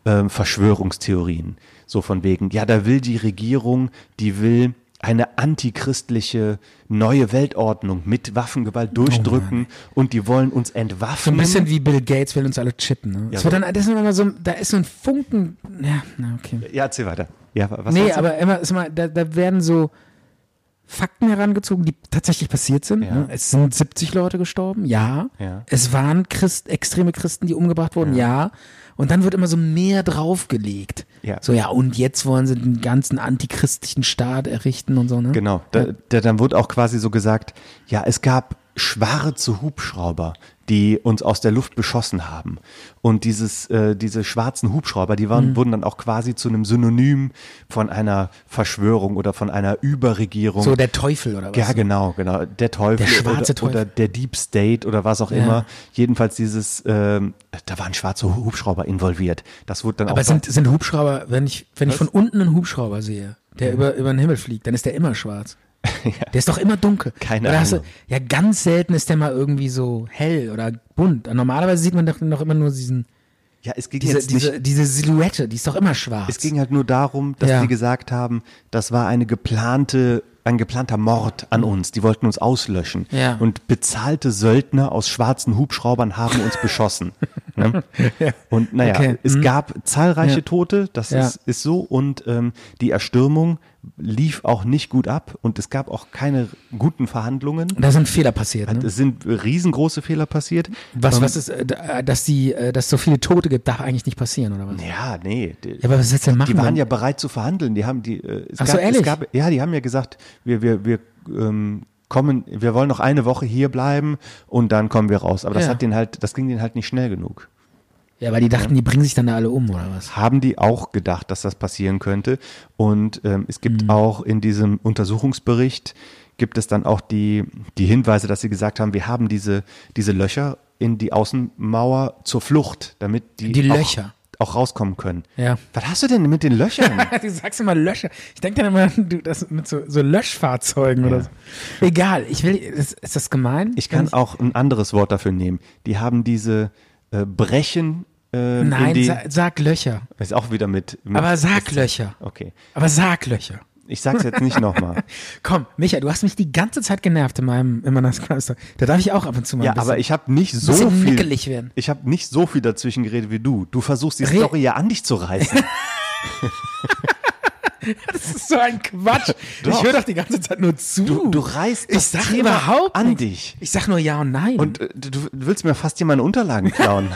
S4: Ähm, Verschwörungstheorien. So von wegen, ja, da will die Regierung, die will eine antichristliche neue Weltordnung mit Waffengewalt durchdrücken und die wollen uns
S3: Oh So ein
S4: entwaffnen.
S3: bisschen wie Bill Gates will uns alle chippen. Ne? das
S4: Mhm. so-
S3: wird dann, das ist immer so, da ist so ein Funken. Ja, na, okay.
S4: ja, erzähl weiter. Ja, wa- was
S3: nee,
S4: wolltest du?
S3: aber immer, ist immer da, da werden so Fakten herangezogen, die tatsächlich passiert sind.
S4: Ja.
S3: Ne? Es sind 70 Leute gestorben, ja.
S4: Ja.
S3: Es waren Christ, extreme Christen, die umgebracht wurden, ja. Und dann wird immer so mehr draufgelegt.
S4: Ja.
S3: So, ja, und jetzt wollen sie den ganzen antichristlichen Staat errichten und so, ne?
S4: Genau, da, da, dann wurde auch quasi so gesagt, ja, es gab schwarze Hubschrauber, die uns aus der Luft beschossen haben. Und dieses, äh, diese schwarzen Hubschrauber, die
S3: Mhm.
S4: waren, wurden dann auch quasi zu einem Synonym von einer Verschwörung oder von einer Überregierung.
S3: So der Teufel oder was?
S4: ja, genau, genau. Der Teufel,
S3: Der schwarze
S4: oder, oder
S3: Teufel.
S4: der Deep State oder was auch immer. Jedenfalls dieses, ähm, da waren schwarze Hubschrauber involviert. Das wurde dann
S3: Aber
S4: auch.
S3: sind, sind Hubschrauber, wenn ich, wenn ich von unten einen Hubschrauber sehe, der über, über den Himmel fliegt, dann ist der immer schwarz. Der ist doch immer dunkel.
S4: Keine
S3: oder Hast du,
S4: Ahnung.
S3: ja, ganz selten ist der mal irgendwie so hell oder bunt. Normalerweise sieht man doch noch immer nur diesen,
S4: ja, es ging
S3: diese,
S4: jetzt nicht
S3: diese, diese Silhouette, die ist doch immer schwarz.
S4: Es ging halt nur darum, dass
S3: Ja.
S4: die gesagt haben, das war eine geplante, ein geplanter Mord an uns. Die wollten uns auslöschen.
S3: Mhm. Ja.
S4: Und bezahlte Söldner aus schwarzen Hubschraubern haben uns beschossen. ne? Und naja,
S3: Okay.
S4: es
S3: Mhm.
S4: gab zahlreiche
S3: Ja.
S4: Tote, das
S3: Ja.
S4: ist, ist so. Und ähm, die Erstürmung lief auch nicht gut ab und es gab auch keine guten Verhandlungen.
S3: Und da sind Fehler passiert. Ne?
S4: Es sind riesengroße Fehler passiert.
S3: Was,
S4: Ähm,
S3: was ist, äh, da- dass die, äh, dass so viele Tote gibt, darf eigentlich nicht passieren, oder was?
S4: Ja, nee. die-
S3: Ja, aber was willst du denn machen?
S4: Die waren
S3: wenn-
S4: ja bereit zu verhandeln. Die haben die. Äh, es
S3: Ach so,
S4: gab,
S3: ehrlich?
S4: Es gab, ja, die haben ja gesagt, wir, wir, wir ähm, kommen, wir wollen noch eine Woche hier bleiben und dann kommen wir raus. Aber das
S3: Ja.
S4: hat den halt, das ging denen halt nicht schnell genug.
S3: ja, weil die dachten, die bringen sich dann da alle um, oder was?
S4: Haben die auch gedacht, dass das passieren könnte? Und ähm, es gibt
S3: Mhm.
S4: auch in diesem Untersuchungsbericht gibt es dann auch die, die Hinweise, dass sie gesagt haben, wir haben diese, diese Löcher in die Außenmauer zur Flucht, damit die,
S3: Die
S4: auch,
S3: Löcher.
S4: auch rauskommen können.
S3: Ja.
S4: Was hast du denn mit den Löchern?
S3: du sagst immer Löscher. Ich denke dann immer, du, das mit so, so Löschfahrzeugen oder so. Egal, ich will, ist, ist das gemein?
S4: Ich kann
S3: auch.
S4: auch ein anderes Wort dafür nehmen. Die haben diese äh, Brechen äh, in
S3: Nein,
S4: die,
S3: sa sag Löcher.
S4: ist auch wieder mit, mit
S3: Aber sag Löcher.
S4: Okay.
S3: Aber sag Löcher.
S4: Ich sag's jetzt nicht nochmal.
S3: Komm, Micha, du hast mich die ganze Zeit genervt in meinem in meiner Cluster. Da darf ich auch ab und zu mal
S4: Ja,
S3: ein bisschen.
S4: aber ich habe nicht so
S3: bisschen
S4: viel.
S3: nickelig werden.
S4: Ich habe nicht so viel dazwischen geredet wie du. Du versuchst die
S3: Re-
S4: Story ja an dich zu reißen.
S3: das ist so ein Quatsch.
S4: Doch.
S3: Ich höre doch die ganze Zeit nur zu.
S4: Du, du reißt
S3: ich
S4: das
S3: sag
S4: Thema
S3: überhaupt
S4: an
S3: nicht.
S4: dich.
S3: Ich sag nur ja und nein.
S4: Und äh, du, du willst mir fast hier meine Unterlagen klauen.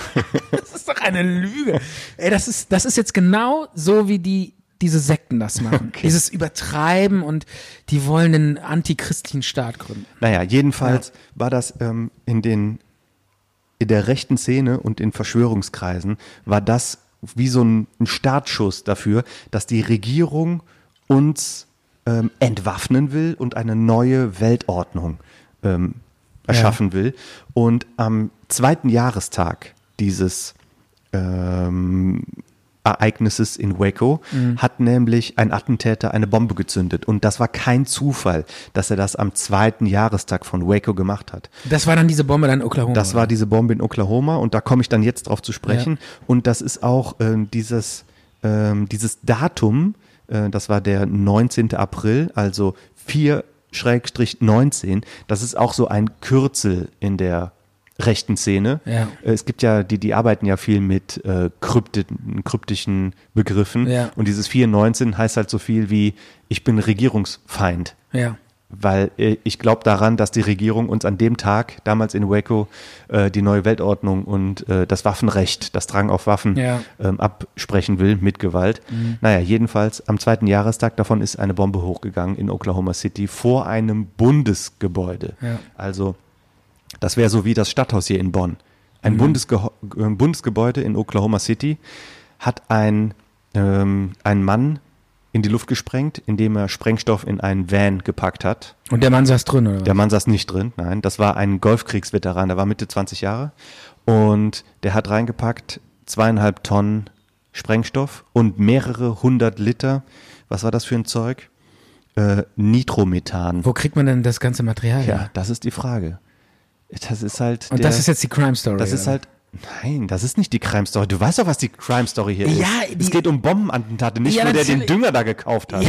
S3: Das ist doch eine Lüge. Ey, das ist, das ist jetzt genau so, wie die, diese Sekten das machen. Dieses Übertreiben und die wollen einen antichristlichen Staat gründen.
S4: Naja, jedenfalls war das ähm, in den in der rechten Szene und in Verschwörungskreisen war das wie so ein, ein Startschuss dafür, dass die Regierung uns ähm, entwaffnen will und eine neue Weltordnung ähm, erschaffen will. Und am zweiten Jahrestag dieses ähm, Ereignisses in Waco hat nämlich ein Attentäter eine Bombe gezündet. Und das war kein Zufall, dass er das am zweiten Jahrestag von Waco gemacht hat.
S3: Das war dann diese Bombe dann in Oklahoma.
S4: Das war diese Bombe in Oklahoma und da komme ich dann jetzt drauf zu sprechen. Und das ist auch ähm, dieses, ähm, dieses Datum, äh, das war der 19. April, also 4-19, das ist auch so ein Kürzel in der rechten Szene.
S3: Ja.
S4: Äh, Es gibt ja, die, die arbeiten ja viel mit äh, kryptischen, kryptischen Begriffen.
S3: Ja.
S4: Und dieses 4-19 heißt halt so viel wie, ich bin Regierungsfeind
S3: Ja.
S4: weil äh, ich glaube daran, dass die Regierung uns an dem Tag, damals in Waco, äh, die neue Weltordnung und äh, das Waffenrecht, das Drang auf Waffen
S3: Ja.
S4: ähm, absprechen will mit Gewalt. Naja, jedenfalls am zweiten Jahrestag davon ist eine Bombe hochgegangen in Oklahoma City vor einem Bundesgebäude.
S3: Ja.
S4: Also das wäre so wie das Stadthaus hier in Bonn. Ein Bundesgeho- äh, Bundesgebäude in Oklahoma City hat ein, ähm, ein Mann in die Luft gesprengt, indem er Sprengstoff in einen Van gepackt hat.
S3: Und der Mann saß drin, oder?
S4: Der Mann saß nicht drin, nein. Das war ein Golfkriegsveteran, der war Mitte 20 Jahre. Und der hat reingepackt zweieinhalb Tonnen Sprengstoff und mehrere hundert Liter, was war das für ein Zeug? Äh, Nitromethan.
S3: Wo kriegt man denn das ganze Material
S4: Ja,
S3: her?
S4: das ist die Frage. Das ist halt.
S3: Und
S4: der,
S3: das ist jetzt die Crime Story.
S4: Das ist
S3: oder?
S4: halt. Nein, das ist nicht die Crime Story. Du weißt doch, was die Crime Story hier
S3: Ja,
S4: ist.
S3: die-
S4: es geht um Bombenattentate, nicht
S3: Ja,
S4: nur der den
S3: natürlich.
S4: Dünger da gekauft hat.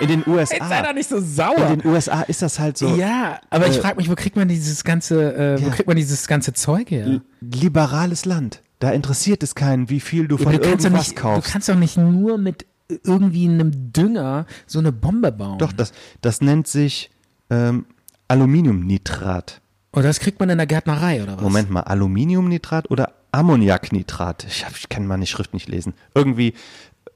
S4: In den USA.
S3: Jetzt sei doch nicht so
S4: In
S3: sauer.
S4: Ah. den USA ist das halt so.
S3: Ja, aber ich
S4: Äh,
S3: frage mich, wo kriegt man dieses ganze, äh, wo
S4: ja.
S3: kriegt man dieses ganze Zeug her?
S4: liberales Land. Da interessiert es keinen, wie viel du von
S3: du, kannst doch
S4: irgendwas
S3: nicht, du
S4: kaufst.
S3: kannst doch nicht nur mit irgendwie einem Dünger so eine Bombe bauen.
S4: Doch, das, das nennt sich ähm, Aluminiumnitrat.
S3: Und das kriegt man in der Gärtnerei, oder was?
S4: Moment mal, Aluminiumnitrat oder Ammoniaknitrat? Ich, hab- ich kann meine Schrift nicht lesen. Irgendwie,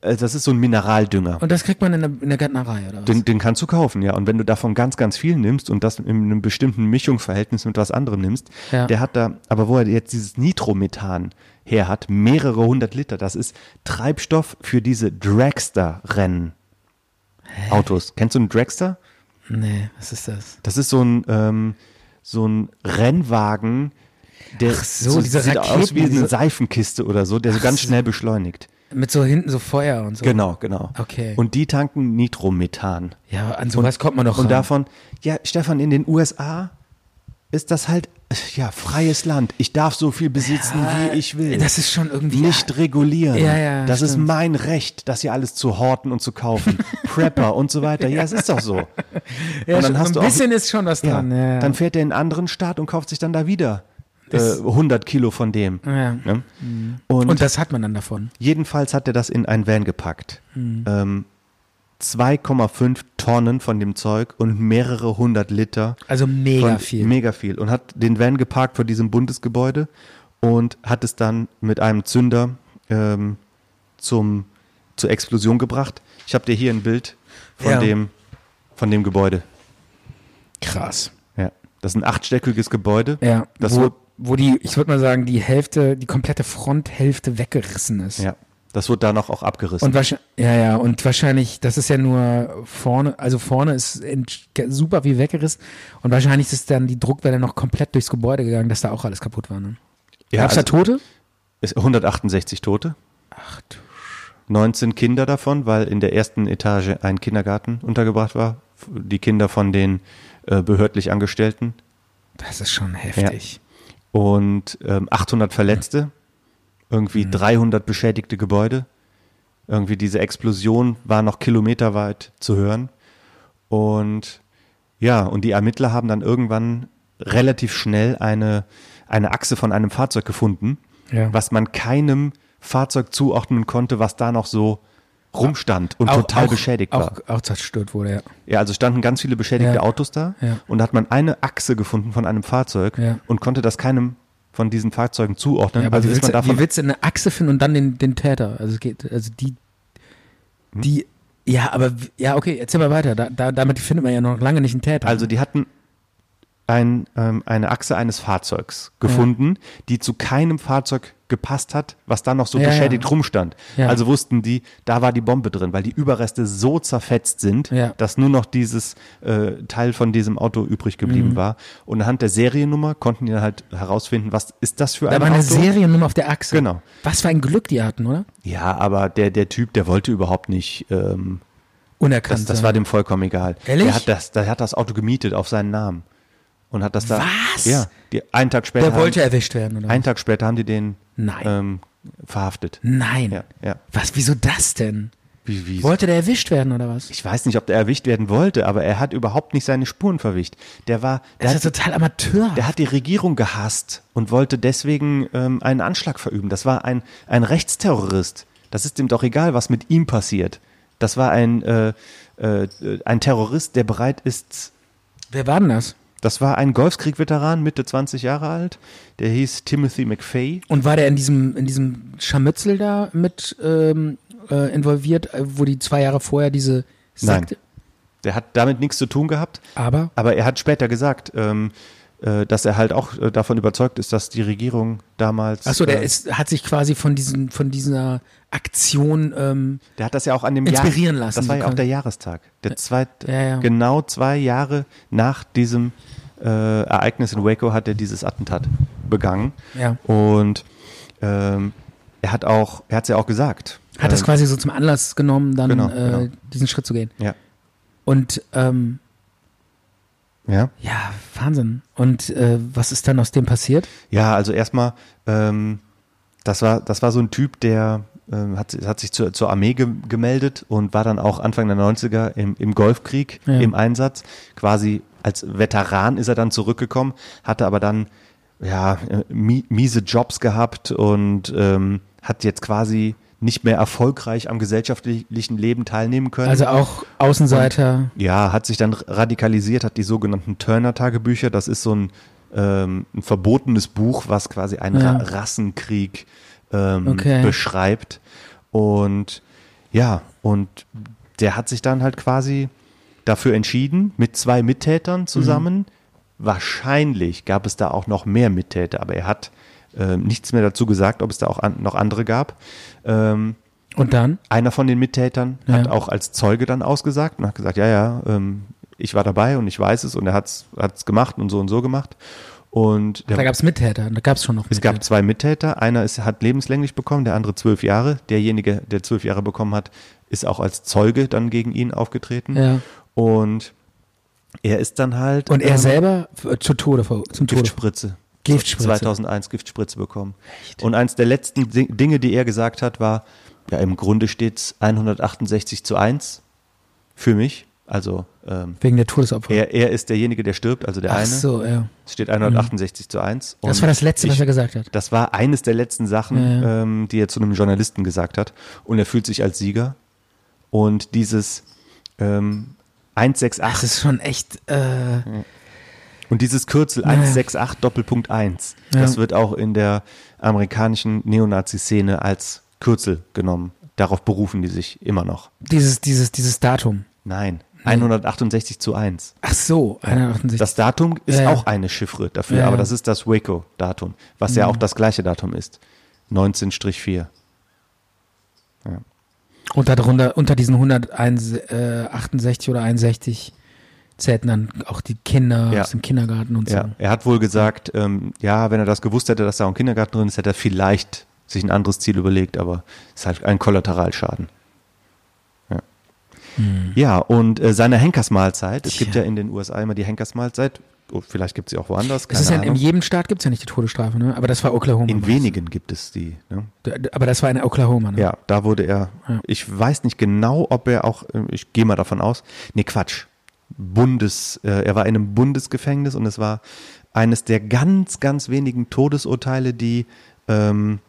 S4: äh, das ist so ein Mineraldünger.
S3: Und das kriegt man in der, in der Gärtnerei, oder was?
S4: Den, den kannst du kaufen, ja. Und wenn du davon ganz, ganz viel nimmst und das in einem bestimmten Mischungsverhältnis mit was anderem nimmst,
S3: Ja.
S4: der hat da, aber wo er jetzt dieses Nitromethan her hat, mehrere hundert Liter, das ist Treibstoff für diese Dragster-Rennen. Autos. Kennst du einen Dragster?
S3: nee, was ist das?
S4: Das ist so ein, ähm, so ein Rennwagen, der
S3: so, diese
S4: sieht aus
S3: Raketen,
S4: wie eine
S3: diese-
S4: Seifenkiste oder so, der so ganz schnell beschleunigt.
S3: Mit so hinten so Feuer und so.
S4: Genau, genau.
S3: Okay.
S4: Und die tanken Nitromethan.
S3: Ja, an sowas kommt man doch
S4: Und
S3: ran.
S4: davon, ja, Stefan, in den USA ist das halt, ja, freies Land. Ich darf so viel besitzen, wie ich will.
S3: Das ist schon irgendwie...
S4: nicht regulieren.
S3: Ja, ja,
S4: das ist
S3: stimmt.
S4: mein Recht, das hier alles zu horten und zu kaufen. Prepper und so weiter. Ja, es ist doch so.
S3: ja,
S4: und dann
S3: schon,
S4: hast
S3: so
S4: du
S3: ein
S4: auch-
S3: bisschen ist schon was
S4: Ja,
S3: dran. Ja, ja.
S4: Dann fährt er in einen anderen Staat und kauft sich dann da wieder äh, 100 Kilo von dem.
S3: Ja. Mhm.
S4: Ne? Und,
S3: und das hat man dann davon.
S4: jedenfalls hat er das in einen Van gepackt.
S3: Mhm.
S4: Ähm, 2,5 Tonnen von dem Zeug und mehrere hundert Liter
S3: Also mega
S4: von-
S3: viel.
S4: Mega viel. Und hat den Van geparkt vor diesem Bundesgebäude und hat es dann mit einem Zünder ähm, zum, zur Explosion gebracht. Ich habe dir hier ein Bild von,
S3: Ja.
S4: dem, von dem Gebäude.
S3: Krass.
S4: Ja. Das ist ein achtstöckiges Gebäude.
S3: Ja,
S4: Das
S3: wo,
S4: wurde,
S3: wo die, ich würde mal sagen, die Hälfte, die komplette Fronthälfte weggerissen ist.
S4: ja. Das wurde danach auch abgerissen.
S3: Und wahrscheinlich, ja, ja, und wahrscheinlich, das ist ja nur vorne, also vorne ist ent- ge- super wie weggerissen und wahrscheinlich ist dann die Druckwelle noch komplett durchs Gebäude gegangen, dass da auch alles kaputt war. Ne?
S4: ja,
S3: Gab's
S4: also,
S3: da Tote?
S4: es- 168 Tote.
S3: Ach du.
S4: 19 Kinder davon, weil in der ersten Etage ein Kindergarten untergebracht war. F- Die Kinder von den äh, behördlich Angestellten.
S3: Das ist schon heftig.
S4: Und ähm, 800 Verletzte. irgendwie
S3: Mhm.
S4: 300 beschädigte Gebäude. Irgendwie diese Explosion war noch kilometerweit zu hören. Und ja, und die Ermittler haben dann irgendwann relativ schnell eine, eine Achse von einem Fahrzeug gefunden,
S3: Ja.
S4: was man keinem Fahrzeug zuordnen konnte, was da noch so rumstand und total beschädigt war.
S3: auch, Auch zerstört wurde, ja.
S4: Ja, also standen ganz viele beschädigte
S3: Ja.
S4: Autos da
S3: Ja.
S4: und da hat man eine Achse gefunden von einem Fahrzeug
S3: Ja.
S4: und konnte das keinem von diesen Fahrzeugen zuordnen.
S3: Ja, aber
S4: also
S3: wie,
S4: ist
S3: willst,
S4: man
S3: du- wie
S4: davon.
S3: willst du eine Achse finden und dann den, den Täter? Also, es geht, also die,
S4: Hm?
S3: die, ja, aber, w- ja, okay, erzähl mal weiter. Da, da, damit findet man ja noch lange nicht einen Täter.
S4: Also die hatten ein, ähm, eine Achse eines Fahrzeugs gefunden, die zu keinem Fahrzeug gepasst hat, was dann noch so
S3: Ja,
S4: beschädigt
S3: ja.
S4: rumstand.
S3: Ja.
S4: Also wussten die, da war die Bombe drin, weil die Überreste so zerfetzt sind,
S3: Ja.
S4: dass nur noch dieses äh, Teil von diesem Auto übrig
S3: Mhm.
S4: geblieben war. Und anhand der Seriennummer konnten die dann halt herausfinden, was ist das für ein
S3: da war
S4: Auto?
S3: eine Seriennummer auf der Achse.
S4: Genau.
S3: Was für ein Glück die hatten, oder?
S4: Ja, aber der, der Typ, der wollte überhaupt nicht, ähm,
S3: Unerkannt.
S4: das, das
S3: sein.
S4: war dem vollkommen egal.
S3: Ehrlich?
S4: Der hat das, der hat das Auto gemietet auf seinen Namen. Und hat das da.
S3: Was?
S4: Ja. Die, einen Tag später.
S3: der wollte
S4: haben,
S3: erwischt werden, oder?
S4: einen Tag später haben die den
S3: Nein. Hm.
S4: Ähm, verhaftet.
S3: Nein.
S4: Ja, ja.
S3: Was, wieso das denn?
S4: Wie, wie,
S3: Wollte der erwischt werden, oder was?
S4: ich weiß nicht, ob der erwischt werden wollte, aber er hat überhaupt nicht seine Spuren verwischt. Der war.
S3: Das
S4: Der hat,
S3: ist ja total Amateur.
S4: der hat die Regierung gehasst und wollte deswegen ähm, einen Anschlag verüben. Das war ein, ein Rechtsterrorist. Das ist ihm doch egal, was mit ihm passiert. Das war ein, äh, äh, ein Terrorist, der bereit ist.
S3: Wer war denn das?
S4: Das war ein Golfkrieg-Veteran, Mitte 20 Jahre alt. Der hieß Timothy McFay.
S3: Und war der in diesem, in diesem Scharmützel da mit ähm, äh, involviert, äh, wo die zwei Jahre vorher diese Sekte.
S4: Der hat damit nichts zu tun gehabt.
S3: Aber
S4: Aber er hat später gesagt, ähm, äh, dass er halt auch äh, davon überzeugt ist, dass die Regierung damals.
S3: Achso, der
S4: äh,
S3: ist, hat sich quasi von, diesen, von dieser Aktion, ähm,
S4: Der hat das ja auch an dem
S3: Inspirieren
S4: Jahr,
S3: lassen,
S4: Das war
S3: so
S4: ja auch
S3: kann-
S4: der Jahrestag. Der zweit,
S3: Ja, ja.
S4: Genau zwei Jahre nach diesem äh, Ereignis in Waco hat er dieses Attentat begangen.
S3: Ja.
S4: Und ähm, er hat auch, er hat es ja auch gesagt.
S3: hat das
S4: Ähm,
S3: quasi so zum Anlass genommen, dann
S4: genau,
S3: äh,
S4: genau.
S3: diesen Schritt zu gehen.
S4: Ja.
S3: Und ähm,
S4: Ja.
S3: ja, Wahnsinn. Und äh, was ist dann aus dem passiert?
S4: Ja, also erstmal, ähm, das war, das war so ein Typ, der ähm, hat, hat sich zur, zur Armee ge gemeldet und war dann auch Anfang der 90er im, im Golfkrieg
S3: Ja.
S4: im Einsatz. Quasi als Veteran ist er dann zurückgekommen, hatte aber dann ja, äh, mi miese Jobs gehabt und ähm, hat jetzt quasi nicht mehr erfolgreich am gesellschaftlichen Leben teilnehmen können.
S3: Also auch Außenseiter.
S4: Ja, hat sich dann radikalisiert, hat die sogenannten Turner-Tagebücher. Das ist so ein, ähm, ein verbotenes Buch, was quasi einen
S3: Ja.
S4: Ra Rassenkrieg ähm,
S3: Okay.
S4: beschreibt. Und ja, und der hat sich dann halt quasi dafür entschieden, mit zwei Mittätern zusammen.
S3: Mhm.
S4: Wahrscheinlich gab es da auch noch mehr Mittäter, aber er hat ähm, nichts mehr dazu gesagt, ob es da auch an, noch andere gab. Ähm,
S3: Und dann?
S4: einer von den Mittätern
S3: Ja.
S4: hat auch als Zeuge dann ausgesagt und hat gesagt, ja, ja, ähm, ich war dabei und ich weiß es und er hat's hat's gemacht und so und so gemacht. Und der,
S3: Da gab es Mittäter, da gab es schon noch
S4: es gab zwei Mittäter, einer ist, hat lebenslänglich bekommen, der andere zwölf Jahre. Derjenige, der zwölf Jahre bekommen hat, ist auch als Zeuge dann gegen ihn aufgetreten.
S3: Ja.
S4: Und er ist dann halt
S3: Und er
S4: ähm,
S3: selber äh, zu Tode, ver- zum Tode. ver-
S4: Giftspritze.
S3: Giftspritze.
S4: 2001 Giftspritze bekommen. Und eins der letzten Di- Dinge, die er gesagt hat, war, ja, im Grunde steht's 168 zu 1 für mich. Also ähm,
S3: Wegen der Todesopfer.
S4: er, er ist derjenige, der stirbt, also der
S3: Ach
S4: eine.
S3: so, ja.
S4: Es steht 168 zu 1.
S3: Das
S4: Und
S3: war das Letzte, was
S4: ich-
S3: er gesagt hat.
S4: Das war eines der letzten Sachen,
S3: Ja, ja.
S4: Ähm, die er zu einem Journalisten gesagt hat. Und er fühlt sich als Sieger. Und dieses ähm, 168
S3: Das ist schon echt, äh,
S4: Und dieses Kürzel 168 Doppelpunkt 1, das wird auch in der amerikanischen Neonazi-Szene als Kürzel genommen. Darauf berufen die sich immer noch.
S3: dieses, dieses, dieses Datum.
S4: Nein, 168 zu 1.
S3: Ach so, 168.
S4: Das Datum ist
S3: Ja, ja.
S4: auch eine Chiffre dafür,
S3: Ja, Mhm. ja.
S4: aber das ist das Waco-Datum, was ja auch das gleiche Datum ist. 19-4.
S3: Und darunter, unter diesen 168 oder 61 zählten dann auch die Kinder
S4: Ja.
S3: aus dem Kindergarten und so.
S4: Ja, er hat wohl gesagt, ähm, ja, wenn er das gewusst hätte, dass da auch ein Kindergarten drin ist, hätte er vielleicht sich ein anderes Ziel überlegt, aber es ist halt ein Kollateralschaden. Ja,
S3: Hm.
S4: ja und äh, seine Henkersmahlzeit, es gibt ja in den USA immer die Henkersmahlzeit, Oh, vielleicht gibt es sie auch woanders.
S3: Es
S4: Keine
S3: ist ja in
S4: Ahnung.
S3: jedem Staat gibt es ja nicht die Todesstrafe, ne? Aber das war Oklahoma.
S4: in wenigen gibt es die. Ne?
S3: D- d- Aber das war in Oklahoma, ne?
S4: Ja, da wurde er. Ich weiß nicht genau, ob er auch, äh, ich gehe mal davon aus. Nee, Quatsch. Bundes, äh, er war in einem Bundesgefängnis und es war eines der ganz, ganz wenigen Todesurteile, die ähm,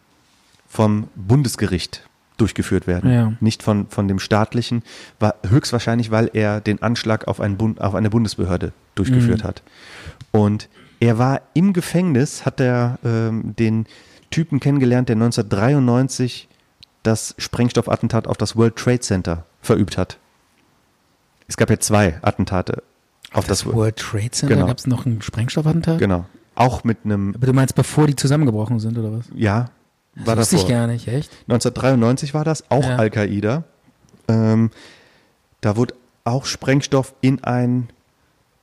S4: vom Bundesgericht durchgeführt werden.
S3: Ja.
S4: Nicht von, von dem staatlichen, war höchstwahrscheinlich, weil er den Anschlag auf, einen Bund, auf eine Bundesbehörde
S3: Mhm.
S4: durchgeführt hat. Und er war im Gefängnis, hat er ähm, den Typen kennengelernt, der 1993 das Sprengstoffattentat auf das World Trade Center verübt hat. Es gab ja zwei Attentate auf das,
S3: Das World Trade Center
S4: Genau.
S3: gab es noch einen Sprengstoffattentat?
S4: Genau. Auch mit einem,
S3: Aber du meinst, bevor die zusammengebrochen sind, oder was?
S4: ja, war
S3: das
S4: das
S3: wusste ich gar nicht, echt?
S4: 1993 war das, auch
S3: Ja.
S4: Al-Qaida. Ähm, da wurde auch Sprengstoff in ein,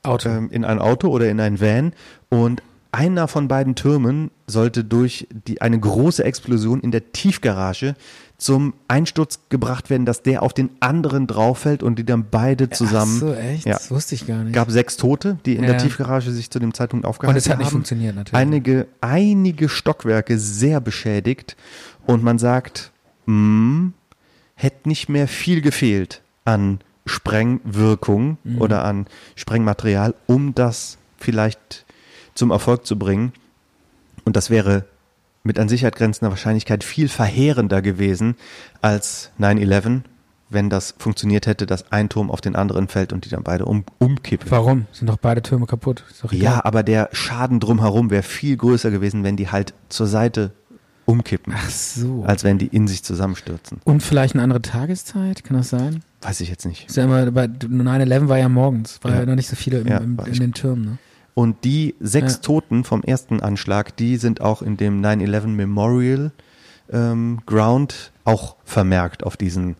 S3: Auto.
S4: ähm, in ein Auto oder in ein Van und einer von beiden Türmen sollte durch die, eine große Explosion in der Tiefgarage zum Einsturz gebracht werden, dass der auf den anderen drauf fällt und die dann beide zusammen.
S3: Ach so, echt?
S4: Ja.
S3: Das wusste ich gar nicht.
S4: Mhm. gab sechs Tote, die in der
S3: Ja.
S4: Tiefgarage sich zu dem Zeitpunkt aufgehalten haben.
S3: Und es hat nicht funktioniert, natürlich.
S4: Einige, einige Stockwerke sehr beschädigt und man sagt, hm, hätte nicht mehr viel gefehlt an Sprengwirkung
S3: Mhm.
S4: oder an Sprengmaterial, um das vielleicht zum Erfolg zu bringen. Und das wäre mit an Sicherheit grenzender Wahrscheinlichkeit viel verheerender gewesen als 9-11, wenn das funktioniert hätte, dass ein Turm auf den anderen fällt und die dann beide um, umkippen.
S3: Warum? Sind doch beide Türme kaputt. Ist doch egal.
S4: Ja, aber der Schaden drumherum wäre viel größer gewesen, wenn die halt zur Seite umkippen,
S3: Ach so.
S4: als wenn die in sich zusammenstürzen.
S3: Und vielleicht eine andere Tageszeit, kann das sein?
S4: Weiß ich jetzt nicht.
S3: Ist ja immer, bei 9-11 war ja morgens, war ja, noch nicht so viele im,
S4: Ja,
S3: im,
S4: war
S3: in
S4: ich-
S3: den Türmen. Ne?
S4: Und die sechs
S3: Ja.
S4: Toten vom ersten Anschlag, die sind auch in dem 9-11 Memorial ähm, Ground auch vermerkt auf diesen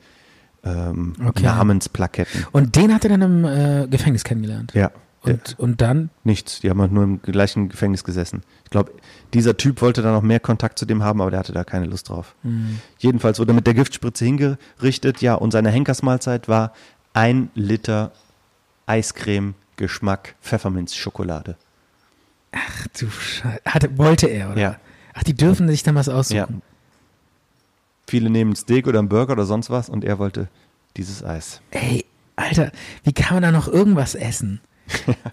S4: ähm,
S3: Okay.
S4: Namensplaketten.
S3: Und den hat er dann im äh, Gefängnis kennengelernt.
S4: Ja. der-
S3: Und, und dann,
S4: Nichts, die haben halt nur im gleichen Gefängnis gesessen. Ich glaube, dieser Typ wollte da noch mehr Kontakt zu dem haben, aber der hatte da keine Lust drauf.
S3: Mhm.
S4: Jedenfalls wurde mit der Giftspritze hingerichtet, ja, und seine Henkersmahlzeit war ein Liter Eiscreme, Geschmack, Pfefferminzschokolade.
S3: ach du Scheiße, hatte, wollte er, oder?
S4: Ja.
S3: Ach, die dürfen sich dann was aussuchen.
S4: Viele nehmen einen Steak oder einen Burger oder sonst was und er wollte dieses Eis.
S3: Ey, Alter, wie kann man da noch irgendwas essen?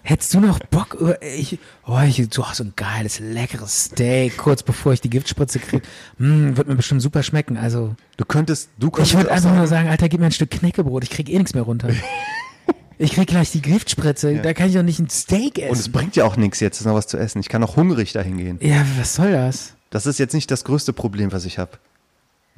S3: Hättest du noch Bock? über- Ich, oh, ich, du hast so ein geiles, leckeres Steak, kurz bevor ich die Giftspritze kriege. Mm, wird mir bestimmt super schmecken. Also,
S4: Du könntest, du
S3: ich
S4: könntest
S3: würde
S4: auch
S3: einfach
S4: sagen-
S3: nur sagen, Alter, gib mir ein Stück Knäckebrot. Ich krieg eh nichts mehr runter. Ich krieg gleich die Giftspritze. Da kann ich doch nicht ein Steak
S4: und es
S3: essen.
S4: bringt ja auch nichts jetzt, noch was zu essen. Ich kann auch hungrig dahin gehen.
S3: Ja, was soll das?
S4: Das ist jetzt nicht das größte Problem, was ich habe.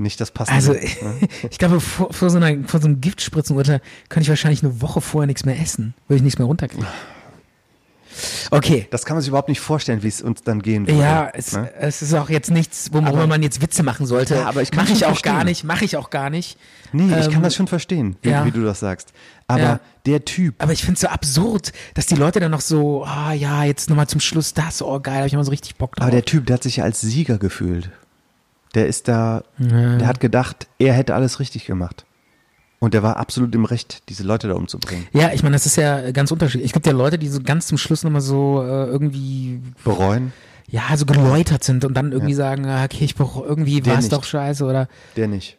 S4: Nicht das passende.
S3: Also,
S4: ne?
S3: ich glaube, vor, vor, so einer, vor so einem Giftspritzenurteil könnte ich wahrscheinlich eine Woche vorher nichts mehr essen. Würde ich nichts mehr runterkriegen.
S4: Ah.
S3: Okay.
S4: Das kann man sich überhaupt nicht vorstellen, wie es uns dann gehen würde.
S3: Ja, es,
S4: ne?
S3: es ist auch jetzt nichts, worüber
S4: Aber-
S3: man jetzt Witze machen sollte.
S4: Ja, aber ich kann
S3: mache ich
S4: schon
S3: auch gar
S4: verstehen.
S3: nicht, mache ich auch gar nicht.
S4: Nee, ich
S3: ähm,
S4: kann das schon verstehen, wie,
S3: ja.
S4: wie du das sagst. Aber
S3: Ja.
S4: der Typ,
S3: Aber ich finde es so absurd, dass die Leute dann noch so, ah ja, jetzt nochmal zum Schluss das, oh geil, habe ich immer so richtig Bock drauf.
S4: aber der Typ, der hat sich ja als Sieger gefühlt. Der ist da, der hat gedacht, er hätte alles richtig gemacht. Und der war absolut im Recht, diese Leute da umzubringen.
S3: ja, ich meine, das ist ja ganz unterschiedlich. Es gibt ja Leute, die so ganz zum Schluss nochmal so äh, irgendwie,
S4: Bereuen,
S3: ja, so geläutert sind und dann irgendwie sagen, ah, okay, ich brauche irgendwie,
S4: Der
S3: war es
S4: nicht.
S3: doch scheiße oder
S4: der nicht.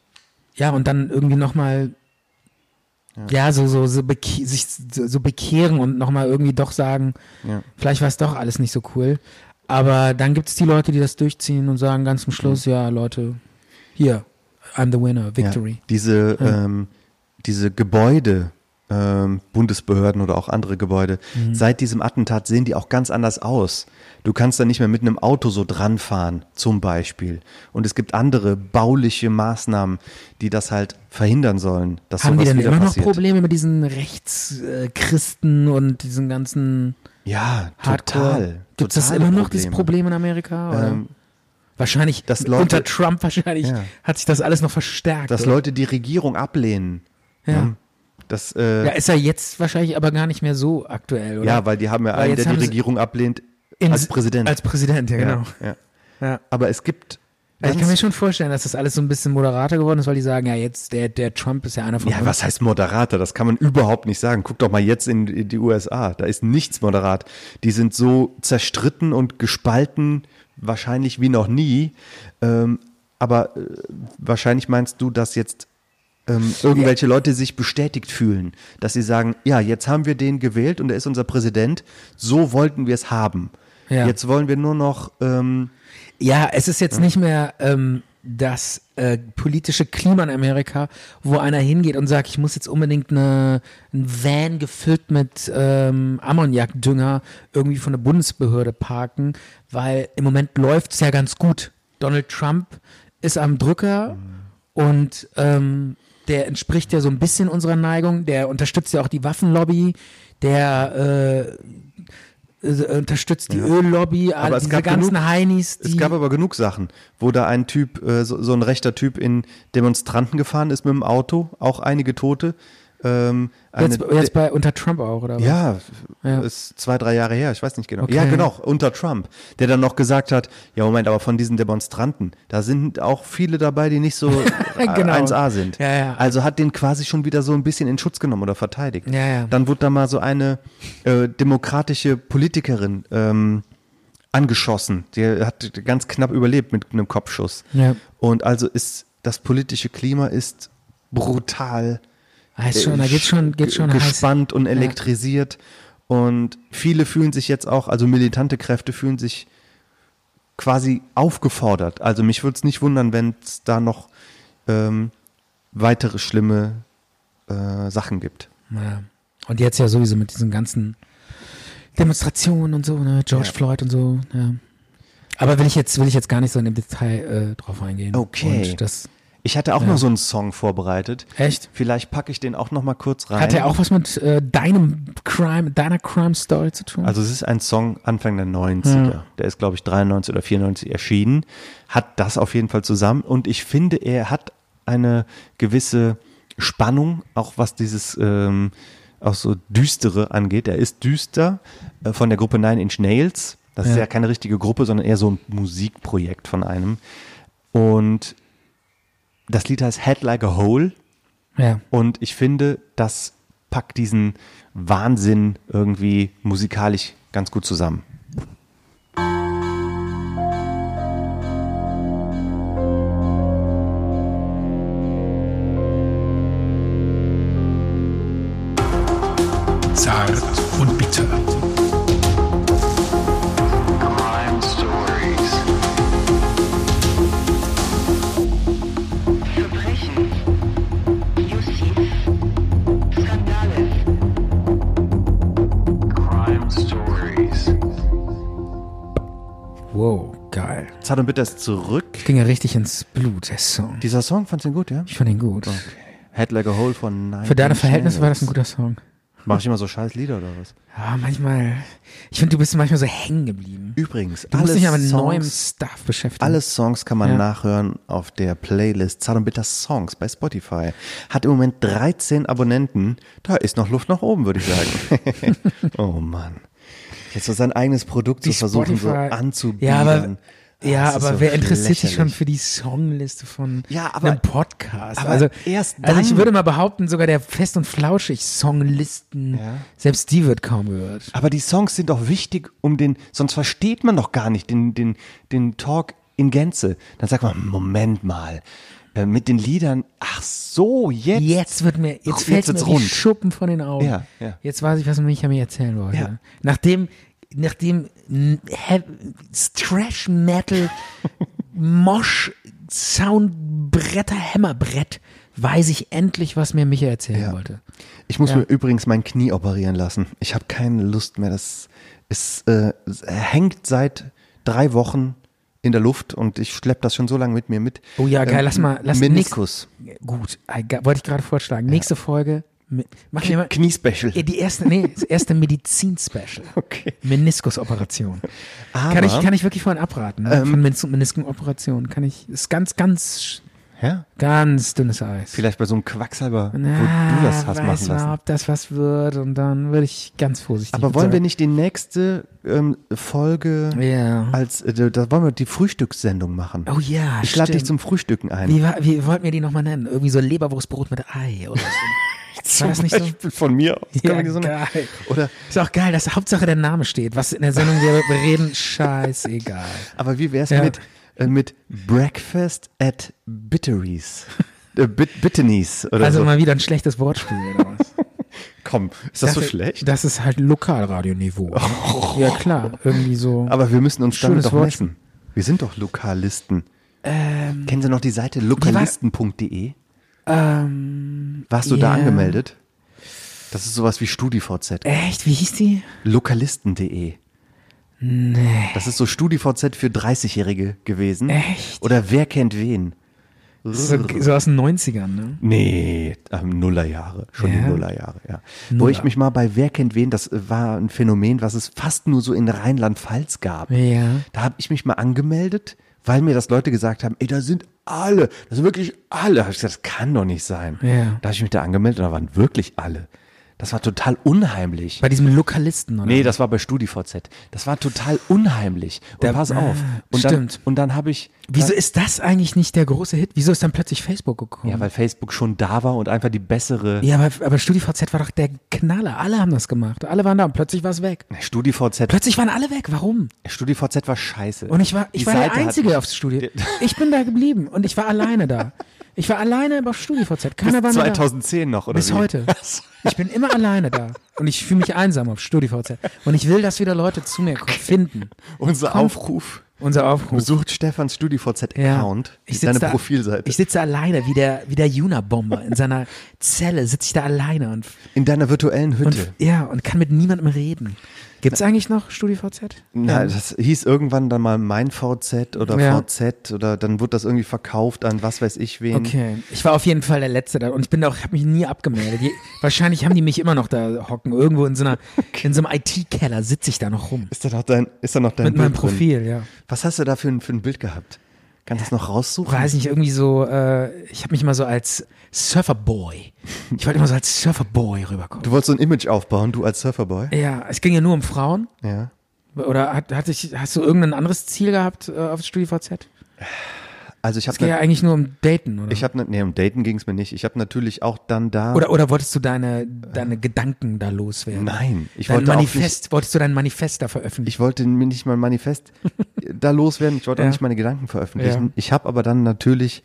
S3: Ja, und dann irgendwie nochmal, ja, ja so, so, so beke sich so, so bekehren und nochmal irgendwie doch sagen,
S4: Ja.
S3: vielleicht war es doch alles nicht so cool. Aber dann gibt es die Leute, die das durchziehen und sagen ganz
S4: Mhm.
S3: zum Schluss, ja, Leute, hier, I'm the winner, victory.
S4: Ja. Diese, ähm, diese Gebäude, ähm, Bundesbehörden oder auch andere Gebäude,
S3: Mhm.
S4: seit diesem Attentat sehen die auch ganz anders aus. Du kannst da nicht mehr mit einem Auto so dranfahren, zum Beispiel. Und es gibt andere bauliche Maßnahmen, die das halt verhindern sollen, dass
S3: Haben die
S4: sowas
S3: denn
S4: wieder
S3: immer noch
S4: passiert.
S3: Probleme mit diesen Rechtschristen äh, Christen und diesen ganzen
S4: Ja,
S3: Hardcore?
S4: total.
S3: Gibt es das
S4: Totale
S3: immer noch, dieses
S4: Probleme.
S3: Problem in Amerika? Oder?
S4: Ähm,
S3: wahrscheinlich,
S4: dass Leute-
S3: unter Trump wahrscheinlich
S4: Ja.
S3: hat sich das alles noch verstärkt.
S4: Dass
S3: oder?
S4: Leute die Regierung ablehnen.
S3: Ja.
S4: ne? Das, äh,
S3: Ja,
S4: ja,
S3: ist ja jetzt wahrscheinlich aber gar nicht mehr so aktuell, oder?
S4: weil die haben ja
S3: Weil
S4: einen,
S3: jetzt
S4: der die
S3: haben sie-
S4: Regierung ablehnt,
S3: In-
S4: als Präsident.
S3: Als Präsident, Genau. ja, genau.
S4: Ja, ja.
S3: Ja.
S4: Aber es gibt
S3: Also ich kann mir schon vorstellen, dass das alles so ein bisschen moderater geworden ist, weil die sagen, ja, jetzt der, der Trump ist ja einer von
S4: Ja,
S3: uns.
S4: was heißt Moderator? Das kann man überhaupt nicht sagen. Guck doch mal jetzt in, in die USA. Da ist nichts moderat. Die sind so zerstritten und gespalten, wahrscheinlich wie noch nie. Ähm, aber äh, wahrscheinlich meinst du, dass jetzt ähm, irgendwelche Leute sich bestätigt fühlen, dass sie sagen, ja, jetzt haben wir den gewählt und er ist unser Präsident. So wollten wir es haben.
S3: Ja.
S4: Jetzt wollen wir nur noch ähm,
S3: Ja, es ist jetzt nicht mehr ähm, das äh, politische Klima in Amerika, wo einer hingeht und sagt, ich muss jetzt unbedingt eine, ein Van gefüllt mit ähm, Ammoniakdünger irgendwie von der Bundesbehörde parken, weil im Moment läuft's ja ganz gut. Donald Trump ist am Drücker
S4: Mhm.
S3: und ähm, der entspricht ja so ein bisschen unserer Neigung, der unterstützt ja auch die Waffenlobby, der äh, äh, unterstützt die Öllobby, all
S4: Aber es
S3: diese
S4: gab
S3: ganzen
S4: genug-
S3: Heinis, die
S4: Es gab aber genug Sachen, wo da ein Typ, äh, so, so ein rechter Typ in Demonstranten gefahren ist mit dem Auto, auch einige Tote. Ähm, eine,
S3: Jetzt, jetzt bei unter Trump auch, oder? was?
S4: ja,
S3: Ja.
S4: ist zwei, drei Jahre her, ich weiß nicht genau.
S3: Okay.
S4: Ja, genau, unter Trump, der dann noch gesagt hat, ja Moment, aber von diesen Demonstranten, da sind auch viele dabei, die nicht so
S3: Genau.
S4: 1A sind.
S3: Ja, ja.
S4: Also hat den quasi schon wieder so ein bisschen in Schutz genommen oder verteidigt.
S3: Ja, ja.
S4: Dann wurde da mal so eine äh, demokratische Politikerin ähm, angeschossen. Die hat ganz knapp überlebt mit einem Kopfschuss.
S3: Ja.
S4: Und also ist das politische Klima ist brutal
S3: Ah, ist schon, da geht schon, geht schon
S4: ge-
S3: heiß.
S4: gespannt und elektrisiert. Und viele fühlen sich jetzt auch, also militante Kräfte fühlen sich quasi aufgefordert. Also mich würde es nicht wundern, wenn es da noch ähm, weitere schlimme äh, Sachen gibt.
S3: Ja. Und jetzt ja sowieso mit diesen ganzen Demonstrationen und so, ne? George Floyd und so, ja. Aber will ich jetzt, will ich jetzt gar nicht so in dem Detail äh, drauf eingehen.
S4: Okay.
S3: Und das,
S4: Ich hatte auch noch so einen Song vorbereitet.
S3: Echt?
S4: Vielleicht packe ich den auch noch mal kurz rein.
S3: hat er auch was mit äh, deinem Crime, deiner Crime Story zu tun?
S4: Also es ist ein Song Hm. Anfang der 90er. Der ist, glaube ich, 93 oder 94 erschienen. Hat das auf jeden Fall zusammen. Und ich finde, er hat eine gewisse Spannung, auch was dieses ähm, auch so Düstere angeht. Er ist düster äh, von der Gruppe Nine Inch Nails. Das ist ja keine richtige Gruppe, sondern eher so ein Musikprojekt von einem. Und das Lied heißt Head Like a Hole.
S3: ja.
S4: Und ich finde, das packt diesen Wahnsinn irgendwie musikalisch ganz gut zusammen.
S5: Zart und bitter.
S6: Crime Stories.
S7: Verbrechen, Justiz, Skandale,
S6: Crime Stories.
S3: Wow, geil.
S4: Zart und bitter ist zurück.
S3: Ging ja richtig ins Blut, der Song.
S4: Dieser Song fandst du gut, ja?
S3: Ich fand ihn gut.
S4: Head Like a Hole von Nine
S3: Für deine
S4: Inch
S3: Verhältnisse war das
S4: Nails.
S3: ein guter Song.
S4: Mach ich immer so scheiß Lieder oder was?
S3: Ja, manchmal. Ich finde, du bist manchmal so hängen geblieben.
S4: Übrigens,
S3: Du musst
S4: alle,
S3: dich ja mit neuem
S4: Songs,
S3: Stuff beschäftigen.
S4: alle Songs kann man
S3: Ja.
S4: nachhören auf der Playlist Zart und bitter Songs bei Spotify. Hat im Moment 13 Abonnenten. Da ist noch Luft nach oben, würde ich sagen. oh Mann. Jetzt so sein eigenes Produkt zu versuchen, so anzubieten. Ah,
S3: Ja, aber, ja,
S4: das ist
S3: aber
S4: so
S3: wer interessiert sich schon
S4: lächerlich.
S3: für die Songliste von
S4: Ja, aber-
S3: einem Podcast?
S4: aber
S3: also,
S4: erst
S3: also ich
S4: dann-
S3: würde mal behaupten, sogar der Fest- und Flauschig-Songlisten,
S4: Ja.
S3: selbst die wird kaum gehört.
S4: Aber die Songs sind doch wichtig, um den, sonst versteht man doch gar nicht den, den, den Talk in Gänze. Dann sagt man, Moment mal, äh, mit den Liedern, ach so, jetzt.
S3: Jetzt wird mir,
S4: Jetzt
S3: jetzt fällt mir
S4: wird's
S3: die
S4: rund.
S3: Schuppen von den Augen.
S4: Ja, ja.
S3: Jetzt weiß ich, was Micha mir erzählen wollte.
S4: Ja.
S3: Nachdem, nachdem n- He- Trash Metal Mosch Soundbretter Hämmerbrett weiß ich endlich, was mir Micha erzählen
S4: Ja.
S3: wollte.
S4: Ich muss
S3: Ja.
S4: mir übrigens mein Knie operieren lassen. Ich habe keine Lust mehr. Das es, äh, es hängt seit drei Wochen in der Luft und ich schleppe das schon so lange mit mir mit.
S3: Oh ja, geil, lass mal- lass
S4: Ähm, Meniskus.
S3: Gut, äh, ge- wollte ich gerade vorschlagen. Nächste Folge. mi- Machen wir mal.
S4: Kniespecial.
S3: Ja, die erste, nee, das erste Medizin-Special.
S4: Okay.
S3: Meniskusoperation.
S4: Aber- Ähm,
S3: Kann ich, kann ich wirklich von abraten. ne? von Menis Meniskenoperationen. Kann ich, ist ganz, ganz sch-
S4: Ja?
S3: Ganz dünnes Eis.
S4: Vielleicht bei so einem Quacksalber,
S3: Na,
S4: wo du das hast
S3: weiß
S4: machen lassen.
S3: Mal, ob das was wird und dann würde ich ganz vorsichtig
S4: Aber wollen wir
S3: sein.
S4: nicht die nächste ähm, Folge
S3: Ja.
S4: als, äh, da wollen wir die Frühstückssendung machen.
S3: Oh ja,
S4: ich lade dich
S3: stimmt.
S4: zum Frühstücken ein.
S3: Wie, war, wie wollten wir die nochmal nennen? Irgendwie so Leberwurstbrot mit Ei oder so. War das nicht so?
S4: Von mir aus. Kann man die so-
S3: geil.
S4: Oder,
S3: Ist auch geil, dass Hauptsache der Name steht. Was in der Sendung wir reden, scheißegal.
S4: aber wie wär's
S3: Ja.
S4: mit, äh, mit Breakfast at Bitteries? Äh, Bit Bittenies oder
S3: Also
S4: so.
S3: mal wieder ein schlechtes Wortspiel oder was?
S4: Komm, ist das so
S3: Dafür-
S4: schlecht? Oh.
S3: Das ist halt Lokalradioniveau. Ja klar, irgendwie so.
S4: Aber wir müssen uns damit
S3: Schönes
S4: doch
S3: Wort. Ähm,
S4: messen. Wir sind doch Lokalisten. Kennen Sie noch die Seite lokalisten.de? E? Warst du da
S3: Ähm, ja. Äh.
S4: angemeldet? Das ist sowas wie StudiVZ.
S3: Echt, wie hieß die?
S4: Lokalisten.de. Nee. E. Das ist so StudiVZ für 30-Jährige gewesen.
S3: Echt?
S4: Oder wer kennt wen?
S3: So, so aus den 90ern, ne?
S4: Nee, ähm, Nullerjahre, schon
S3: Ja?
S4: die Nullerjahre, ja. Wo ich mich mal bei Wer kennt wen, das äh, war ein Phänomen, was es fast nur so in Rheinland-Pfalz gab.
S3: Ja.
S4: Da habe ich mich mal angemeldet, weil mir das Leute gesagt haben, ey, da sind alle, das sind wirklich alle. Da hab ich gesagt, das kann doch nicht sein.
S3: Ja.
S4: Da habe ich mich da angemeldet und da waren wirklich alle. Das war total unheimlich.
S3: Bei diesem Lokalisten, oder?
S4: Nee, das war bei StudiVZ. Das war total unheimlich. Und
S3: Der-
S4: pass auf.
S3: Ah,
S4: Und
S3: stimmt.
S4: Dann, und dann habe ich.
S3: Wieso ist das eigentlich nicht der große Hit? Wieso ist dann plötzlich Facebook gekommen?
S4: Ja, weil Facebook schon da war und einfach die bessere.
S3: Ja, aber, aber StudiVZ war doch der Knaller. Alle haben das gemacht. Alle waren da und plötzlich war es weg.
S4: StudiVZ.
S3: Plötzlich waren alle weg. Warum?
S4: StudiVZ war scheiße.
S3: Und ich war, ich
S4: Die
S3: war
S4: Seite
S3: der
S4: hat
S3: Einzige
S4: mich-
S3: aufs Studio. Ich bin da geblieben und ich war alleine da. Ich war alleine auf StudiVZ. Keiner
S4: Bis
S3: war mehr da.
S4: 2010 noch, oder?
S3: Bis
S4: wie?
S3: heute. Ich bin immer alleine da. Und ich fühle mich einsam auf StudiVZ. Und ich will, dass wieder Leute zu mir ko- finden.
S4: Unser Aufruf.
S3: Unser Aufruf.
S4: Besucht Stefans StudiVZ-Account,
S3: Ich sitz
S4: seine
S3: da,
S4: Profilseite.
S3: Ich sitze alleine, wie der, wie der Juna-Bomber. In seiner Zelle sitze ich da alleine und,
S4: in deiner virtuellen
S3: und,
S4: Hütte.
S3: ja, und kann mit niemandem reden. Gibt's eigentlich noch StudiVZ?
S4: Na, das hieß irgendwann dann mal mein VZ oder
S3: Ja.
S4: VZ oder dann wurde das irgendwie verkauft an was weiß ich wen.
S3: Okay, ich war auf jeden Fall der Letzte da und ich bin auch, habe mich nie abgemeldet. Die, wahrscheinlich haben die mich immer noch da hocken. Irgendwo in so einer, in so einem IT-Keller sitze ich da noch rum.
S4: Ist da noch dein, ist da noch dein
S3: Mit
S4: Bild
S3: meinem
S4: drin?
S3: Profil, ja.
S4: Was hast du da für ein, für ein Bild gehabt? Kannst du das noch raussuchen?
S3: Weiß nicht, irgendwie so, äh, ich habe mich immer so als Surferboy. Ich wollte immer so als Surferboy rüberkommen.
S4: Du wolltest so ein Image aufbauen, du als Surferboy.
S3: Ja, es ging ja nur um Frauen.
S4: Ja.
S3: Oder hat, hat ich, hast du irgendein anderes Ziel gehabt äh, auf StudiVZ?
S4: Also ich
S3: Es ging
S4: habe
S3: ja eigentlich nur um Daten, oder?
S4: ich habe ne, nee, um Daten ging es mir nicht. Ich habe natürlich auch dann da
S3: oder, oder wolltest du deine, deine Gedanken da loswerden?
S4: Nein, ich
S3: dein
S4: wollte auch
S3: Manifest, wolltest du dein Manifest da veröffentlichen?
S4: ich wollte mir nicht mein Manifest da loswerden, ich wollte
S3: Ja.
S4: auch nicht meine Gedanken veröffentlichen.
S3: Ja.
S4: Ich habe aber dann natürlich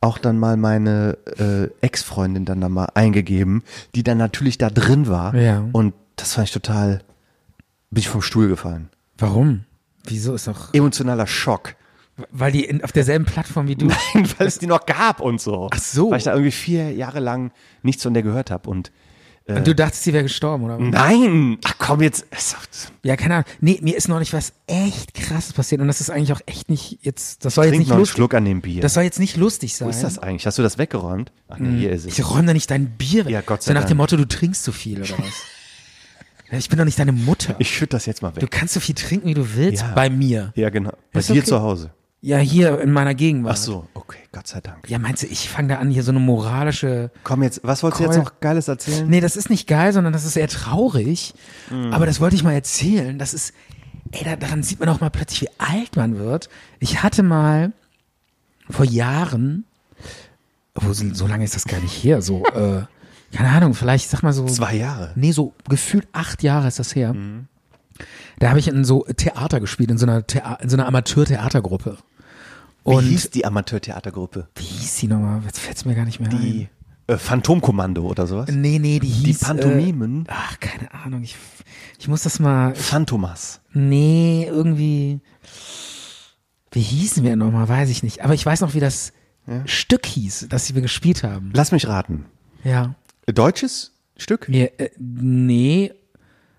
S4: auch dann mal meine äh, Ex-Freundin dann da mal eingegeben, die dann natürlich da drin war
S3: Ja.
S4: und das fand ich total bin ich vom Stuhl gefallen.
S3: Warum? Wieso ist doch.
S4: Emotionaler Schock.
S3: Weil die in, auf derselben Plattform wie du.
S4: Nein, weil es die noch gab und so. Ach
S3: so.
S4: Weil ich da irgendwie vier Jahre lang nichts von der gehört habe. Und
S3: Und du dachtest, sie wäre gestorben, oder? was?
S4: nein, ach komm jetzt. ist doch-
S3: Ja, keine Ahnung. Nee, mir ist neulich was echt krasses passiert. Und das ist eigentlich auch echt nicht jetzt. Das soll jetzt
S4: Trink
S3: nicht
S4: noch einen
S3: lustig.
S4: Schluck an dem Bier.
S3: Das soll jetzt nicht lustig sein.
S4: Wo ist das eigentlich? Hast du das weggeräumt? Ach nee, hier ist es.
S3: Mhm. Ich räume da nicht dein Bier weg.
S4: Ja, Gott
S3: so
S4: sei
S3: nach
S4: Dank.
S3: dem Motto, du trinkst zu viel, oder was? ja, ich bin doch nicht deine Mutter.
S4: Ich schütte das jetzt mal weg.
S3: du kannst so viel trinken, wie du willst,
S4: Ja.
S3: bei mir.
S4: Ja, genau. Bei
S3: Ist
S4: dir
S3: okay.
S4: zu Hause.
S3: Ja, hier in meiner Gegenwart.
S4: Ach so, okay, Gott sei Dank.
S3: Ja, meinst du, ich fange da an, hier so eine moralische.
S4: Komm jetzt, was wolltest du
S3: Keul-
S4: jetzt noch Geiles erzählen?
S3: Nee, das ist nicht geil, sondern das ist eher traurig.
S4: Hm.
S3: Aber das wollte ich mal erzählen. Das ist, ey, da, daran sieht man auch mal plötzlich, wie alt man wird. Ich hatte mal vor Jahren, obwohl so, so lange ist das gar nicht her, so, äh, keine Ahnung, vielleicht sag mal so.
S4: Zwei Hm. Jahre.
S3: Nee, so gefühlt acht Jahre ist das her. Da habe ich in so Theater gespielt, in so einer, Thea in so einer Amateur-Theatergruppe. Und
S4: Wie hieß die Amateurtheatergruppe?
S3: wie hieß die nochmal? Jetzt fällt es mir gar nicht mehr ein.
S4: Die äh, Phantomkommando oder sowas?
S3: Nee, nee, die hieß.
S4: Pantomimen?
S3: Äh, ach, keine Ahnung. Ich, ich muss das mal.
S4: Phantomas.
S3: Nee, irgendwie. Wie hießen wir nochmal? Weiß ich nicht. Aber ich weiß noch, wie das Stück hieß, das wir gespielt haben.
S4: Lass mich raten.
S3: Ja.
S4: Deutsches Stück?
S3: Wir, äh, nee.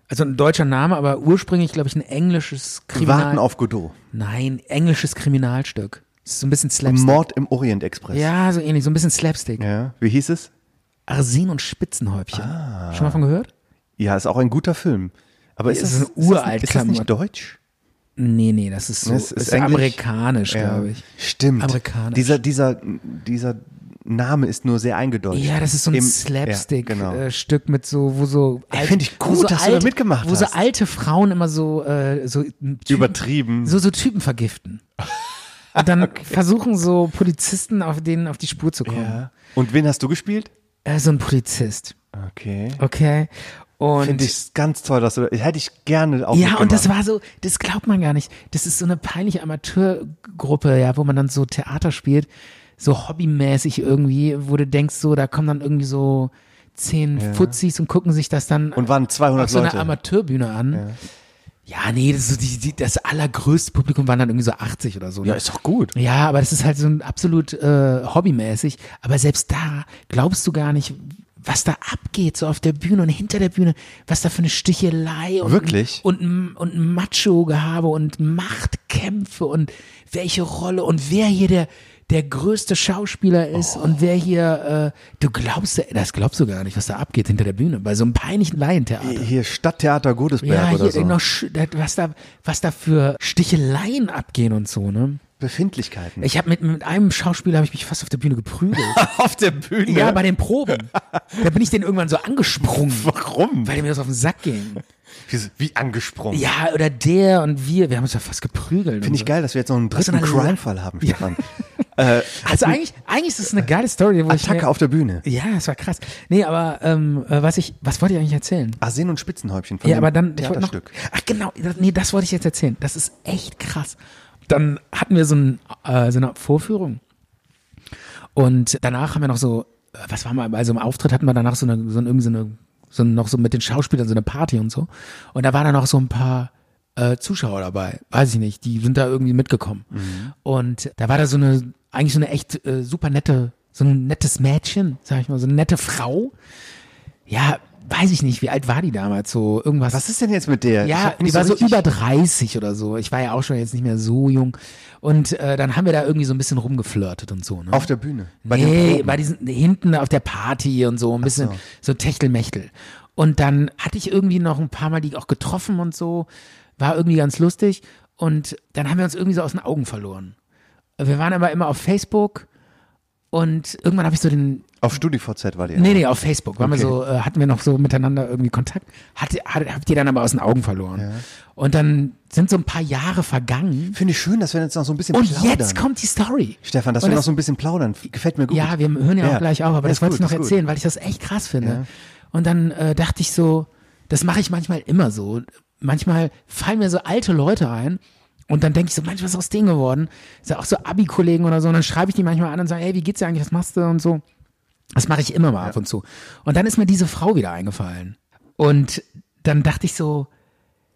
S3: Also ein deutscher Name, aber ursprünglich, glaube ich, ein englisches Kriminal.
S4: Warten auf Godot.
S3: Nein, englisches Kriminalstück. Ist so ein bisschen Slapstick.
S4: Mord im Orient Express.
S3: Ja, so ähnlich, so ein bisschen Slapstick.
S4: ja. Wie hieß es?
S3: Arsen und Spitzenhäubchen.
S4: Ah.
S3: Schon mal von gehört?
S4: Ja, ist auch ein guter Film. Aber ist,
S3: Ist
S4: das,
S3: das ein uralt
S4: ist das, ist das nicht
S3: Klamotten?
S4: deutsch?
S3: Nee, nee, das ist so
S4: Es ist
S3: ist
S4: Englisch.
S3: amerikanisch, glaube ich.
S4: Stimmt.
S3: Amerikanisch.
S4: Dieser, dieser, dieser Name ist nur sehr eingedeutscht.
S3: Ja, das ist so ein äh,
S4: Im- ja,
S3: Slapstick-Stück
S4: genau.
S3: mit so, wo so.
S4: Ey,
S3: alt-
S4: find ich gut,
S3: wo so
S4: dass du da mitgemacht
S3: Wo
S4: hast.
S3: so alte Frauen immer so, äh, so Typen,
S4: Übertrieben.
S3: So, so Typen vergiften. Und dann versuchen so Polizisten auf denen auf die Spur zu kommen.
S4: ja. Und wen hast du gespielt?
S3: Äh, so ein Polizist.
S4: Okay.
S3: Okay. Und
S4: Finde ich ganz toll, dass du, hätte ich gerne auch
S3: Ja, und das
S4: mitgemacht.
S3: war so, das glaubt man gar nicht. Das ist so eine peinliche Amateurgruppe, ja, wo man dann so Theater spielt, so hobbymäßig irgendwie, wo du denkst, so, da kommen dann irgendwie so zehn Fuzzis und gucken sich das dann
S4: Und waren 200
S3: auf so einer
S4: Leute.
S3: Amateurbühne an. Ja, nee, das, ist so die, die, das allergrößte Publikum waren dann irgendwie so 80 oder so. ne?
S4: Ja, ist doch gut.
S3: Ja, aber das ist halt so ein absolut äh, hobbymäßig. Aber selbst da glaubst du gar nicht, was da abgeht, so auf der Bühne und hinter der Bühne, was da für eine Stichelei und,
S4: Wirklich?
S3: und, und, Macho-Gehabe und Machtkämpfe und welche Rolle und wer hier der, der größte Schauspieler ist und wer hier, äh, du glaubst, das glaubst du gar nicht, was da abgeht hinter der Bühne, bei so einem peinlichen Laientheater.
S4: Hier Stadttheater Godesberg
S3: Ja,
S4: oder
S3: hier
S4: so.
S3: noch, sch- was da, was da für Sticheleien abgehen und so, ne?
S4: Befindlichkeiten.
S3: Ich habe mit, mit einem Schauspieler habe ich mich fast auf der Bühne geprügelt.
S4: auf der Bühne.
S3: ja, bei den Proben. Da bin ich den irgendwann so angesprungen,
S4: Warum?
S3: weil mir das auf den Sack ging.
S4: Wie, wie angesprungen.
S3: Ja, oder der und wir, wir haben uns ja fast geprügelt. Also und
S4: Finde ich
S3: so.
S4: geil, dass wir jetzt noch einen
S3: Was
S4: dritten
S3: für eine
S4: Crime-Fall haben,
S3: Ja.
S4: Stefan. Äh,
S3: Also eigentlich, eigentlich ist es eine geile Story, wo ich
S4: Attacke
S3: mir,
S4: auf der Bühne.
S3: Ja, das war krass. Nee, aber ähm, äh, was ich, was wollte ich eigentlich erzählen?
S4: Arsen Ah, und Spitzenhäubchen von
S3: Ja,
S4: dem
S3: aber dann, ich wollte noch,
S4: Theaterstück.
S3: ach genau, das, nee, das wollte ich jetzt erzählen. Das ist echt krass. Dann hatten wir so, ein, äh, so eine Vorführung und danach haben wir noch so, äh, was war mal, bei so einem Auftritt hatten wir danach so eine, so eine, irgendwie so eine, so noch so mit den Schauspielern so eine Party und so. Und da waren dann noch so ein paar äh, Zuschauer dabei, weiß ich nicht, die sind da irgendwie mitgekommen.
S4: Mhm.
S3: Und da war da so eine, eigentlich so eine echt äh, super nette, so ein nettes Mädchen, sag ich mal, so eine nette Frau. Ja, weiß ich nicht, wie alt war die damals? So irgendwas.
S4: Was ist denn jetzt mit der? Ich
S3: Ja,
S4: hab
S3: die
S4: nicht
S3: war so
S4: richtig-
S3: über 30 oder so. Ich war ja auch schon jetzt nicht mehr so jung. Und äh, dann haben wir da irgendwie so ein bisschen rumgeflirtet und so. Ne?
S4: Auf der Bühne. Bei den
S3: nee,
S4: Proben.
S3: bei diesen hinten auf der Party und so ein bisschen so, Techtelmechtel. Und dann hatte ich irgendwie noch ein paar Mal die auch getroffen und so. War irgendwie ganz lustig. Und dann haben wir uns irgendwie so aus den Augen verloren. Wir waren aber immer auf Facebook und irgendwann habe ich so den
S4: Auf StudiVZ war die.
S3: Nee, nee, auf Facebook. Waren wir
S4: Okay.
S3: so, äh, hatten wir noch so miteinander irgendwie Kontakt. Hatte, hatte, habt ihr dann aber aus den Augen verloren. Und dann sind so ein paar Jahre vergangen.
S4: Finde ich schön, dass wir jetzt noch so ein bisschen
S3: Und
S4: plaudern.
S3: jetzt kommt die Story.
S4: Stefan, dass
S3: Und
S4: wir noch
S3: das-
S4: so ein bisschen plaudern. F- Gefällt mir gut.
S3: Ja, wir hören ja, auch gleich auf, aber das
S4: ist
S3: wollte
S4: gut,
S3: ich noch
S4: ist gut.
S3: erzählen, weil ich das echt krass finde. Und dann äh, dachte ich so, das mache ich manchmal immer so. Manchmal fallen mir so alte Leute ein und dann denke ich so, Mensch, was ist aus denen geworden? Ist ja auch so Abi-Kollegen oder so. Und dann schreibe ich die manchmal an und sage, hey, wie geht's dir eigentlich, was machst du und so. Das mache ich immer mal ab und zu. Und dann ist mir diese Frau wieder eingefallen. Und dann dachte ich so,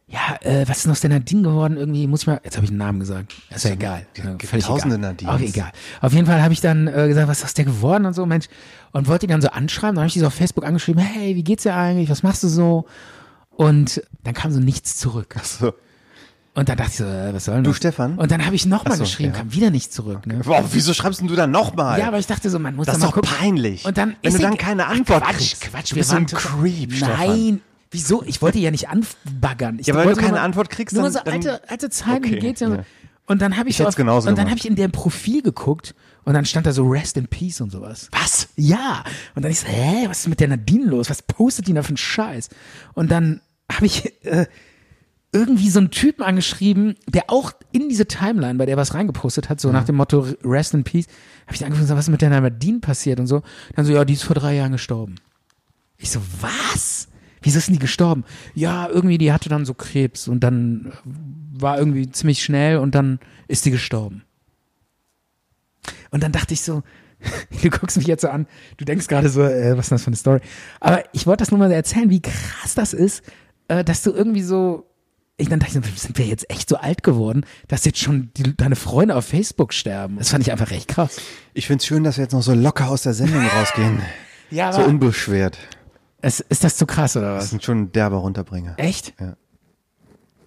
S3: ja, äh, was ist denn aus der Nadine geworden? Irgendwie muss ich mal, jetzt habe ich einen Namen gesagt. Ist ja egal.
S4: ja, gibt
S3: Völlig
S4: tausende
S3: egal.
S4: Nadines.
S3: Auch egal. Auf jeden Fall habe ich dann äh, gesagt, was ist aus der geworden und so, Mensch. Und wollte die dann so anschreiben. Dann habe ich die so auf Facebook angeschrieben, hey, wie geht's dir eigentlich? Was machst du so? Und dann kam so nichts zurück.
S4: So.
S3: Und dann dachte ich so, äh, was soll denn
S4: Du,
S3: das?
S4: Stefan?
S3: Und dann habe ich nochmal
S4: Ach so,
S3: geschrieben,
S4: ja.
S3: kam wieder nicht zurück. Ne?
S4: Wow, wieso schreibst denn du dann nochmal?
S3: Ja, aber ich dachte so, man muss
S4: Das
S3: da
S4: ist
S3: mal
S4: doch
S3: gucken.
S4: peinlich.
S3: Und dann
S4: Wenn
S3: ist
S4: du dann
S3: egal.
S4: keine Antwort
S3: Quatsch,
S4: kriegst.
S3: Quatsch,
S4: Du
S3: wir
S4: bist so ein
S3: waren total-
S4: Creep, Stefan.
S3: Nein. Wieso? Ich wollte ja nicht anbaggern. Ich
S4: Ja, weil
S3: wollte
S4: du keine
S3: nur mal-
S4: Antwort kriegst,
S3: Nur
S4: dann-
S3: so
S4: dann-
S3: alte, alte Zeiten, wie
S4: Okay,
S3: geht's dir?
S4: ja.
S3: Und dann habe ich, so
S4: hätt's
S3: auf-
S4: genauso
S3: Und dann
S4: gemacht.
S3: habe ich in deren Profil geguckt und dann stand da so Rest in Peace und sowas. Was? Ja. Und dann ich so, hä, was ist mit der Nadine los? Was postet die da für einen Scheiß? Und dann habe ich äh, irgendwie so einen Typen angeschrieben, der auch in diese Timeline, bei der was reingepostet hat, so nach dem Motto Rest in Peace, habe ich dann angefangen, was ist mit der Nadine passiert und so. Dann so, ja, die ist vor drei Jahren gestorben. Ich so, was? Wieso ist denn die gestorben? Ja, irgendwie, die hatte dann so Krebs und dann war irgendwie ziemlich schnell und dann ist die gestorben. Und dann dachte ich so, du guckst mich jetzt so an, du denkst gerade so, äh, was ist das für eine Story? Aber ich wollte das nur mal erzählen, wie krass das ist, äh, dass du irgendwie so, ich dann dachte ich, so, sind wir jetzt echt so alt geworden, dass jetzt schon die, deine Freunde auf Facebook sterben? Das fand ich einfach echt krass.
S4: Ich find's schön, dass wir jetzt noch so locker aus der Sendung rausgehen.
S3: Ja,
S4: So unbeschwert.
S3: es, ist das zu krass oder
S4: Das
S3: was?
S4: sind schon ein derber Runterbringer.
S3: Echt?
S4: Ja.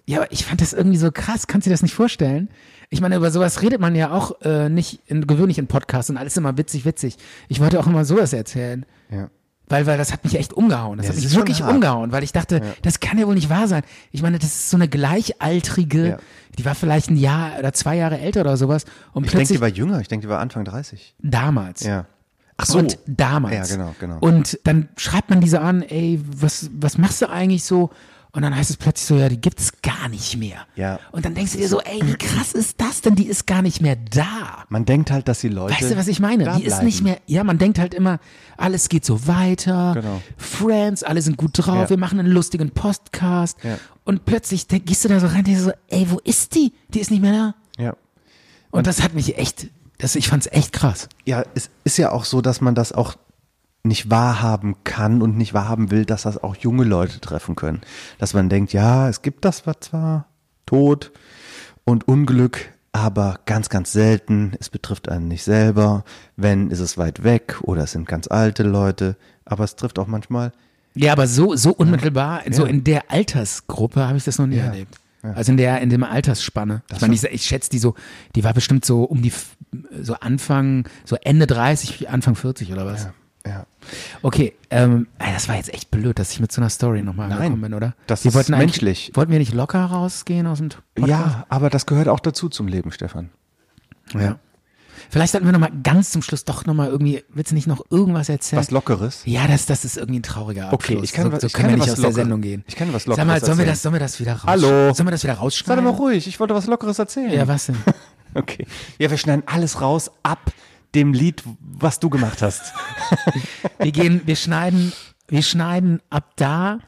S3: Ja, aber ich fand das irgendwie so krass. Kannst du dir das nicht vorstellen? Ich meine, über sowas redet man ja auch äh, nicht in, gewöhnlich in Podcasts und alles immer witzig, witzig. Ich wollte auch immer sowas erzählen.
S4: Ja.
S3: Weil, weil das hat mich echt umgehauen. Das
S4: Ja,
S3: hat
S4: das
S3: mich
S4: ist schon
S3: wirklich
S4: hart.
S3: umgehauen, weil ich dachte, das kann ja wohl nicht wahr sein. Ich meine, das ist so eine gleichaltrige,
S4: Ja.
S3: die war vielleicht ein Jahr oder zwei Jahre älter oder sowas. Und
S4: Ich denke,
S3: plötzlich
S4: die war jünger. Ich denke, die war Anfang 30.
S3: damals.
S4: Ja. Ach
S3: Und damals.
S4: Ja, genau, genau.
S3: Und dann schreibt man diese an, ey, was, was machst du eigentlich so? Und dann heißt es plötzlich so, ja, die gibt's gar nicht mehr.
S4: Ja.
S3: Und dann denkst du dir so, ey, wie krass ist das denn? Die ist gar nicht mehr da.
S4: Man denkt halt, dass die Leute.
S3: Weißt du, was ich meine?
S4: da
S3: Die ist
S4: bleiben.
S3: nicht mehr, ja, man denkt halt immer, alles geht so weiter,
S4: Genau.
S3: Friends, alle sind gut drauf,
S4: Ja.
S3: wir machen einen lustigen Podcast.
S4: Ja.
S3: Und plötzlich denk, gehst du da so rein, denkst du so, ey, wo ist die? Die ist nicht mehr da.
S4: Ja.
S3: Und, das hat mich echt, das, ich fand's echt krass.
S4: ja, es ist ja auch so, dass man das auch nicht wahrhaben kann und nicht wahrhaben will, dass das auch junge Leute treffen können. Dass man denkt, ja, es gibt das was zwar, Tod und Unglück, aber ganz, ganz selten. Es betrifft einen nicht selber. Wenn, ist es weit weg oder es sind ganz alte Leute. Aber es trifft auch manchmal
S3: Ja, aber so, so unmittelbar, so in der Altersgruppe habe ich das noch nie erlebt. Also in der, in dem Altersspanne. ich meine, ich, ich schätze die so, die war bestimmt so um die, f- so Anfang, so Ende 30, Anfang 40 oder was.
S4: ja.
S3: Okay, ähm, ey, das war jetzt echt blöd, dass ich mit so einer Story nochmal
S4: Nein,
S3: angekommen bin, oder?
S4: das
S3: Wir
S4: ist
S3: wollten eigentlich-
S4: menschlich.
S3: Wollten wir nicht locker rausgehen aus dem Podcast?
S4: Ja, aber das gehört auch dazu zum Leben, Stefan.
S3: ja. Vielleicht sollten wir nochmal ganz zum Schluss doch nochmal irgendwie, willst du nicht noch irgendwas erzählen?
S4: Was Lockeres.
S3: Ja, das, das ist irgendwie ein trauriger Abschluss.
S4: Okay, ich kann
S3: so,
S4: was-
S3: so
S4: ich
S3: können
S4: kann
S3: wir nicht
S4: was
S3: aus der
S4: Lockeres-
S3: Sendung gehen.
S4: ich kann was
S3: Sag mal,
S4: Lockeres
S3: sollen wir
S4: erzählen.
S3: das, sollen wir das wieder raus?
S4: Hallo?
S3: Sollen wir das wieder
S4: Sei doch
S3: rausschneiden?
S4: mal ruhig, ich wollte was Lockeres erzählen.
S3: Ja, was denn?
S4: Okay. Ja, wir schneiden alles raus ab dem Lied, was du gemacht hast.
S3: Wir gehen, wir schneiden, wir schneiden ab da,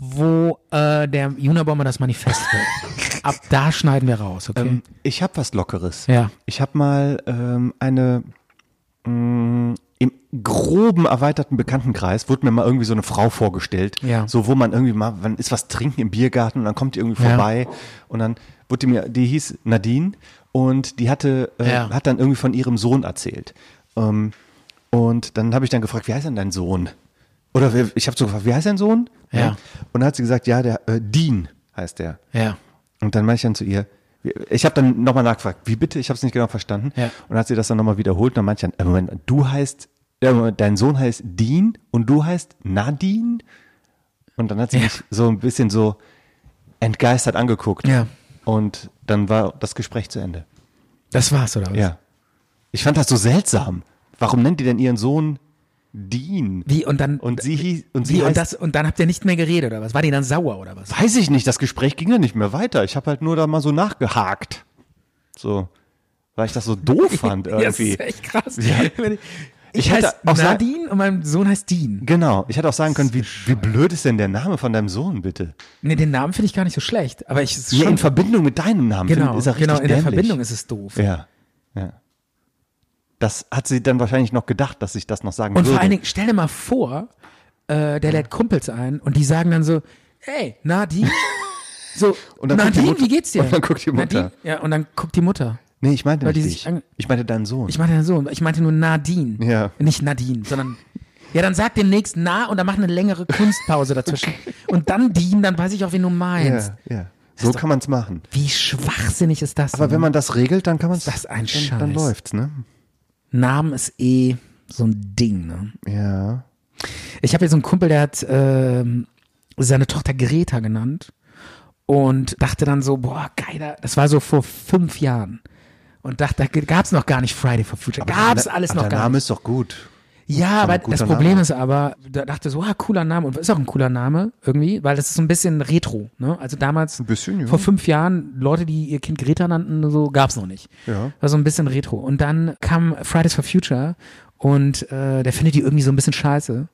S3: wo äh, der Junabomber das Manifest will. ab da schneiden wir raus, okay?
S4: Ähm, Ich habe was Lockeres.
S3: Hm. Ja.
S4: Ich habe mal ähm, eine mh, im groben erweiterten Bekanntenkreis wurde mir mal irgendwie so eine Frau vorgestellt.
S3: Ja.
S4: So wo man irgendwie mal, man ist was trinken im Biergarten und dann kommt die irgendwie
S3: Ja.
S4: vorbei und dann wurde die mir, die hieß Nadine und die hatte äh,
S3: Ja.
S4: hat dann irgendwie von ihrem Sohn erzählt. Ähm, und dann habe ich dann gefragt, wie heißt denn dein Sohn? Oder wer- ich habe so gefragt, wie heißt dein Sohn?
S3: Ja.
S4: Und dann hat sie gesagt, ja, der äh, Dean heißt der.
S3: Ja.
S4: Und dann meinte ich dann zu ihr, ich habe dann nochmal nachgefragt, wie bitte? Ich habe es nicht genau verstanden.
S3: Ja.
S4: Und dann hat sie das dann nochmal wiederholt. Und dann meinte ich dann, äh, Moment, du heißt, äh, Moment, dein Sohn heißt Dean und du heißt Nadine? Und dann hat sie mich so ein bisschen so entgeistert angeguckt.
S3: Ja.
S4: Und dann war das Gespräch zu Ende.
S3: Das war's, oder was?
S4: Ja. Ich fand das so seltsam. Warum nennt die denn ihren Sohn Dean?
S3: Wie, und dann.
S4: Und sie hieß, und sie
S3: Wie, und,
S4: heißt,
S3: das, und dann habt ihr nicht mehr geredet oder was? War die dann sauer oder was?
S4: weiß ich nicht, das Gespräch ging dann nicht mehr weiter. Ich habe halt nur da mal so nachgehakt. So, weil ich das so doof fand irgendwie.
S3: Das ist echt krass. Wenn Ich,
S4: Ich
S3: ich
S4: hätte
S3: heiße
S4: auch sagen-
S3: Nadine und mein Sohn heißt Dean.
S4: Genau, ich hätte auch sagen können, wie, wie blöd ist denn der Name von deinem Sohn, bitte?
S3: Nee, den Namen finde ich gar nicht so schlecht, aber ich es ist
S4: Ja,
S3: schon
S4: in Verbindung mit deinem Namen
S3: genau,
S4: find- ist er richtig
S3: genau, in der
S4: dämlich.
S3: Verbindung ist es doof.
S4: Ja, ja. Das hat sie dann wahrscheinlich noch gedacht, dass ich das noch sagen
S3: Und
S4: würde.
S3: vor allen Dingen, stell dir mal vor, äh, der lädt Kumpels ein und die sagen dann so, hey, Nadine. So,
S4: Und dann guckt die
S3: Nadine,
S4: Mutter-
S3: wie geht's dir?
S4: und dann guckt die Mutter.
S3: Nadine, ja, und dann guckt die Mutter.
S4: nee, ich meinte
S3: weil
S4: nicht
S3: die sich
S4: dich.
S3: ange-
S4: Ich meinte deinen Sohn.
S3: Ich meinte ja so, ich meinte nur Nadine.
S4: Ja.
S3: Nicht Nadine, sondern. Ja, dann sag demnächst na und dann mach eine längere Kunstpause dazwischen. Und dann Dean, dann weiß ich auch, wen du meinst.
S4: ja, ja. So kann man's machen.
S3: Wie schwachsinnig ist das?
S4: Aber
S3: denn?
S4: wenn man das regelt, dann kann man's.
S3: das ein
S4: dann, dann
S3: Scheiß.
S4: läuft's, ne?
S3: Namen ist eh so ein Ding, ne?
S4: Ja.
S3: Ich habe jetzt so einen Kumpel, der hat ähm, seine Tochter Greta genannt und dachte dann so, boah, geiler, das war so vor fünf Jahren. Und dachte, da gab's noch gar nicht Friday for Future, gab's
S4: der-
S3: alles
S4: aber
S3: noch
S4: Der
S3: gar
S4: Name
S3: nicht.
S4: ist doch gut.
S3: Ja,
S4: aber
S3: aber
S4: guter
S3: das Problem
S4: Name.
S3: ist aber, da dachte so, ah, cooler Name und ist auch ein cooler Name irgendwie, weil das ist so ein bisschen Retro, ne? Also damals,
S4: Ein bisschen, ja.
S3: vor fünf Jahren, Leute, die ihr Kind Greta nannten, so gab's noch nicht.
S4: Ja.
S3: War so ein bisschen Retro. Und dann kam Fridays for Future und äh, der findet die irgendwie so ein bisschen scheiße.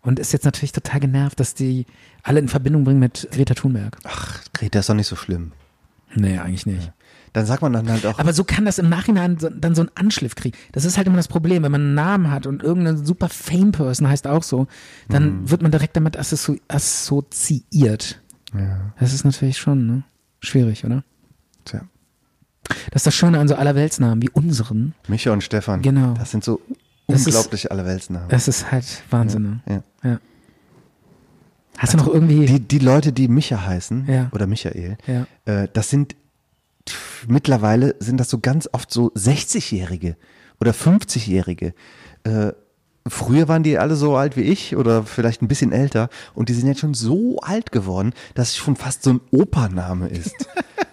S3: Und ist jetzt natürlich total genervt, dass die alle in Verbindung bringen mit Greta Thunberg.
S4: Ach, Greta ist doch nicht so schlimm.
S3: Nee, eigentlich nicht.
S4: Dann sagt man dann halt auch,
S3: Aber so kann das im Nachhinein so, dann so einen Anschliff kriegen. Das ist halt immer das Problem, wenn man einen Namen hat und irgendeine super Fame-Person heißt auch so, dann
S4: Mhm.
S3: wird man direkt damit assozi assoziiert. Das ist natürlich schon ne? schwierig, oder?
S4: Tja.
S3: Das ist das Schöne an so Allerweltsnamen wie unseren.
S4: Micha und Stefan.
S3: Genau.
S4: Das sind so
S3: Das ist-
S4: unglaublich Allerweltsnamen.
S3: Das ist halt Wahnsinn.
S4: Ja. Also,
S3: ne? Ja. Hast du noch irgendwie.
S4: Die, die Leute, die Micha heißen
S3: Ja.
S4: oder Michael,
S3: Ja.
S4: äh, das sind pff, mittlerweile sind das so ganz oft so 60-Jährige oder 50-Jährige. Äh, Früher waren die alle so alt wie ich oder vielleicht ein bisschen älter und die sind jetzt schon so alt geworden, dass es schon fast so ein Opernname ist.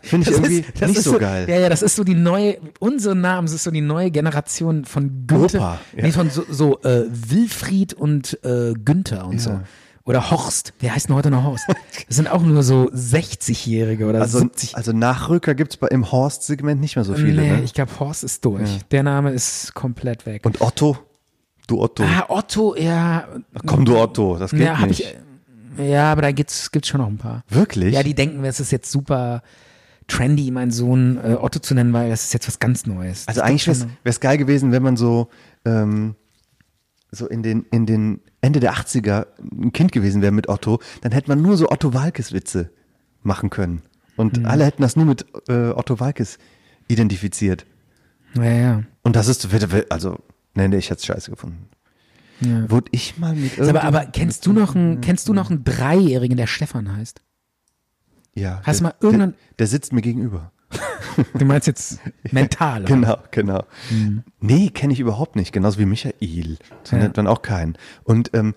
S4: Finde ich irgendwie
S3: das
S4: nicht
S3: ist
S4: so, geil.
S3: Ja, ja, das ist so die neue, unsere Namen, das ist so die neue Generation von Günther.
S4: Opa, ja.
S3: Nee, von so, so äh, Wilfried und äh, Günther und so. Oder Horst, wer heißt denn heute noch Horst? Das sind auch nur so 60-Jährige oder
S4: Also,
S3: 70.
S4: also Nachrücker gibt's bei im Horst-Segment nicht mehr so viele.
S3: nee,
S4: ne?
S3: ich glaube, Horst ist durch. Der Name ist komplett weg.
S4: Und Otto? Du Otto.
S3: ah, Otto, ja.
S4: Komm, du Otto, das geht
S3: ja, hab
S4: nicht.
S3: ich, äh, ja, aber da gibt's, gibt's schon noch ein paar.
S4: Wirklich?
S3: Ja, die denken, es ist jetzt super trendy, meinen Sohn äh, Otto zu nennen, weil das ist jetzt was ganz Neues.
S4: Also eigentlich wäre es geil gewesen, wenn man so, ähm, so in den, in den Ende der 80er ein Kind gewesen wäre mit Otto, dann hätte man nur so Otto Walkes Witze machen können. Und
S3: Mhm.
S4: alle hätten das nur mit äh, Otto Walkes identifiziert.
S3: Ja, ja.
S4: Und das ist, also, nee, nee, ich hätte es scheiße gefunden. Wurde ich mal mit
S3: Sag mal,
S4: irgendeinem-
S3: aber kennst du noch
S4: Mhm.
S3: einen, kennst du noch einen Dreijährigen, der Stefan heißt?
S4: ja,
S3: hast du
S4: der-
S3: mal irgendein-
S4: Der, der sitzt mir gegenüber.
S3: Du meinst jetzt mental. oder?
S4: Genau, genau.
S3: Mhm.
S4: Nee, kenne ich überhaupt nicht. Genauso wie Michael. So nennt man auch keinen. Und ähm,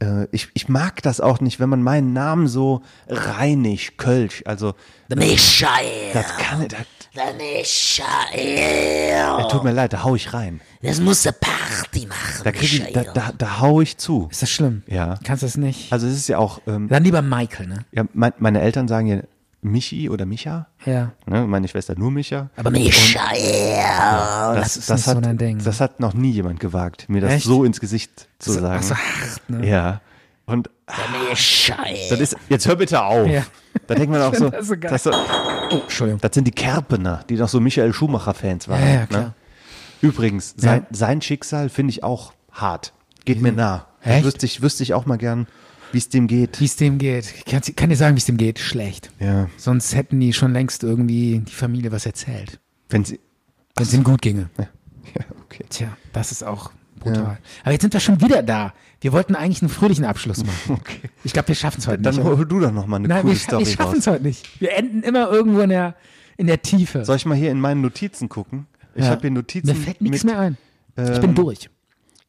S4: äh, ich, ich mag das auch nicht, wenn man meinen Namen so reinig, kölsch, also
S7: Michael,
S4: das kann das,
S7: der Michael.
S4: das tut mir leid, da hau ich rein.
S7: Das muss eine Party machen,
S4: Da, krieg ich, da, da, da hau ich zu.
S3: Ist das schlimm?
S4: Ja.
S3: Kannst du das nicht?
S4: Also es ist ja auch, ähm,
S3: Dann lieber Michael, ne?
S4: ja, mein, meine Eltern sagen ja Michi oder Micha.
S3: Ja.
S4: Ne, meine Schwester nur Micha.
S7: Aber Michael.
S4: das,
S3: ist nicht so
S4: hat,
S3: dein Ding.
S4: Das hat noch nie jemand gewagt, mir das
S3: Echt?
S4: so ins Gesicht zu sagen.
S3: so hart, ne?
S4: Ja. Und
S7: Michael.
S4: Das ist, jetzt hör bitte auf.
S3: Ja.
S4: Da denkt man auch so,
S3: das
S4: das,
S3: so geil.
S4: so-
S3: Oh, Entschuldigung.
S4: das sind die Kerpener, die doch so Michael Schumacher-Fans waren.
S3: Ja, ja,
S4: ne?
S3: klar.
S4: Übrigens, sein,
S3: Ja.
S4: sein Schicksal finde ich auch hart. Geht mir nah.
S3: Echt?
S4: Wüsste ich, wüsste ich auch mal gern, wie es dem geht.
S3: Wie es dem geht. Ich kann, kann dir sagen, wie es dem geht. Schlecht.
S4: Ja.
S3: Sonst hätten die schon längst irgendwie die Familie was erzählt.
S4: Wenn sie,
S3: Wenn es ihm gut ginge.
S4: ja, okay.
S3: Tja, das ist auch brutal. Aber jetzt sind wir schon wieder da. Wir wollten eigentlich einen fröhlichen Abschluss machen. Okay. Ich glaube, wir schaffen es heute
S4: Dann
S3: nicht.
S4: hol
S3: oder?
S4: du doch noch mal eine
S3: Nein,
S4: coole
S3: wir, scha-
S4: Story
S3: wir schaffen es
S4: raus.
S3: heute nicht. Wir enden immer irgendwo in der, in der Tiefe.
S4: Soll ich mal hier in meinen Notizen gucken? Ich
S3: Ja.
S4: habe hier Notizen.
S3: Mir fällt nichts
S4: mit- ähm, oh.
S3: mehr ein. ich bin durch.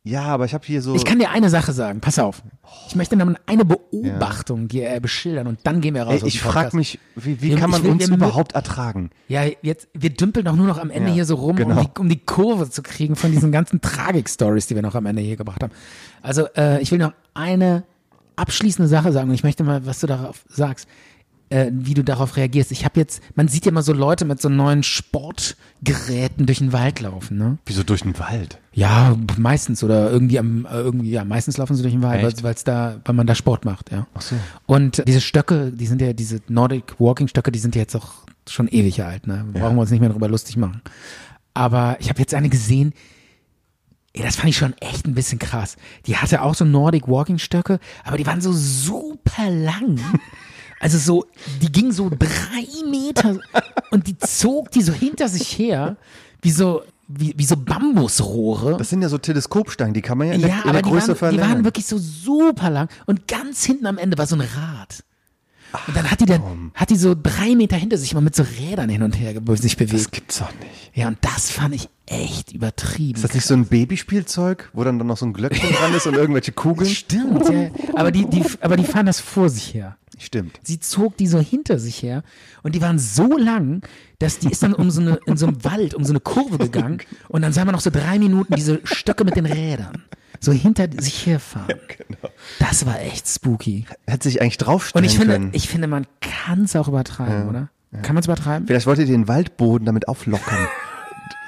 S4: Ja, aber ich habe hier so.
S3: Ich kann dir eine Sache sagen, pass auf. Ich möchte dann eine Beobachtung dir äh, beschildern und dann gehen wir raus.
S4: ey,
S3: aus dem
S4: ich frage
S3: Podcast.
S4: mich, wie, wie
S3: Also, Wir-
S4: kann
S3: ich
S4: man
S3: will-
S4: uns
S3: wir mü-
S4: überhaupt ertragen?
S3: Ja, jetzt, wir dümpeln doch nur noch am Ende
S4: Ja,
S3: hier so rum,
S4: genau.
S3: um, die, um die Kurve zu kriegen von diesen ganzen Tragik-Stories, die wir noch am Ende hier gebracht haben. Also, äh, ich will noch eine abschließende Sache sagen und ich möchte mal, was du darauf sagst, äh, wie du darauf reagierst. Ich habe jetzt, man sieht ja immer so Leute mit so neuen Sportgeräten durch den Wald laufen, ne?
S4: Wieso durch den Wald?
S3: Ja, meistens oder irgendwie am äh, irgendwie ja, meistens laufen sie durch den Wald,
S4: Echt?
S3: weil weil's da, weil man da Sport macht, ja. Ach so. Und äh, diese Stöcke, die sind ja diese Nordic Walking Stöcke, die sind ja jetzt auch schon ewig alt, ne? Brauchen wir uns nicht mehr drüber lustig machen. Aber ich habe jetzt eine gesehen, ey, das fand ich schon echt ein bisschen krass. Die hatte auch so Nordic Walking Stöcke, aber die waren so super lang. Also so, die ging so drei Meter und die zog die so hinter sich her, wie so, wie, wie so Bambusrohre.
S4: Das sind ja so Teleskopstangen, die kann man ja in der,
S3: ja,
S4: in
S3: aber
S4: der
S3: die
S4: Größe
S3: waren, die
S4: verlängern.
S3: waren wirklich so super lang und ganz hinten am Ende war so ein Rad. Und dann hat die dann, hat die so drei Meter hinter sich mal mit so Rädern hin und her ge- sich
S4: Das
S3: bewegt.
S4: gibt's doch nicht.
S3: Ja, und das fand ich echt übertrieben.
S4: Ist das nicht so ein Babyspielzeug, wo dann, dann noch so ein Glöckchen dran ist und irgendwelche Kugeln?
S3: Stimmt, ja. Aber die, die, aber die fahren das vor sich her.
S4: Stimmt.
S3: sie zog die so hinter sich her und die waren so lang, dass die ist dann um so eine, in so einem Wald, um so eine Kurve gegangen und dann sah man noch so drei Minuten diese Stöcke mit den Rädern so hinter sich herfahren. Das war echt spooky.
S4: Hätte sich eigentlich
S3: Und
S4: draufstellen
S3: ich finde,
S4: können.
S3: ich finde, man kann es auch übertreiben, oder? Kann man es übertreiben?
S4: Vielleicht wollte ihr den Waldboden damit auflockern.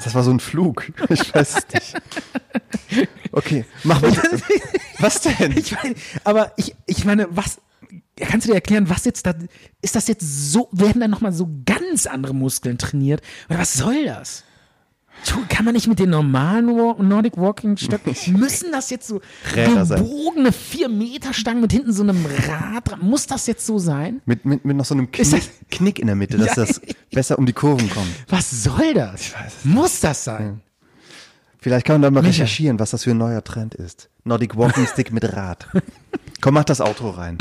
S4: das war so ein Flug. Ich weiß es nicht. Okay, mach mal. Was denn?
S3: Ich meine, aber ich, ich meine, was, kannst du dir erklären, was jetzt da, ist das jetzt so, werden dann nochmal so ganz andere Muskeln trainiert? Oder was soll das? Tu- Kann man nicht mit den normalen Wa- Nordic Walking Stöcken, müssen das jetzt so
S4: Räder sein.
S3: gebogene 4-Meter-Stangen mit hinten so einem Rad dran, muss das jetzt so sein?
S4: mit, mit, mit noch so einem
S3: Ist
S4: Knick,
S3: das-
S4: Knick in der Mitte, dass
S3: Ja.
S4: das besser um die Kurven kommt.
S3: Was soll das? muss das sein?
S4: Vielleicht kann man da mal
S3: Micha.
S4: recherchieren, was das für ein neuer Trend ist. Nordic Walking Stick mit Rad. Komm, mach das Auto rein.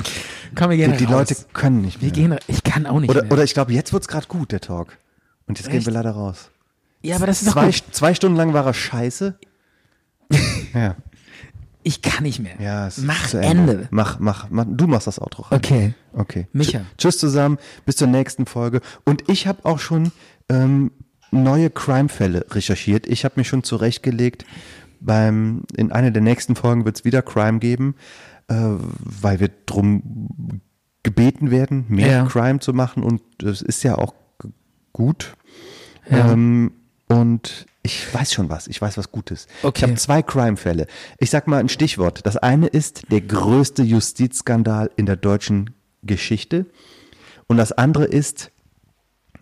S3: Komm, wir
S4: Die,
S3: gehen
S4: die
S3: raus.
S4: Leute können nicht mehr.
S3: wir gehen, ra- ich kann auch nicht
S4: Oder,
S3: mehr.
S4: oder ich glaube, jetzt wird's gerade gut, der Talk. Und jetzt gehen
S3: Echt?
S4: wir leider raus.
S3: ja, aber das ist doch
S4: Zwei,
S3: gut.
S4: zwei Stunden lang war er scheiße. ja.
S3: Ich kann nicht mehr.
S4: Ja, es ist
S3: Mach
S4: zu
S3: Ende.
S4: Mach, mach, mach. Du machst das Outro. Rainer.
S3: Okay.
S4: Okay.
S3: Micha.
S4: Tsch- Tschüss zusammen, bis zur nächsten Folge. Und ich habe auch schon ähm, neue Crime-Fälle recherchiert. Ich habe mir schon zurechtgelegt, beim, in einer der nächsten Folgen wird es wieder Crime geben, äh, weil wir drum gebeten werden, mehr
S3: Ja.
S4: Crime zu machen. Und das ist ja auch g- gut.
S3: Ja.
S4: Ähm, und ich weiß schon was. Ich weiß was Gutes.
S3: Okay.
S4: Ich habe zwei Crime-Fälle. Ich sag mal ein Stichwort. Das eine ist der größte Justizskandal in der deutschen Geschichte. Und das andere ist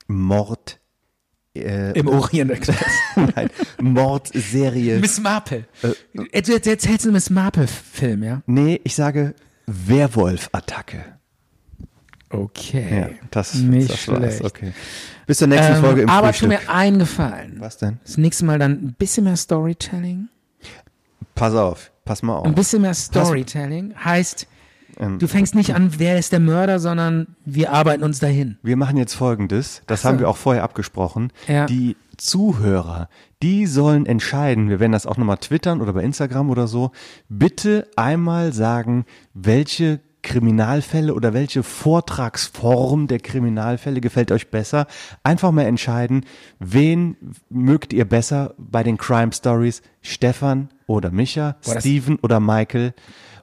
S4: Mord. Äh,
S3: Im Orient Express.
S4: nein, Mordserie.
S3: Miss Marple. du jetzt erzählst einen Miss Marple-Film, ja?
S4: Nee, ich sage Werwolf-Attacke.
S3: Okay.
S4: Ja, das,
S3: Nicht
S4: das
S3: schlecht.
S4: Okay. Bis zur nächsten
S3: Ähm,
S4: Folge im
S3: aber tu
S4: Frühstück.
S3: mir einen Gefallen.
S4: was denn?
S3: Das nächste Mal dann ein bisschen mehr Storytelling.
S4: Pass auf, pass mal auf.
S3: Ein bisschen mehr Storytelling heißt,
S4: Ähm,
S3: du fängst nicht an, wer ist der Mörder, sondern wir arbeiten uns dahin.
S4: Wir machen jetzt Folgendes, das haben wir auch vorher abgesprochen.
S3: Ja.
S4: Die Zuhörer, die sollen entscheiden, wir werden das auch nochmal twittern oder bei Instagram oder so, bitte einmal sagen, welche Kriminalfälle oder welche Vortragsform der Kriminalfälle gefällt euch besser. Einfach mal entscheiden, wen mögt ihr besser bei den Crime Stories, Stefan oder Micha,
S3: Boah, das-
S4: Steven oder Michael.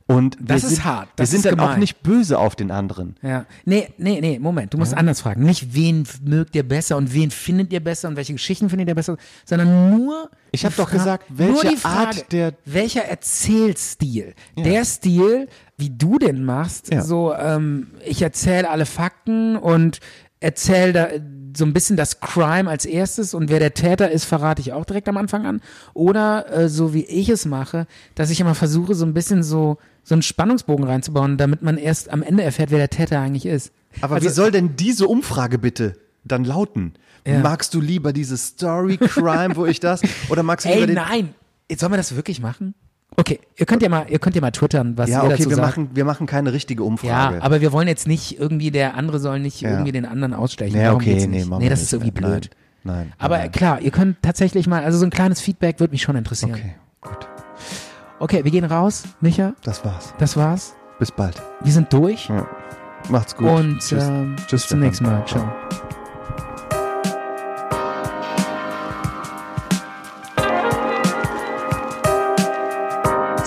S4: Und wir
S3: Das ist
S4: sind,
S3: hart,
S4: wir
S3: das ist
S4: sind dann auch
S3: gemein.
S4: nicht böse auf den anderen.
S3: Ja. Nee, nee, nee, Moment, du musst anders fragen. Nicht, wen mögt ihr besser und wen findet ihr besser und welche Geschichten findet ihr besser, sondern nur.
S4: Ich
S3: die
S4: hab doch
S3: Fra-
S4: gesagt,
S3: nur
S4: welche
S3: die Frage,
S4: Art der-
S3: Welcher Erzählstil? Der Stil, wie du den machst,
S4: Ja.
S3: so, ähm, ich erzähle alle Fakten und erzähle da so ein bisschen das Crime als erstes und wer der Täter ist, verrate ich auch direkt am Anfang an. Oder äh, so wie ich es mache, dass ich immer versuche, so ein bisschen so, so einen Spannungsbogen reinzubauen, damit man erst am Ende erfährt, wer der Täter eigentlich ist.
S4: Aber
S3: Also-
S4: wie soll denn diese Umfrage bitte dann lauten?
S3: Ja.
S4: Magst du lieber diese Story Crime, wo ich das? Oder magst du
S3: Ey,
S4: lieber den.
S3: nein! Jetzt sollen wir das wirklich machen? Okay, ihr könnt ja mal, ihr könnt ja mal twittern, was
S4: Ja,
S3: ihr
S4: okay,
S3: dazu
S4: wir
S3: sagt.
S4: machen, wir machen keine richtige Umfrage.
S3: ja, aber wir wollen jetzt nicht irgendwie, der andere soll nicht
S4: Ja.
S3: irgendwie den anderen ausstechen.
S4: Nee,
S3: Darum
S4: okay,
S3: geht's
S4: nee,
S3: nicht.
S4: machen
S3: nee,
S4: wir
S3: das
S4: nicht.
S3: ist irgendwie
S4: Nein,
S3: blöd.
S4: Nein. nein
S3: Aber
S4: nein.
S3: klar, ihr könnt tatsächlich mal, also so ein kleines Feedback würde mich schon interessieren.
S4: Okay, gut.
S3: okay, wir gehen raus. Micha,
S4: Das war's.
S3: das war's.
S4: Bis bald.
S3: Wir sind durch.
S4: Macht's gut.
S3: Und
S4: Tschüss.
S3: ähm,
S4: Tschüss,
S3: bis zum
S4: Stefan.
S3: nächsten Mal. Ciao.